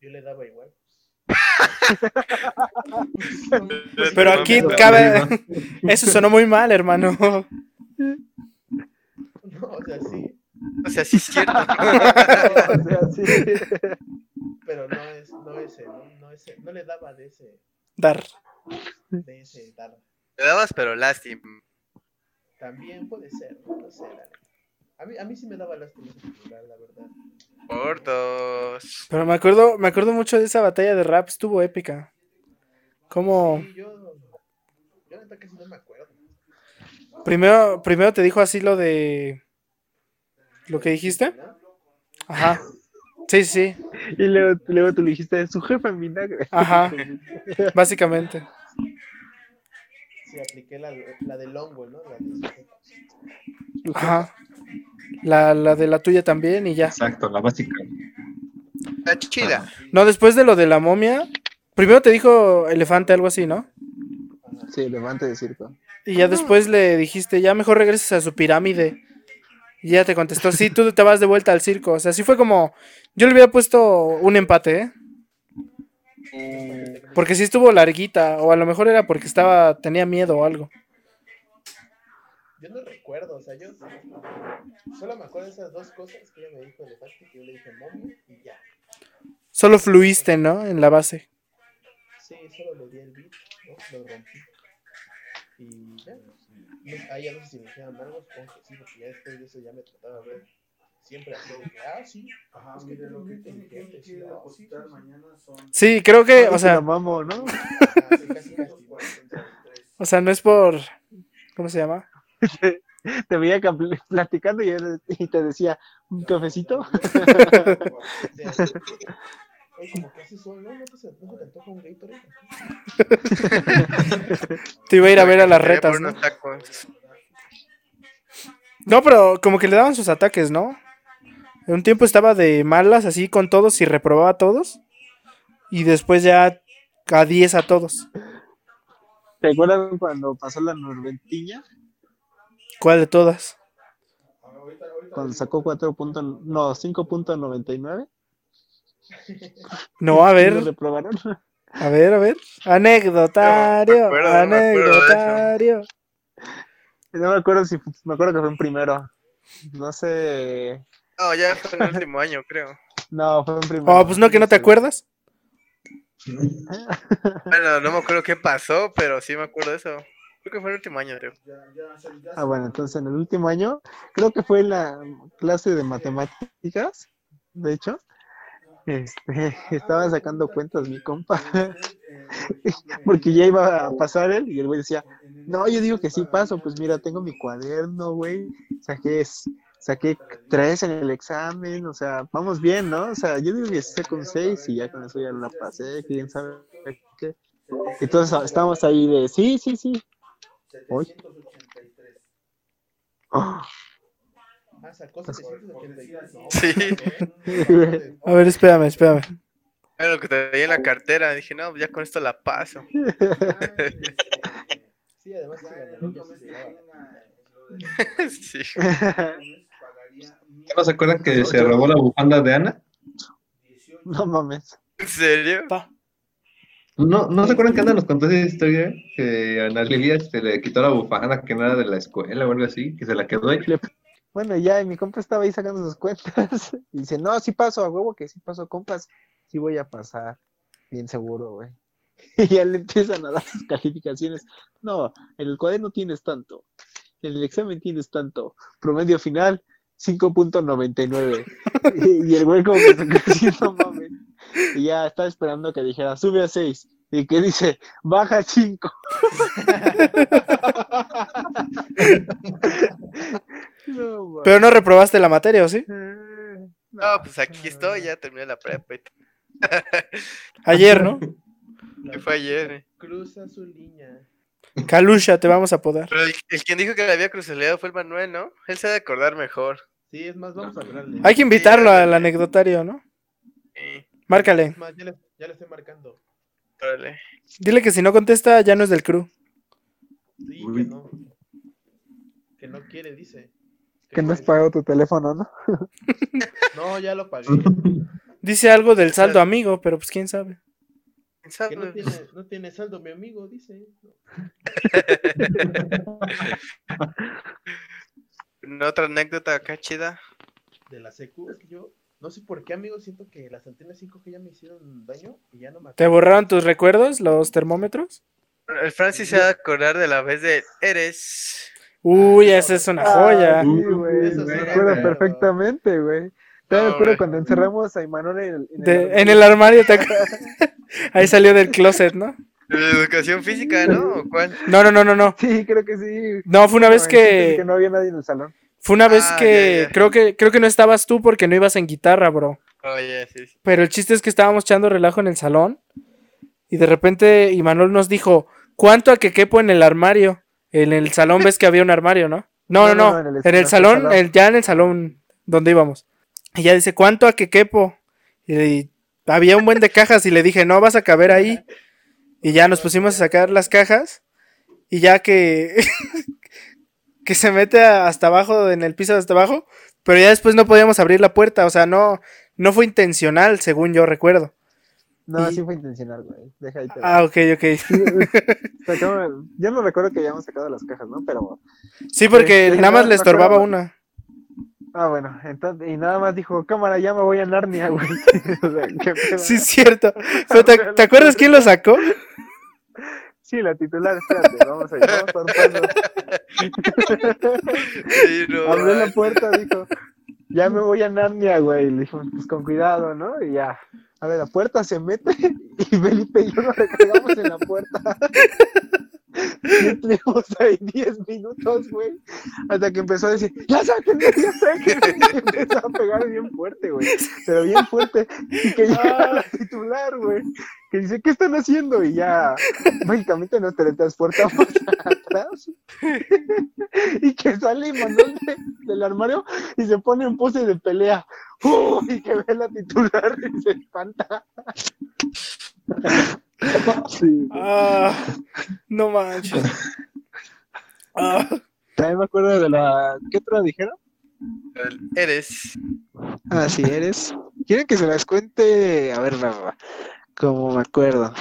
Yo le daba igual. pues. (laughs) Pero aquí cabe. (laughs) Eso sonó muy mal, hermano. No, o sea, sí. O sea, sí es cierto. (laughs) o sea, sí. Pero no es, no ese, ¿no? No, ese, no le daba de ese, Dar. de ese dar. Te dabas, pero lástima. También puede ser, no, No sé, la neta. A mí, a mí sí me daba lástima ese titular, la verdad. Por dos. Pero me acuerdo, me acuerdo mucho de esa batalla de rap, estuvo épica. Como Sí, yo, yo la neta casi no me acuerdo. primero, primero te dijo así lo de lo que dijiste. Ajá. Sí, sí, sí, Y luego, luego tú le dijiste, su jefa en vinagre. Ajá. básicamente. Sí, apliqué la, la de Longwell, ¿no? La de- Ajá. La, la de la tuya también y ya. Exacto, la básica. Está chida. No, después de lo de la momia, primero te dijo elefante, algo así, ¿no? Sí, levante de circo. Y ya después le dijiste, ya mejor regreses a su pirámide. Y ya te contestó, sí, tú te vas de vuelta al circo. O sea, sí fue como, yo le hubiera puesto un empate, ¿eh? Porque sí estuvo larguita, o a lo mejor era porque estaba, tenía miedo o algo. Yo no recuerdo, o sea, yo solo me acuerdo de esas dos cosas que ella me dijo de parte que yo le dije mommy y ya. Solo fluiste, ¿no? En la base. Sí, solo le di el beat, ¿no? Lo rompí. Y ya. No, ah, ya no sé si me dijeron algo, supongo que sí, porque ya después de eso ya me trataba de ver. Siempre así, de que, ah, sí, Ajá, Es que mire lo que tiene tiene que que decir, ah, sí, depositar sí, sí. mañana son Sí, creo que, o la sea, mamo, ¿no? así casi casi. igual. 243. o sea, no es por, ¿cómo se llama? Te veía cam- platicando y, él- y te decía, ¿un cafecito? De- Oye, como que hace sol, ¿no? No te se no se te antoja un Gatorade. Te iba a ir a ver a las Quería retas, por ¿no? unos tacos. No, pero como que le daban sus ataques, ¿no? En un tiempo estaba de malas, así con todos y reprobaba a todos. Y después ya a 10 a todos. ¿Te acuerdas cuando pasó la Norventiña? ¿Cuál de todas? Ahorita, ahorita. Cuando sacó 4. punto- no, 5.99. No, a ¿Lo ver, reprobaron? a ver, a ver. Anecdotario, No, me acuerdo, no me acuerdo de eso. anecdotario. No me acuerdo si me acuerdo que fue un primero. No sé. No, ya fue en el último año, creo. No, fue un primero. Oh, pues no, que no te acuerdas. Bueno, no me acuerdo qué pasó, pero sí me acuerdo de eso. Creo que fue el último año, creo. Ya, ya, se- ya Ah, bueno, entonces en el último año, creo que fue en la clase de matemáticas, de hecho. Este, (laughs) estaba sacando cuentas mi compa, (laughs) porque ya iba a pasar él y el güey decía, no, yo digo que sí paso, pues mira, tengo mi cuaderno, güey, saqué, saqué tres en el examen, o sea, vamos bien, ¿no? O sea, yo digo que saco un seis y ya con eso ya la pasé, quién sabe qué. Entonces estábamos ahí de, sí, sí, sí. Hoy. 783. Oh, Ah, sacó Pues- 783. No, Sí. pues, A ver, espérame, espérame. Era lo que traía en la cartera. Dije, no, ya con esto la paso. (laughs) Sí, además se El ganó. otro ya mes se que llevaba. gana, lo del otro Sí. mes pagaría ¿Ya no se acuerdan que se robó la bufanda de Ana? 18. (laughs) no mames. ¿En serio? Pa. ¿No, ¿no se acuerdan que Ana nos contó esa historia? Que a Ana Lilia se le quitó la bufanda que no era de la escuela o algo así, que se la quedó ahí. Bueno, ya, y mi compa estaba ahí sacando sus cuentas. (laughs) Y dice, no, sí paso, a huevo que sí paso, compas. Sí voy a pasar. Bien seguro, güey. (laughs) Y ya le empiezan a dar sus calificaciones. No, en el cuaderno tienes tanto. En el examen tienes tanto. Promedio final, 5.99. Y, y el güey como que se quedó así, no mames. Y ya estaba esperando que dijera, sube a 6. y que dice, baja 5. (laughs) no, Pero no reprobaste la materia, ¿o sí? man. No, pues aquí estoy, ya terminé la prepa. Y Ayer, (laughs) ¿no? y fue ayer. eh. Cruza su línea. Calusha, te vamos a apodar. Pero el, el quien dijo que la había cruceleado fue el Manuel, ¿no? Él se ha de acordar mejor. Sí, es más, vamos a hablarle. Hay que invitarlo al anecdotario, ¿no? Sí, Márcale. Es más, ya le, ya le estoy marcando. órale. Dile que si no contesta, ya no es del crew. Sí, Uy. que no. Que no quiere, dice. Que no has pague. pagado tu teléfono, ¿no? No, ya lo pagué. Dice algo del saldo amigo, pero pues quién sabe. ¿Quién sabe? Que Pues, no tiene, no tiene saldo, mi amigo, dice. ¿No Otra anécdota acá chida. De la secu, es que yo. No sé por qué, amigo, siento que las antenas 5G ya me hicieron daño y ya no me ¿Te acuerdo. borraron tus recuerdos, los termómetros? Bueno, El Francis se ha de acordar de la vez de Eres. Uy, esa es una joya. Ah, sí, güey. Eso Me sí, acuerdo güey. perfectamente, güey. Te No, acuerdo güey. cuando encerramos a Imanol en el. en el- De- en el armario, ¿te acuerdas? (laughs) Ahí salió del closet, ¿no? De educación física, ¿no? ¿O cuál? No, no, no, no, no. Sí, creo que sí. No, fue una vez que. Que no había nadie en el salón. Fue una vez Ah, ya, que. ya. Creo que creo que no estabas tú porque no ibas en guitarra, bro. Oye, sí, sí. Pero el chiste es que estábamos echando relajo en el salón. Y de repente Imanol nos dijo: ¿Cuánto a que quepo en el armario? En el salón ves que había un armario, ¿no? No, no, no. en, el, salón, el- ya en el salón donde íbamos. Y ya dice: ¿Cuánto a que quepo? Y le- había un buen de cajas. Y le dije: No, vas a caber ahí. Y ya nos pusimos a sacar las cajas. Y ya que. (laughs) que se mete hasta abajo, en el piso de hasta abajo. Pero ya después no podíamos abrir la puerta. O sea, no. No fue intencional, según yo recuerdo. No, Y- sí fue intencional, güey. Deja ahí. te va. Ah, ok, (laughs) ok. Sacamos- Yo no recuerdo que hayamos sacado las cajas, ¿no? Pero. Sí, porque Sí, nada más no, le no estorbaba creo. (laughs) una. Ah, bueno. Entonces, y nada más dijo, cámara, ya me voy a Narnia, güey. (laughs) O sea, qué pedo. Sí, es (laughs) cierto. Pero ¿te, te acuerdas quién lo sacó? Sí, la titular, espérate, vamos a ir. Vamos por pasos. (laughs) Sí, no, (laughs) Abrió la man. puerta, dijo, ya me voy a Narnia, güey. Le dijimos, pues con cuidado, ¿no? Y ya. A ver, la puerta se mete (laughs) y Felipe y yo nos recargamos en la puerta. (laughs) Y estuvimos ahí 10 minutos, güey. Hasta que empezó a decir, ya saquen, ya saquen. (laughs) Y empezó a pegar bien fuerte, güey. Pero bien fuerte. Y que llega la titular, güey. Que dice, ¿qué están haciendo? Y ya, mágicamente nos teletransportamos (laughs) atrás (laughs) y que sale y mandó de- del armario y se pone en pose de pelea. ¡Uh! Y que ve la titular y se espanta. Sí. Ah, no manches. Ah, También me acuerdo de la. ¿Qué otra dijeron? El Eres. Ah, sí, eres. ¿Quieren que se las cuente? A ver, Rafa. Como me (laughs) acuerdo.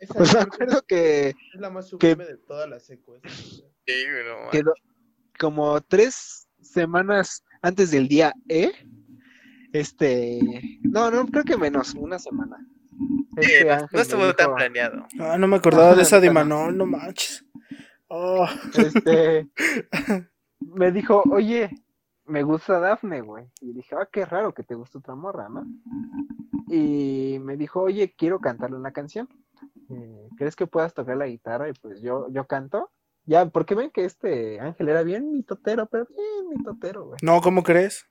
Esa Pues me creo que acuerdo que es la más sublime de todas las secu. esa. Sí, no, man. quedó como tres semanas antes del día E. Este, no, no, creo que menos, una semana. Sí, Este no- Ángel no me estuvo tan dijo, planeado. ah, no me acordaba de esa de Imanol, no manches. Oh, Este, me dijo, oye, me gusta Dafne, güey. Y dije, ah, qué raro que te gusta otra morra, ¿no? Y me dijo, oye, quiero cantarle una canción. Eh, ¿Crees que puedas tocar la guitarra? Y pues yo, yo canto. Ya, porque ven que este Ángel era bien mitotero, pero bien mitotero, güey. no, ¿cómo crees?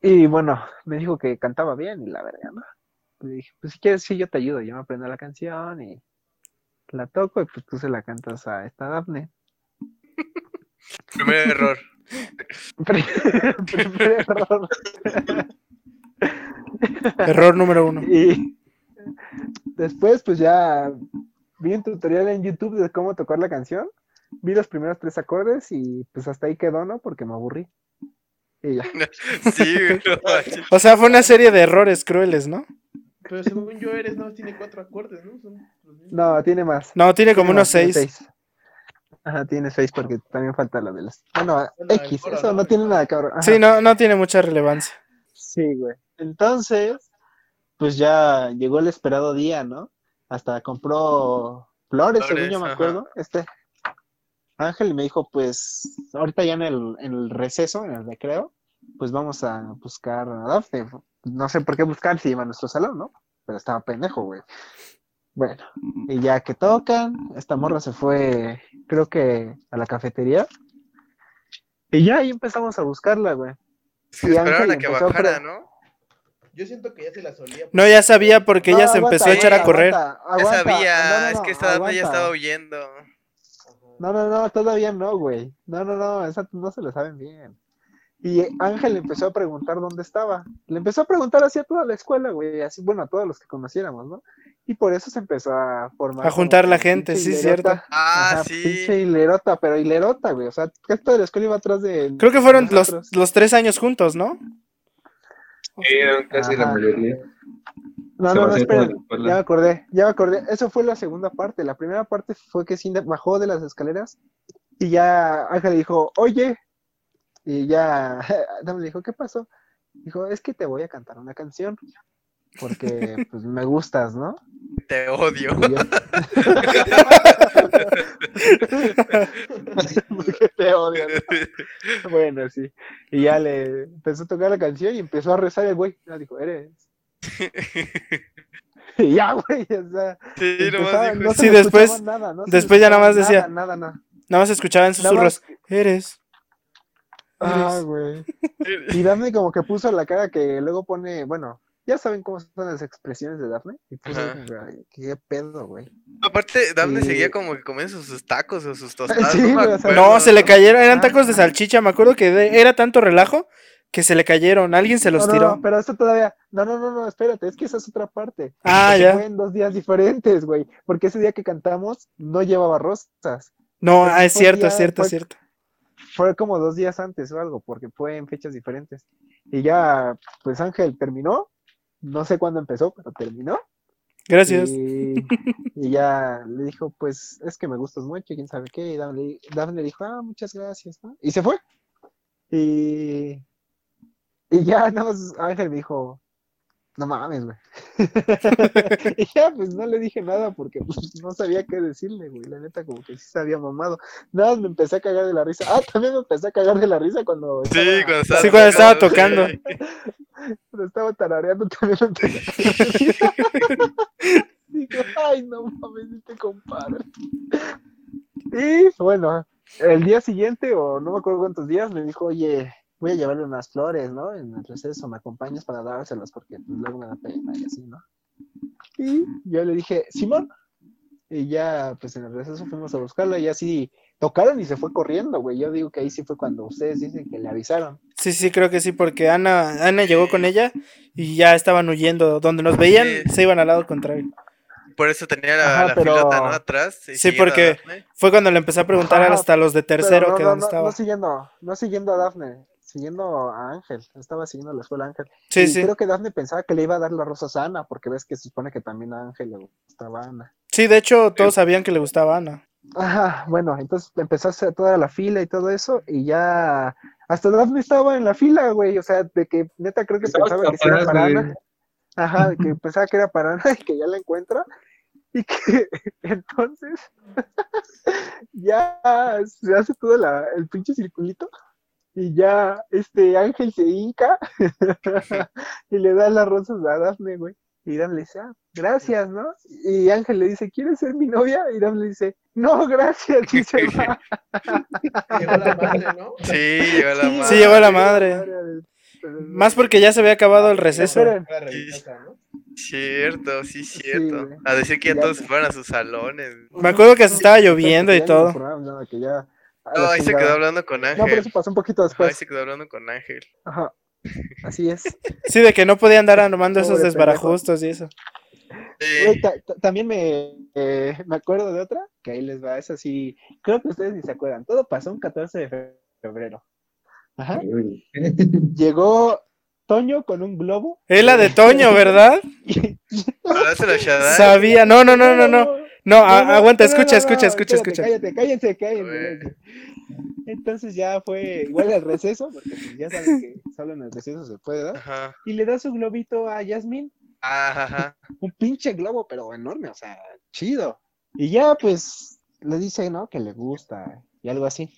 Y bueno, me dijo que cantaba bien y la verga, ¿no? Le dije, pues si quieres, sí, yo te ayudo, yo me aprendo la canción y la toco y pues tú se la cantas a esta Dafne. Primer error. Primer (laughs) primer error. Error número uno. Y después, pues ya vi un tutorial en YouTube de cómo tocar la canción. Vi los primeros tres acordes y pues hasta ahí quedó, ¿no? Porque me aburrí. Y ya. (laughs) Sí, güey, no, manches. O sea, fue una serie de errores crueles, ¿no? Pero según yo, eres, no, tiene cuatro acordes, ¿no? Son los mismos. No, tiene más. No, tiene como Tiene unos más, tiene seis. Ajá, tiene seis porque también falta lo de las. Bueno, Bueno, el X, coro, eso ¿no? no tiene nada, cabrón. Ajá. Sí, no, no tiene mucha relevancia. Sí, güey. Entonces, pues ya llegó el esperado día, ¿no? Hasta compró flores, según Flores, yo me ajá. acuerdo, este Ángel, y me dijo, pues, ahorita ya en el, en el receso, en el recreo, pues vamos a buscar a Dafne. No sé por qué buscar si iba a nuestro salón, ¿no? Pero estaba pendejo, güey. Bueno, y ya que tocan, esta morra se fue, creo que a la cafetería. Y ya ahí empezamos a buscarla, güey. Se Y esperaron Ángel a que empezó a bajara, pre- ¿no? Yo siento que ya se la solía. No, ya sabía porque ella No, se empezó a aguanta, echar a aguanta, correr. aguanta, Ya aguanta. sabía, No, no, es no, que esta data ya aguanta. estaba huyendo. No, no, no, todavía no, güey. No, no, no, esa no se la saben bien. Y eh, Ángel empezó a preguntar dónde estaba. Le empezó a preguntar así a toda la escuela, güey, así, bueno, a todos los que conociéramos, ¿no? Y por eso se empezó a formar. A juntar como la que gente, pinche sí, hilerota. cierto. Ah, Ajá, sí. Pinche hilerota, pero hilerota, güey. O sea, que toda la escuela iba atrás de. Creo que fueron los, nosotros. los tres años juntos, ¿no? Sí, eran casi la Ajá. mayoría. No, Se va no, no, a hacer esperen. toda la escuela. Ya me acordé, ya me acordé. Eso fue la segunda parte. La primera parte fue que Cinda bajó de las escaleras y ya Ángel dijo, oye. Y ya (laughs) Adam le dijo, ¿qué pasó? Dijo, es que te voy a cantar una canción. Porque pues, me gustas, ¿no? Te (laughs) odio. Y yo, porque te odio. ¿no? Bueno, sí. Y ya le empezó a tocar la canción y empezó a rezar el güey. Ya dijo, eres. Y ya, güey, o sea. Sí, nomás empezaba- dijo no eso. se Sí, le después- escuchaba nada, no se le después ya nada más escuchaba decía- Nada, nada, nada. Nada más escuchaban Nada más- susurros. Eres. Ah, Eres. güey. Y Daphne como que puso la cara que luego pone, bueno, ya saben cómo son las expresiones de Daphne. Y puso Ajá. como que, "Ay, qué pedo, güey. Aparte, Daphne Sí. seguía como que comiendo sus tacos o sus tostadas. Sí, no, me güey, o sea, acuerdo. No, se le cayeron. Eran Ah. tacos de salchicha. Me acuerdo que de- era tanto relajo que se le cayeron. Alguien se los no, no, tiró. no, pero eso todavía, no, no, no, no, espérate, es que esa es otra parte. Ah, Porque ya. Fue en dos días diferentes, güey, porque ese día que cantamos no llevaba rosas. No, Ese ah, es fue cierto, día- es cierto, fue- es cierto. Fue como dos días antes o algo, porque fue en fechas diferentes. Y ya, pues Ángel terminó, no sé cuándo empezó, pero terminó. Gracias. Y, y ya le dijo, pues es que me gustas mucho, quién sabe qué. Y Daphne, Daphne dijo, ah, muchas gracias. ¿no? Y se fue. Y, y ya nada más Ángel me dijo, no mames, güey. (laughs) y ya pues no le dije nada porque pues, no sabía qué decirle, güey. La neta como que sí se había mamado. Nada más me empecé a cagar de la risa. Ah, también me empecé a cagar de la risa cuando... Sí, cuando estaba, Sí, cuando estaba tocando. Pero estaba tarareando (laughs) también antes. Digo, ay, no mames, este compadre. Y bueno, el día siguiente, o no me acuerdo cuántos días, me dijo, oye, voy a llevarle unas flores, ¿no? En el receso, me acompañas para dárselas porque pues, luego me da pena y así, ¿no? Y yo le dije, Simón. Y ya, pues en el receso fuimos a buscarla y así tocaron y se fue corriendo, güey. Yo digo que ahí sí fue cuando ustedes dicen que le avisaron. Sí, sí, creo que sí, porque Ana, Ana llegó con ella y ya estaban huyendo. Donde nos veían, Sí. se iban al lado contrario. Por eso tenía la, Ajá, la pero- filota, ¿no? Atrás. y Sí, siguiendo a porque- Daphne. Fue cuando le empecé a preguntar Ajá, hasta los de Pero tercero no, que no, dónde no, estaba. no siguiendo, no siguiendo a Dafne, siguiendo a Ángel, estaba siguiendo a la escuela Ángel. sí, y sí. creo que Dafne pensaba que le iba a dar la rosa a Ana, porque ves que se supone que también a Ángel le gustaba Ana. Sí, de hecho, todos sabían que le gustaba a Ana. Ajá, bueno, entonces empezó a hacer toda la fila y todo eso, y ya hasta Dafne estaba en la fila, güey, o sea, de que neta creo que Estaba pensaba que sí era capaz para de- Ana. Ajá, de que pensaba que era para Ana (laughs) y que ya la encuentra. Y que (laughs) entonces (laughs) ya se hace todo la- el pinche circulito. Y ya este Ángel se hinca (laughs) y le da las rosas a Dafne, güey. Y Dafne le dice, ah, gracias, ¿no? Y Ángel le dice, ¿quieres ser mi novia? Y Dafne le dice, no, (laughs) gracias. "Ah, Y se va. Llegó la madre, ¿no? Sí, llegó la madre. Sí, llegó la madre. Más Más porque ya se había acabado el receso. Esperen. La religiosa, ¿no? Cierto, sí, cierto. güey. a decir que ya Ya todos te- fueron a sus salones. Me acuerdo que se estaba lloviendo y todo. que ya, a No, la ahí se chingada. quedó hablando con No, pero pues, Ángel. eso pasó un poquito Ajá, ahí después. se quedó hablando con Ángel. Ajá. (laughs) Así es. Sí, de que no podía andar armando esos Pobre desbarajustos y eso. Sí. Güey, ta- ta- también me, eh, me acuerdo de otra, que ahí les va, esa sí, creo que ustedes ni se acuerdan, todo pasó un 14 de fe- febrero. Ajá. Uy. (laughs) Llegó Toño con un globo. Es la de Toño, (laughs) ¿verdad? Hablaste a Shaddai. Sabía. No, no, (laughs) no, no, no. No, a- no, no, Ah, aguanta, no, no, escucha, no, escucha, escucha, espérate, escucha. Cállate, cállense, Güey. cállense. cállense. Entonces ya fue igual al receso, porque pues ya saben que solo en el receso se puede dar. Ajá. Ah, Y le da su globito a Yasmín. Ajá, ajá. un pinche globo, pero enorme, o sea, chido. Y ya, pues, le dice, ¿no? Que le gusta y algo así.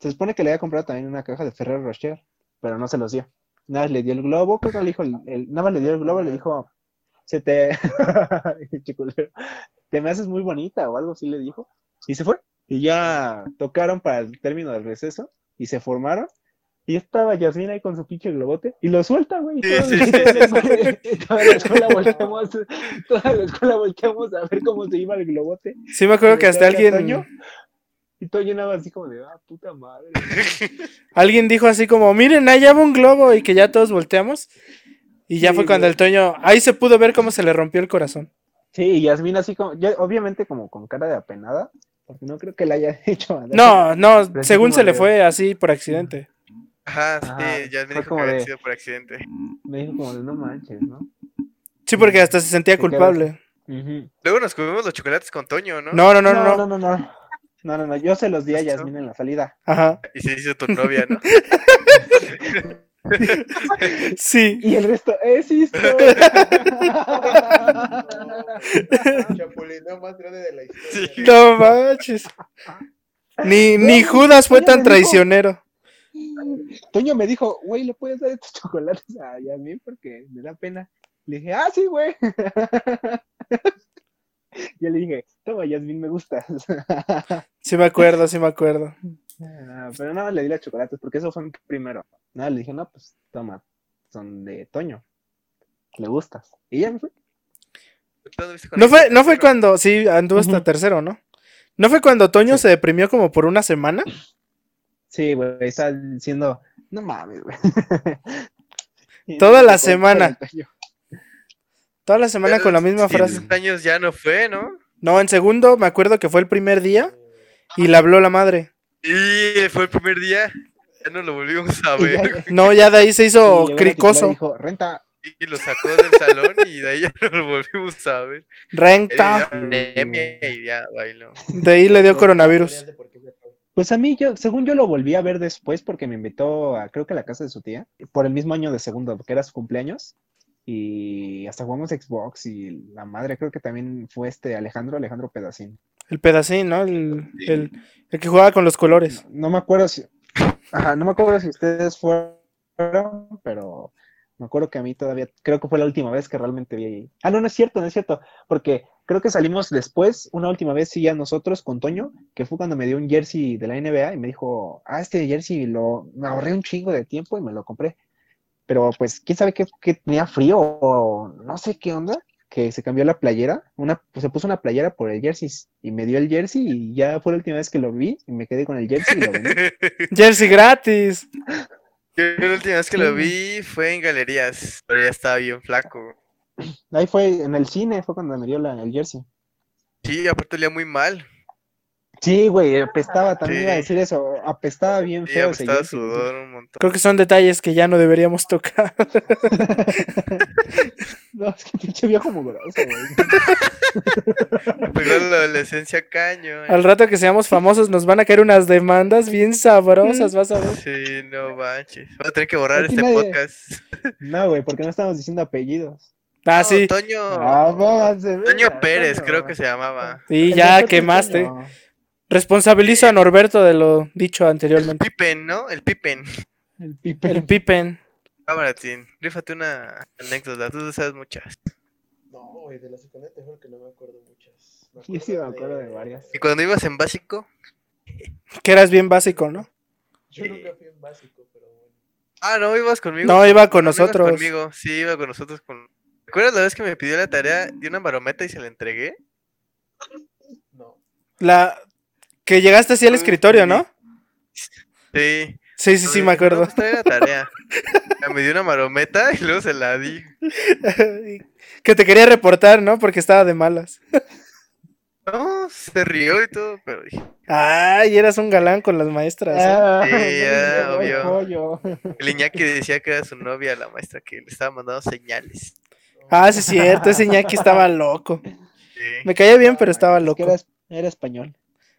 Se supone que le había comprado también una caja de Ferrero Rocher, pero no se los dio. Nada más le dio el globo, creo que (laughs) le dijo, el- el- nada más le dio el globo, le dijo, se te... Qué culero. te me haces muy bonita o algo así le dijo. Y se fue. Y ya tocaron para el término del receso y se formaron. Y estaba Yasmín ahí con su pinche globote y lo suelta, güey. y Sí, todos- sí, sí. Toda la escuela volteamos, toda la escuela volteamos a ver cómo se iba el globote. Sí me acuerdo que hasta Toño, alguien, Toño. Y todo llenaba así como de, ah, puta madre. alguien dijo así como, miren, allá va un globo y que ya todos volteamos. Y ya Sí, fue cuando güey. el Toño, ahí se pudo ver cómo se le rompió el corazón. Sí, y Yasmín así como, ya, obviamente como con cara de apenada, porque no creo que la haya (laughs) hecho. ¿verdad? No, no, así según como se le de- fue así por accidente. Ajá, sí, Ajá, ya me Ah, fue dijo que como había de- sido por accidente. Me dijo como de, no manches, ¿no? Sí, porque hasta se sentía Se quedó culpable. Ujú. Luego nos comimos los chocolates con Toño, ¿no? No, no, no, no, no. no, no, no. No, no, no, yo se los di a ¿Esto? Yasmín en la salida. Ajá. Y se hizo tu novia, (laughs) ¿no? Sí. Y el resto, "Eh, es esto. Chapulineo más grande de la historia. Sí. güey. No manches. Ni, ni Judas fue Oye, tan me dijo- traicionero. Toño me dijo, güey, ¿le puedes dar estos chocolates a Yasmín? Porque me da pena. Le dije, ah, sí, güey. (laughs) Yo le dije, toma, Yasmín, me gustas. Sí me acuerdo, sí me acuerdo. Ah, Pero nada, más le di las chocolates porque eso fue mi primero. Nada, le dije, no, pues toma, son de Toño. Le gustas. Y ya me fui. ¿Tú anduviste con No él? fue, no fue cuando, sí, anduvo hasta Ujú. tercero, ¿no? ¿No fue cuando Toño Sí. se deprimió como por una semana? Sí, güey, está diciendo, no mames, güey. (laughs) Y Toda me la tocó semana. el Toño. Toda la semana Pero con la misma sí, frase. en años ya no fue, ¿no? No, en segundo, me acuerdo que fue el primer día y le habló la madre. Y fue el primer día. Ya no lo volvimos a (laughs) Y ya- ver. No, ya de ahí se y hizo llegó la titular y cricoso. Dijo, renta. Y lo sacó del salón y de ahí ya (laughs) no lo volvimos a ver. Él Renta. ya anemia y ya (laughs) bailó. De ahí le dio coronavirus. ¿Por qué se fue? Pues a mí, yo, según yo lo volví a ver después porque me invitó a, creo que a la casa de su tía, por el mismo año de segundo, porque era su cumpleaños. Y hasta jugamos Xbox y la madre, creo que también fue este Alejandro, Alejandro Pedacín. El pedacín, ¿no? El, el, el que jugaba con los colores. No me acuerdo si. Ajá, no me acuerdo si ustedes fueron, pero me acuerdo que a mí todavía. Creo que fue la última vez que realmente vi. Ah, no, no es cierto, no es cierto. Porque creo que salimos después, una última vez, sí, ya nosotros con Toño, que fue cuando me dio un jersey de la NBA y me dijo, ah, este jersey lo. Me ahorré un chingo de tiempo y me lo compré. Pero pues, quién sabe qué, qué tenía frío o no sé qué onda que se cambió la playera, una, pues, se puso una playera por el jersey y me dio el jersey y ya fue la última vez que lo vi y me quedé con el jersey y (laughs) lo vendí. Jersey gratis. Yo la última vez que lo vi fue en galerías, pero ya estaba bien flaco. Ahí fue en el cine, fue cuando me dio la- el jersey. Sí, aparte olía muy mal. Sí, güey, apestaba, también Sí. iba a decir eso, apestaba bien Y feo ese apestaba jersey. sudor un montón. Creo que son detalles que ya no deberíamos tocar. No, es que pinche viejo mugroso, güey. Pegó la adolescencia caño. (laughs) Al rato que seamos famosos nos van a caer unas demandas bien Mm. sabrosas, vas a ver. eh. Sí, no manches. Vamos a tener que borrar Aquí este nadie- podcast. (laughs) No, güey, porque no estamos diciendo apellidos. Ah, No, sí. Toño. Ah, pónganse, Toño verga, Pérez, Toño. creo que se llamaba. Sí, El ya doctor quemaste. Toño. Responsabilizo a Norberto de lo dicho anteriormente. Pipen, ¿no? El Pipen. El Pipe. El Pipen. Cámara, Tin. Rífate una anécdota. Tú sabes muchas. No, güey, de la secundaria te juro que no me acuerdo muchas. Yo sí me acuerdo de varias. Y cuando ibas en básico. Que eras bien básico, ¿no? (laughs) Yo nunca fui en básico, pero bueno. Ah, no, ibas conmigo. No, iba con No, no ibas nosotros. conmigo. Sí, iba con nosotros. Con... ¿Recuerdas la vez que me pidió la tarea de una marometa y se la entregué? No. La que llegaste así al Ah, escritorio, ¿no? Sí. Sí, sí, sí, Le me dije, "No, acuerdo. pues, trae la tarea. Ya me dio una marometa y luego se la di. (laughs) que te quería reportar, ¿no? Porque estaba de malas. No, se rió y todo, pero dije, Ay, eras un galán con las maestras. ¿eh? Ah, Sí, no me ya, llegó el obvio. pollo. El Iñaki decía que era su novia, la maestra, que le estaba mandando señales. Ah, sí, es cierto. Ese ñaki estaba loco. Sí, Me caía bien, pero estaba Es que loco. era, era español,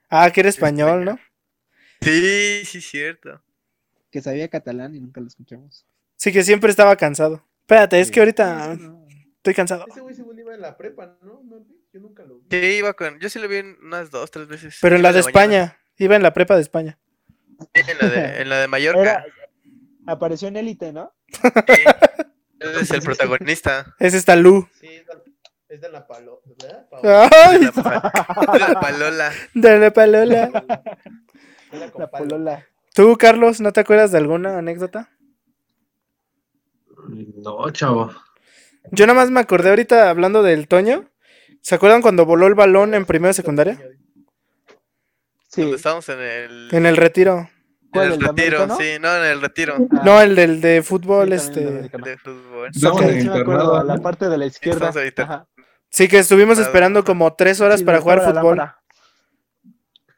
Ah, que era español, ¿no? sí, sí, cierto. que sabía catalán y nunca lo escuchamos. Sí, que siempre estaba cansado. Espérate, es Sí. que ahorita estoy cansado. Ese güey según iba en la prepa, ¿no? ¿No? Yo nunca lo vi. Sí, iba con. Yo sí lo vi en unas dos, tres veces. Pero en Iba la de mañana. España. Iba en la prepa de España. Sí, en la de, en la de Mallorca. Era- apareció en élite, ¿no? Sí. Él es el protagonista. Es esta Lu. (laughs) Sí, es de, es de la palo, ¿verdad? Ay, De la, pa- de la palola. de la palola. Era con La palo. polola. (laughs) ¿Tú, Carlos, no te acuerdas de alguna anécdota? No, chavo. Yo nada más me acordé ahorita hablando del Toño. ¿Se acuerdan cuando voló el balón en primero de secundaria? Sí. Cuando estábamos en el, En el retiro. en ¿Cuál, el el de retiro, americano? sí, no, en el retiro No, el del de fútbol, Sí, también el este. de americano. de fútbol. Estamos Ok, en Sí, me internado, acuerdo, a la ¿no? parte de la izquierda. Estamos ahorita. Ajá. Sí, que estuvimos Ah, esperando como tres horas Sí, para donde jugar estaba la fútbol. lámpara.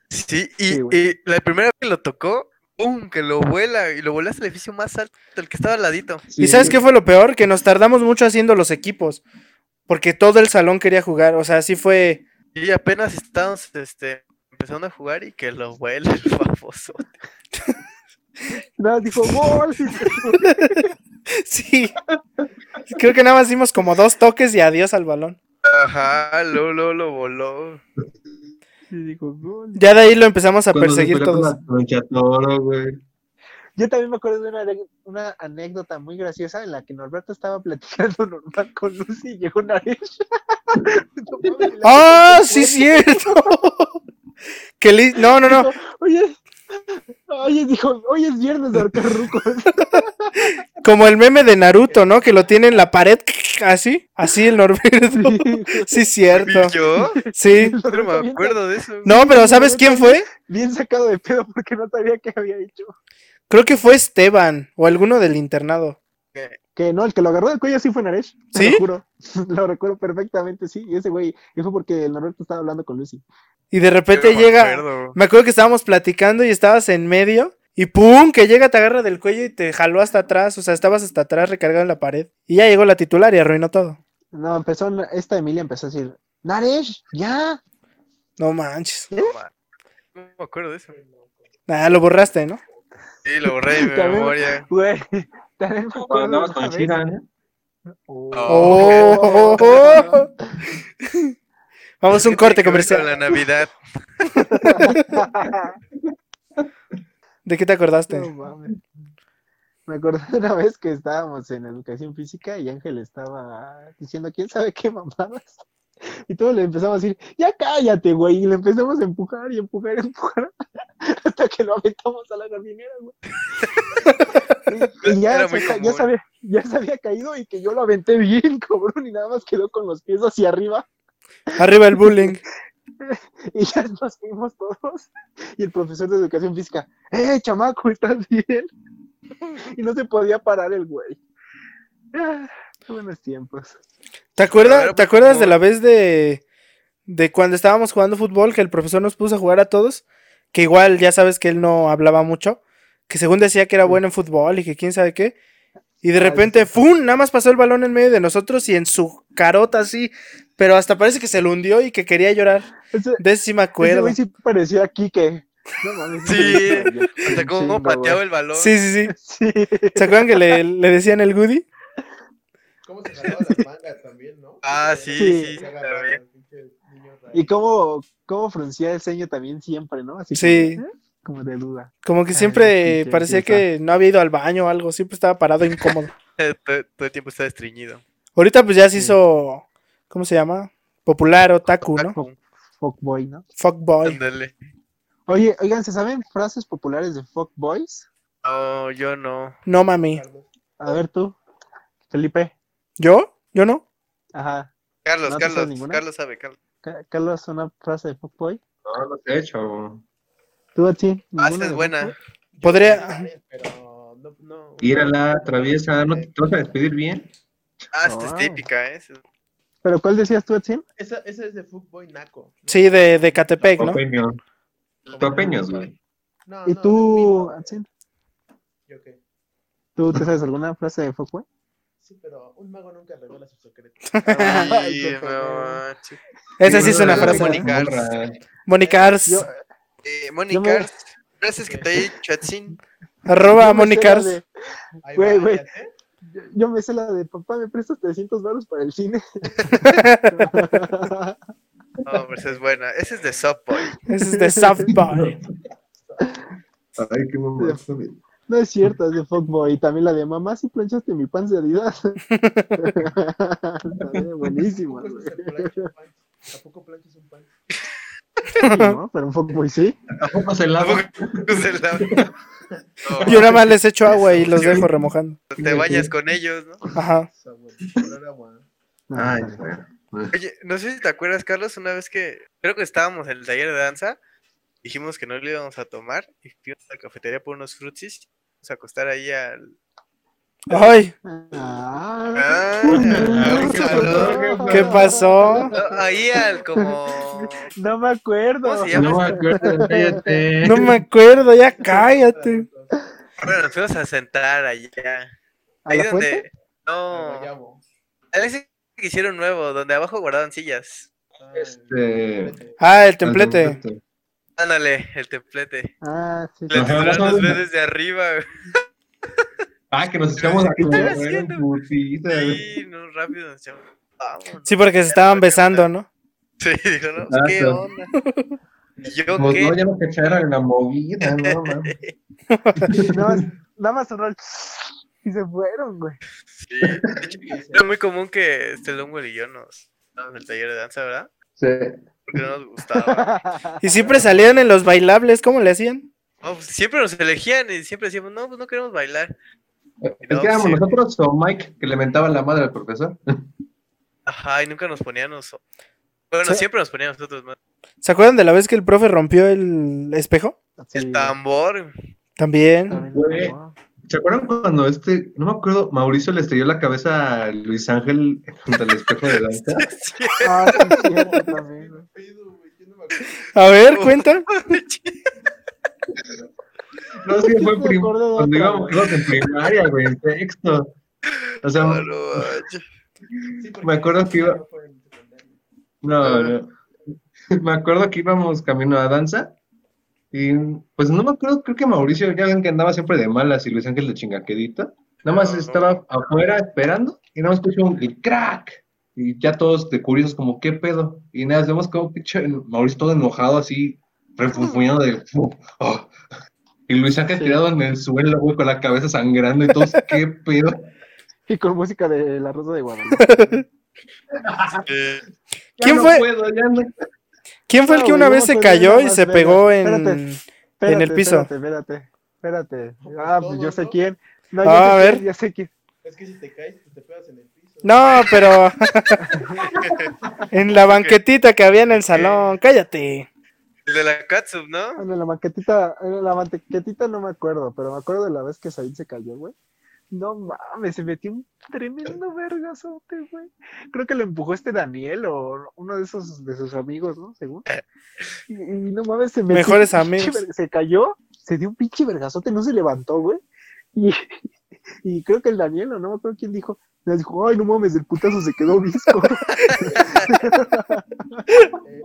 Sí, y, Sí, güey. y la primera vez que lo tocó, ¡pum! que lo vuela y lo vuela hasta el edificio más alto, el que estaba al ladito. ¿Y Sí. sabes qué fue lo peor? Que nos tardamos mucho haciendo los equipos. Porque todo el salón quería jugar. O sea, sí fue. Y apenas estábamos este, empezando a jugar y que lo vuela el (laughs) famoso. (laughs) No, dijo gol. (laughs) sí, sí. (laughs) Sí. Creo que nada más dimos como dos toques y adiós al balón. Ajá, lo, lo, lo voló. Sí, dijo gol. Ya de ahí lo empezamos a Cuando se perseguir pegó con todos. la tronchatoro, güey. Yo también me acuerdo de una, ane- una anécdota muy graciosa en la que Norberto estaba platicando (laughs) normal con Lucy y llegó una vez. (laughs) ¡Ah, sí, cierto! (laughs) que li- No, no, no. Oye, oye, dijo, hoy es viernes de Arcarruco. (laughs) (laughs) Como el meme de Naruto, ¿no? Que lo tiene en la pared. (laughs) Así. Así el Norberto. Sí, cierto. ¿Y yo? (laughs) Sí. Yo No me acuerdo de eso. No, pero ¿sabes quién fue? Bien sacado de pedo porque no sabía qué había dicho. Creo que fue Esteban o alguno del internado. Que no, el que lo agarró del cuello sí fue Naresh. te ¿Sí? Lo juro. (laughs) Lo recuerdo perfectamente, sí. Y ese güey, y fue porque el Norberto estaba hablando con Lucy. Y de Yo no repente me llega. acuerdo. Me acuerdo que estábamos platicando y estabas en medio. Y pum, que llega, te agarra del cuello y te jaló hasta atrás. O sea, estabas hasta atrás recargado en la pared. Y ya llegó la titular y arruinó todo. No, empezó, esta Emilia empezó a decir, Naresh, ya. No manches. No me acuerdo de eso. Ah, lo borraste, ¿no? Sí, lo borré de mi También- memoria. Güey, (laughs) también me acuerdo Cuando andabas una con vez- China, ¿eh? Oh, (laughs) Oh. Vamos a un ¿Qué tiene que corte ver con comercial. La Navidad. ¿De qué te este. No acordaste? mames. Me acordé de (laughs) una vez que estábamos en educación física y Ángel estaba diciendo quién sabe qué mamadas. (laughs) Y todos le empezamos a decir, ya cállate, güey. Y le empezamos a empujar y empujar y empujar (laughs) hasta que lo aventamos a la jardinera, (laughs) güey. Y, y ya, Era muy se ca- ya, común. se había, ya se había caído y que yo lo aventé bien, (laughs) cabrón, y nada más quedó con los pies hacia arriba. Arriba el bullying. (laughs) Y ya nos fuimos todos. Y el profesor de educación física, ¡eh, chamaco, estás bien! (laughs) Y no se podía parar el güey. Ah, qué buenos tiempos. ¿Te A acuerdas, ver, ¿te por acuerdas de favor. la vez de, de cuando estábamos jugando fútbol que el profesor nos puso a jugar a todos? Que igual ya sabes que él no hablaba mucho, que según decía que era bueno en fútbol y que quién sabe qué. Y de Ah, sí, repente, ¡fum! Nada más pasó el balón en medio de nosotros y en su carota así, pero hasta parece que se lo hundió y que quería llorar. Ese, De eso sí me ese acuerdo. güey sí parecía a Quique. No mames. Sí. ese güey parecía Hasta un cómo chingo, pateaba güey. (laughs) el balón. Sí, sí, sí. Sí. ¿Se acuerdan que le, le decían el Goody? ¿Cómo se jalaba las mangas también, no? Ah, sí, sí. Sí. Se agarraba también. el pinche niño raro. Y cómo, cómo fruncía el ceño también siempre, ¿no? Así Sí. como, ¿eh? como de duda. Como que Ay, siempre sí, qué parecía idiota. que no había ido al baño o algo, siempre estaba parado incómodo. Eh, Todo, todo el tiempo estaba estreñido. Ahorita pues ya se Sí. hizo, ¿cómo se llama? Popular otaku, ¿no? Taco, Fuckboy, ¿no? Fuckboy. Ah, ándale. Oye, oigan, ¿se saben frases populares de fuckboys? No, yo no. No mami. Carlos, A ver tú, Felipe. ¿Yo? ¿Yo no? Ajá. Carlos, ¿No te sabes Carlos, ninguna? Carlos sabe, Carlos. Ca- Carlos, una frase de fuckboy. No, no te he hecho. ¿Tú a ti? Ah, ¿Ninguna esa es de buena. fuckboy? yo Podría- tenía varias, Pero no, no. Ir a la traviesa, ¿no te te vas a despedir bien? Ah, esta es Ah. típica, ¿eh? Esa es- ¿Pero cuál decías tú, Atsin? Esa, esa es de Footboy Naco. ¿no? Sí, de, de Catepec, ¿no? Topeño. Topeños, güey. No, ¿Y no, tú, no es mío. Atsin? Yo qué. ¿Tú te sabes alguna frase de fuckboy? Sí, pero un mago nunca revela sus (laughs) secretos. (laughs) Ay, Sí, qué no, cabrón. chi- Esa sí es una no, frase. no, ¿no? Mónica. Monicars. Yo- Eh, Yo me- Mónica, gracias que te he dicho, Chin. Arroba yo me sé la Monicars. de- Ahí Güey, va, güey. ya sé. Yo, yo me sé la de, papá, ¿me prestas 300 baros para el (laughs) cine? (laughs) No, pero esa es buena. Esa es de Subway. Ese es de Softboy. Ay, qué momento. no es cierto, es de fuckboy. Y también la de, mamá, si planchaste mi (laughs) pan de Adidas. Está bien, Buenísima, Pues, güey. se por ahí, Juan. ¿A poco planchas un pan? ¿no? Pero un fuckboy sí. Tampoco se Ah, lava. (laughs) Se (laughs) la- No, pues, Yo nada más les echo agua y los dejo remojando. te bañas con ellos, ¿no? Ajá. Sabor, color agua. No, Ay, no, no. bueno. Oye, no sé si te acuerdas, Carlos, una vez que creo que estábamos en el taller de danza, dijimos que no lo íbamos a tomar y fuimos a la cafetería por unos frutis, y nos acostar ahí al... Ay, Ah, Ah, (laughs) Ay, qué al- calor. ¿qué pasó? no, ahí al como... no me acuerdo. ¿Cómo se llama? No me acuerdo, cállate. (laughs) No me acuerdo, ya cállate. Ahora nos fuimos a sentar allá. ¿A Ahí la fuente? donde... No, Guayabo. al ese que hicieron nuevo, donde abajo guardaban sillas. Ah, Este, Ah, el templete. Ándale, el templete. Ah, sí. Le Ajá. tiraron los veces de arriba, güey. Ah, que nos echamos a ¿Qué están comer, haciendo? putita. Sí, no, rápido nos echamos. Vámonos. Sí, porque se estaban besando, ¿no? Sí, dijo, no, pues, Exacto. ¿qué onda? Y Yo Pues qué. no, ya nos echaron la movida, no mames. (laughs) Nada más, nada más sonó el y se fueron, güey. Sí. De hecho, Era muy común que este Longwell y yo nos estábamos en el taller de danza, ¿verdad? Sí. Porque no nos (laughs) gustaba. Y siempre salían en los bailables, ¿cómo le hacían? No, pues, siempre nos elegían y siempre decíamos, no, pues no queremos bailar. ¿Es que éramos sí. nosotros o Mike que le mentaba la madre al profesor? Ajá, y nunca nos ponían nosotros. Bueno, Sí. siempre nos ponían nosotros más. ¿Se acuerdan de la vez que el profe rompió el espejo? El tambor. (laughs) Ah. También. Güey. ¿Se acuerdan cuando este, no me acuerdo, Mauricio le estrelló la cabeza a Luis Ángel contra el espejo (laughs) de danza? Ah, sí, es cierto también, güey. pedo, güey, yo no me acuerdo. A ver, cuenta. No, sí, fue Me prim- acordé de cuando otra, íbamos güey. creo que en primaria, güey, en sexto. O sea, No, no, no, manches. Sí, porque Me acuerdo que iba- no fue en secundaria. no. Me acuerdo que íbamos camino a danza y pues no me acuerdo, creo que Mauricio, ya ven que andaba siempre de malas y Luis Ángel de chingaquedito. Nada más No. estaba afuera esperando y nada más escuché un clic, crack. Y ya todos de curiosos como, ¿qué pedo? Y nada, vemos como pinche Mauricio todo enojado así, refunfuñado de... "Oh". Y Luis Ángel tirado en el suelo, güey, con la cabeza sangrando y todos, ¿qué pedo? Y con música de La Rosa de Guadalupe. Eh, Ya ¿Quién no fue? puedo, ya no. ¿Quién fue el No, que una güey, vez no, se pues, cayó nada y más, se espérate, pegó en... espérate. Espérate, el piso. Espérate, espérate, espérate. Como Ah, pues todo, yo sé ¿no? quién. No, yo Ah, sé a ver. quién, ya sé quién. Es que si te caes, pues te pegas en el piso. No, pero... en la banquetita que había en el salón. Cállate. el de la Katsub, ¿no? Bueno, la maquetita, bueno, la maquetita no me acuerdo, pero me acuerdo de la vez que Said se cayó, güey. No mames, se metió un tremendo vergazote, güey. Creo que lo empujó este Daniel o uno de esos de sus amigos, ¿no? Según. Y, y no mames, se metió. Mejores un pinche amigos. ver- Se cayó, se dio un pinche vergazote, no se levantó, güey. Y, (laughs) y creo que el Daniel, o no me acuerdo quién dijo, le dijo, ay, no mames, el putazo se quedó disco. Eh,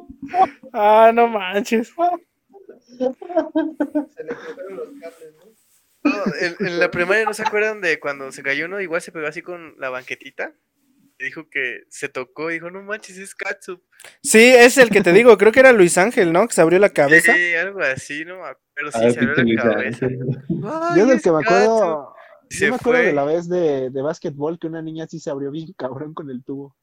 Ah, no manches. se le cortaron los cables, ¿no? No, en, en la primaria no se acuerdan de cuando se cayó uno, igual se pegó así con la banquetita. Y dijo que se tocó, y dijo, no manches, es Katsup. Sí, es el que te digo. Creo que era Luis Ángel, ¿no? Que se abrió la cabeza. Sí, algo así, no me acuerdo. Sí, A ver, se abrió pinche la Luis cabeza. Ángel. Ay, Yo del es que me Katsup. acuerdo, Y yo Se me acuerdo de fue. la vez de, de básquetbol que una niña sí se abrió bien (laughs) cabrón con el tubo.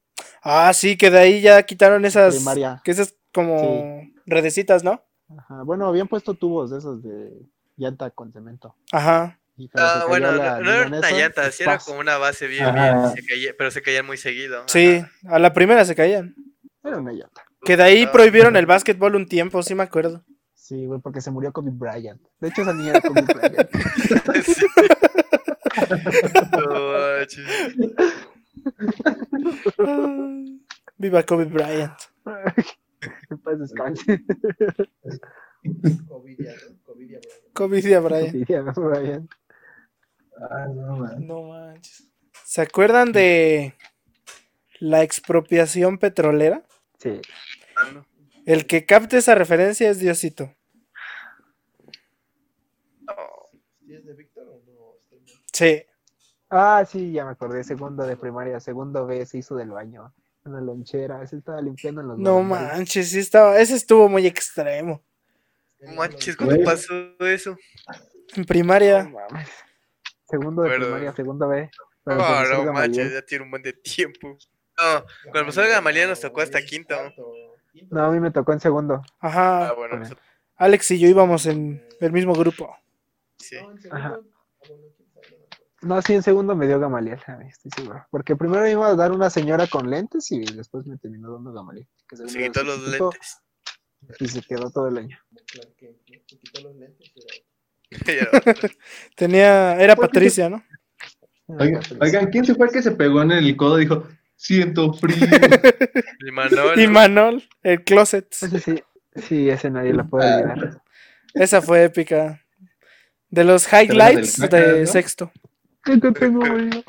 Ah, sí, que de ahí ya quitaron esas... Primaria. Que esas como redecitas, ¿no? Ajá, Bueno, habían puesto tubos de esos de llanta con cemento. Ajá. Y cuando se Ah, cayó bueno, la no, no niña era en una eso, llanta, sí era ¡paz! como una base bien, Ajá. bien, se caía- pero se caían muy seguido. ajá. Sí, a la primera se caían. Era una llanta. Que de ahí Ah, prohibieron el básquetbol un tiempo, sí me acuerdo. Sí, güey, porque se murió Kobe Bryant. De hecho, esa niña era Kobe Bryant. sí. No manches. Ah, Viva Kobe Bryant. (laughs) En paz (laughs) descanse. Covidia, ¿no? Covidia, bro. Kobe y Bryant. Diría Bryant. Ah, no, man. No manches. ¿Se acuerdan de la expropiación petrolera? Sí. Ah, no. El que capte esa referencia es Diosito. No. ¿Sí es de Víctor o no? Estoy mal. Sí. Ah, sí, ya me acordé. Segundo de primaria, segundo B se hizo del baño. Una lonchera. Ese estaba limpiando en los No manuales. manches, sí estaba. Ese estuvo muy extremo. Ya no Manches, lo- ¿cuándo pasó eso? En Ah, primaria. No mames. Segundo de Perdón. primaria, segundo B. No, Pero profesor Ah, no Gamaliel. manches, ya tiene un buen de tiempo. No, cuando pasó el Gamaliel nos tocó hasta Ay, quinto. cuarto. No, a mí me tocó en segundo. Ajá. Ah, bueno, bueno. eso- Alex y yo íbamos en el mismo grupo. sí. No, en segundo. Ajá. ah, bueno, quién sabe, no me acuerdo. No, sí, en segundo me dio Gamaliel, a mí, estoy seguro. Porque primero me iba a dar una señora con lentes y después me terminó dando Gamaliel. que según Se era quitó los sustituto lentes. (laughs) Y se quedó todo el año. Claro que ¿no? se quitó los lentes, pero Tenía, era ¿Por qué te- Patricia, ¿no? Oigan, oigan, ¿quién se fue el que se pegó en el codo y dijo, siento (laughs) frío? (laughs) Y Manuel. Y Manol, el closet. Ese sí, sí, ese nadie lo puede olvidar. (laughs) Esa fue épica. De los highlights de Pero del Cracker, ¿no? sexto. Ay, (laughs) no tengo miedo.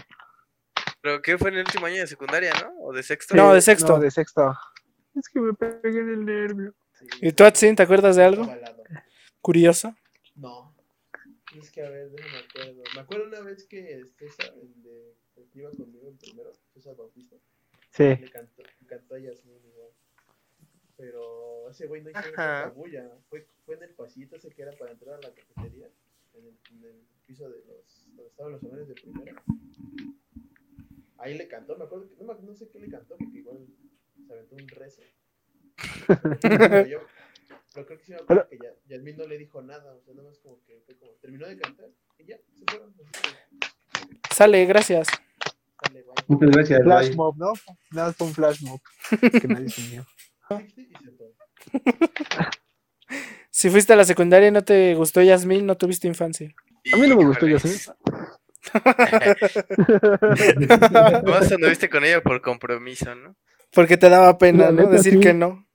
Pero que fue en el último año de secundaria, ¿no? O de sexto. No, Sí, de sexto. No, de sexto. Es que me pegué en el nervio. sí, ¿Y tú, Atsin, te acuerdas de algo avalado. curioso? No. Es que a ver, déjame acuerdo. Me acuerdo una vez que César, el de el que iba conmigo en primero, César Bautista, Sí. le cantó, le cantó a Yasmin igual. Pero ese güey no hizo Ajá. la bulla. Fue, fue en el pasito ese que era para entrar a la cafetería, en el, en el piso de los, donde estaban los hombres de primero. Ahí le cantó, me acuerdo que, no, me- no sé qué le cantó, porque igual se aventó un rezo. Pero yo, pero creo que sí me acuerdo que ya, Yasmin no le dijo nada, o sea, nada más como que fue como, terminó de cantar y ya, se fueron. así que, Sale, gracias. dale, bye. Muchas gracias, Flash bye. mob, ¿no? Nada, fue un flash (laughs) mob. Que nadie se unió. (laughs) Y se fue. Si fuiste a la secundaria y no te gustó Yasmín, no tuviste infancia. A mí no me gustó, (laughs) yo sé. (laughs) Vos anduviste con ella por compromiso, ¿no? Porque te daba pena, La ¿no? neta, Decir sí. que no.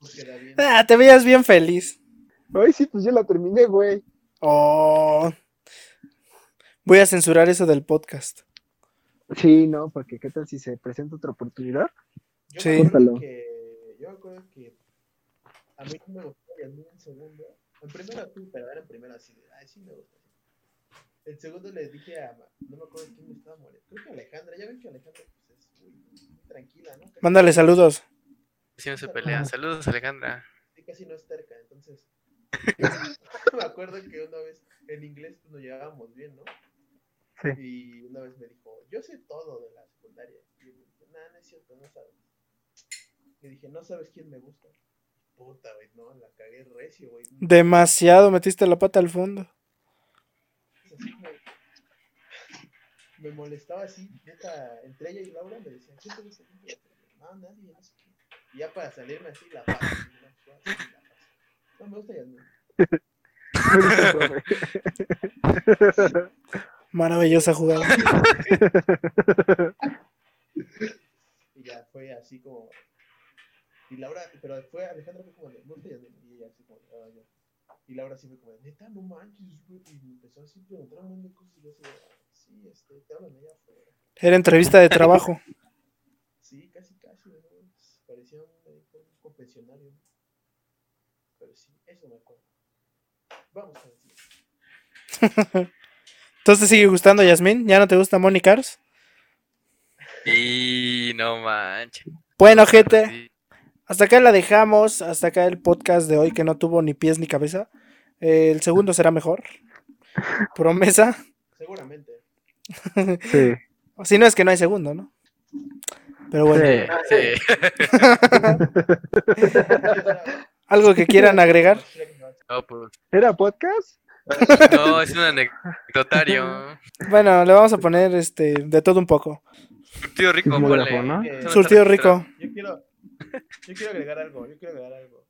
Porque (laughs) era bien. Ah, te veías bien feliz. Ay, sí, pues yo la terminé, güey. Oh. Voy a censurar eso del podcast. Sí, no, porque qué tal si se presenta otra oportunidad. (laughs) Yo Sí. me acuerdo Córtalo. que, yo me acuerdo que a mí no me gustó y a mí en segundo, en primera tú, pero era en primera así, de, ay, sí me gusta. En segundo les dije a, Ma- no me acuerdo quién me estaba molestando, creo que Alejandra, ya ven que Alejandra pues, es muy, muy tranquila, ¿no? Casi- Mándale saludos. Sí, no se pelea. Saludos, Alejandra. sí, casi no es terca, entonces. (laughs) me acuerdo que una vez en inglés pues, nos llevábamos bien, ¿no? Sí. Y una vez me dijo, yo sé todo de la secundaria. Y yo le dije, no, no es cierto, no sabes. Le dije, no sabes quién me gusta. Puta, güey, no, la cagué recio, güey. Demasiado metiste la pata al fondo. Así (laughs) me, me molestaba así, neta, entre ella y Laura me decían, ¿quién te gusta? ¿Quién te gusta?" No, nadie, no sé quién. Y ya para salirme así, la paz. No, así, la paz. No, me gusta Yasmin. Maravillosa jugada. Y ya fue así como. Y Laura, pero fue Alejandra fue como de, no te y ella así como, de, "Ah, ya". Y Laura así fue como, de, neta, no manches, güey. Y me empezó así a preguntar un montón de cosas y yo así, de, "Ah, sí, este, te hablan allá afuera. Era entrevista de trabajo. Sí, casi, casi, güey, ¿no? Pues, Parecía un, ahí como un confesionario. ¿no? Pero sí, eso me acuerdo. Vamos a decir. Entonces te sigue gustando Yasmín. ¿Ya no te gusta Moni Cars? Y no manches. Bueno, gente, hasta acá la dejamos. Hasta acá el podcast de hoy que no tuvo ni pies ni cabeza. Eh, el segundo será (laughs) mejor. Promesa. Seguramente. Sí. Si no es que no hay segundo, ¿no? Pero bueno, Sí. Sí. algo que quieran agregar. No, pues, ¿Era podcast? (laughs) no, es un anecdotario. Bueno, le vamos a poner este de todo un poco. Surtido rico, Es muy ponle. bajo, ¿no? Es una Surtido tarde rico. Yo quiero, yo quiero agregar algo, yo quiero agregar algo.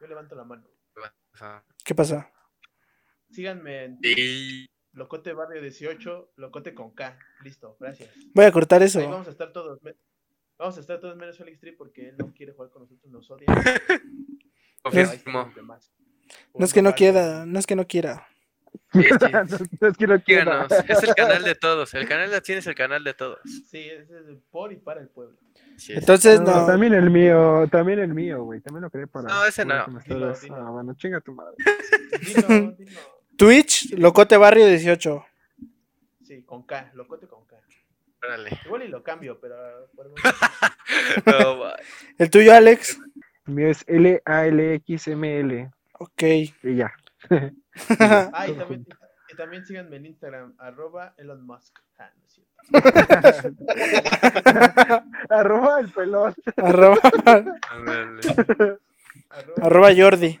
Yo levanto la mano. extra. ¿Qué pasa? Síganme en Y Locote Barrio 18, Locote con K. Listo, gracias. Voy a cortar eso. Ahí vamos a estar todos. me- Vamos a estar todos menos Félix Tri porque él no quiere jugar con nosotros, nos odia. Pero ahí están confirmo. los demás. No es que no Por quiera, no es que no quiera. Sí, (laughs) No, sí. no es que no quiera. Síganos, Es el canal de todos. El canal de Atsin es el canal de todos. Sí, es el por y para (laughs) el pueblo. Sí, sí. Entonces No, no. También el mío, también el mío, güey. También lo creé para. No, ese no. para que me estuvieras- Dilo, dilo. Ah, bueno, chinga tu madre. Dilo, dilo. Twitch, Locote Barrio 18. Sí, con K, Locote con K. Órale. Oh, Igual y lo cambio, pero. por el (laughs) No, va. El tuyo, Alex. El mío es L-A-L-X-M-L. Ok. (laughs) Y ya. Ah, y también Y también síganme en Instagram, arroba Elon Musk. Ah, no es cierto. Arroba el pelón. (laughs) Arroba, Ándale. Arroba, arroba Jordi.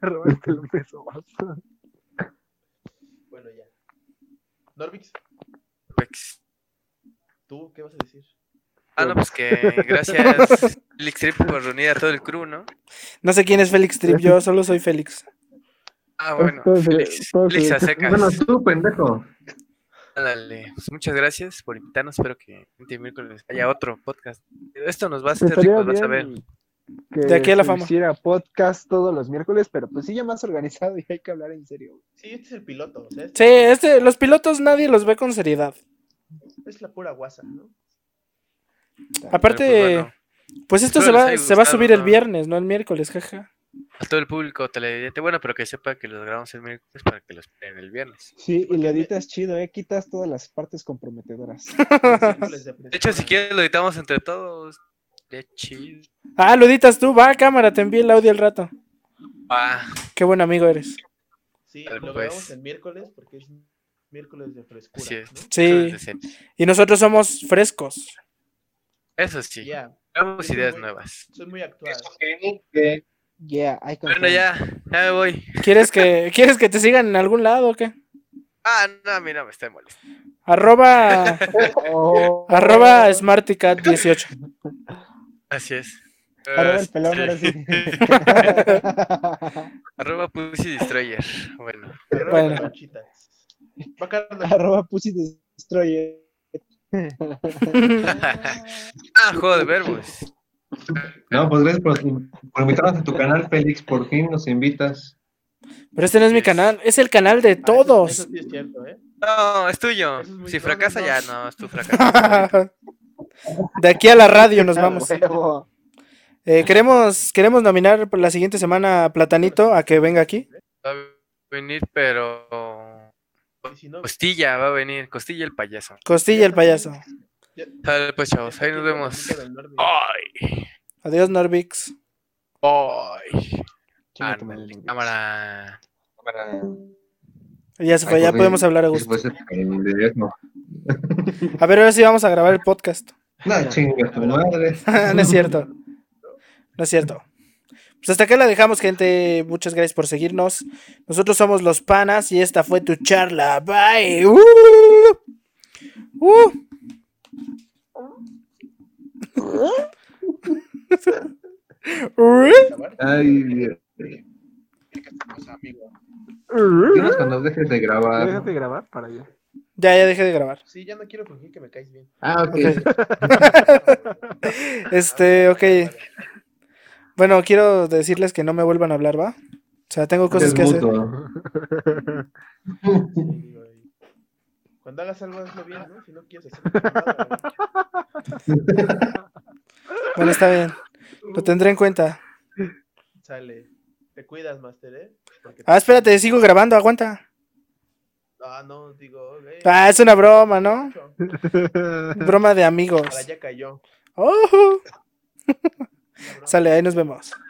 Arroba el pelón de Sobazo. Bueno, ya. Norvix, Pex. ¿tú qué vas a decir? Ah, no, pues que gracias, Felix Trip, por reunir a todo el crew, ¿no? No sé quién es Félix Trip, yo solo soy Félix. Ah, bueno, Todo se- Félix, todo Félix se- a secas. Bueno, tú, pendejo. Ándale, pues muchas gracias por invitarnos. Espero que el siguiente miércoles haya otro podcast. Esto nos va a hacer Estaría ricos, vas a ver. bien que De aquí a la se fama. hiciera podcast todos los miércoles, pero pues sí ya más organizado y hay que hablar en serio. Sí, este es el piloto, o sea, este Sí, este, los pilotos nadie los ve con seriedad. Eh, es la pura guasa, ¿no? Aparte, Pero, pues, pues, bueno, esto espero se les va, haya se va a gustado, subir el ¿no? viernes, no el miércoles, jaja. a todo el público televidente, bueno, pero que sepa que los grabamos el miércoles para que los esperen el viernes. Sí, y le editas chido, ¿eh? Quitas todas las partes comprometedoras. (laughs) Círculos De hecho, si presión. quieres lo editamos entre todos. Qué chido. Ah, lo editas tú, va, cámara, te envié el audio al rato. Ah, Qué buen amigo eres. Sí, Tal lo vez. grabamos el miércoles porque es miércoles de frescura. así es. ¿no? Sí. Eso es decente. Y nosotros somos frescos. Ya, Eso sí, damos Eso es ideas muy- nuevas. soy muy actual. Yeah, hay Bueno, ya, ya me voy. ¿Quieres (laughs) que, ¿quieres que te sigan en algún lado o qué? Ah, no, a mí no me está molestando. Arroba, Oh, arroba (laughs) SmartyCat18. Así es. Arroba Ah, el pelón, sí. ahora (laughs) sí. (laughs) Arroba Pussy Destroyer. Bueno, Arroba Bueno. Carlonchitas. Va, Carlos. Arroba Pussy Destroyer. ah, juego de verbos. No, pues gracias por, por invitarnos a tu canal, Félix. Por fin nos invitas. Pero este no es mi canal, es el canal de Ah, eso- todos. Eso, sí es cierto, ¿eh? No, es tuyo. Eso es muy si bueno, fracasa no. ya, no, es tu fracaso. (laughs) De aquí a la radio Ah, nos vamos. huevo. Eh, queremos, queremos nominar por la siguiente semana a Platanito a que venga aquí. Va a venir, pero. Y si no, Costilla va a venir, Costilla el payaso. Costilla el payaso. Sale pues, chavos, ahí nos Carlonchito vemos. Ah. del Norte. ¡Ay! Adiós, Norvix. ¡Ay! Chinga tu madre, Ándale, Luis. cámara. Ya se fue, ya podemos hablar a gusto. Después el pendejo. A ver, ahora sí vamos a grabar el podcast. (laughs) No, chinga tu madre. no es cierto. No es cierto. Pues hasta acá la dejamos, gente. Muchas gracias por seguirnos. Nosotros somos los panas y esta fue tu charla. Bye. Uh. Uh. (laughs) Ay, Dios. Dinos cuando dejes de grabar. Déjate grabar para allá. ya, ya dejé de grabar. Sí, ya no quiero fingir que me caes (laughs) bien. Ah, ok. Ah, Este, ok. Bueno, quiero decirles que no me vuelvan a hablar, ¿va? O sea, tengo cosas que hacer. Desmuto. Y digo, y- Cuando hagas algo, hazlo bien, ¿no? Si no quieres hacer nada, güey. Bueno, está bien. Lo tendré en cuenta. sale. Te cuidas, Master, ¿eh? Porque- Ah, espérate, sigo grabando, aguanta. Ah, no, digo. güey. Ah, es una broma, ¿no? A Broma de amigos. la ya cayó. Oh, Cabrón. sale, ahí nos vemos.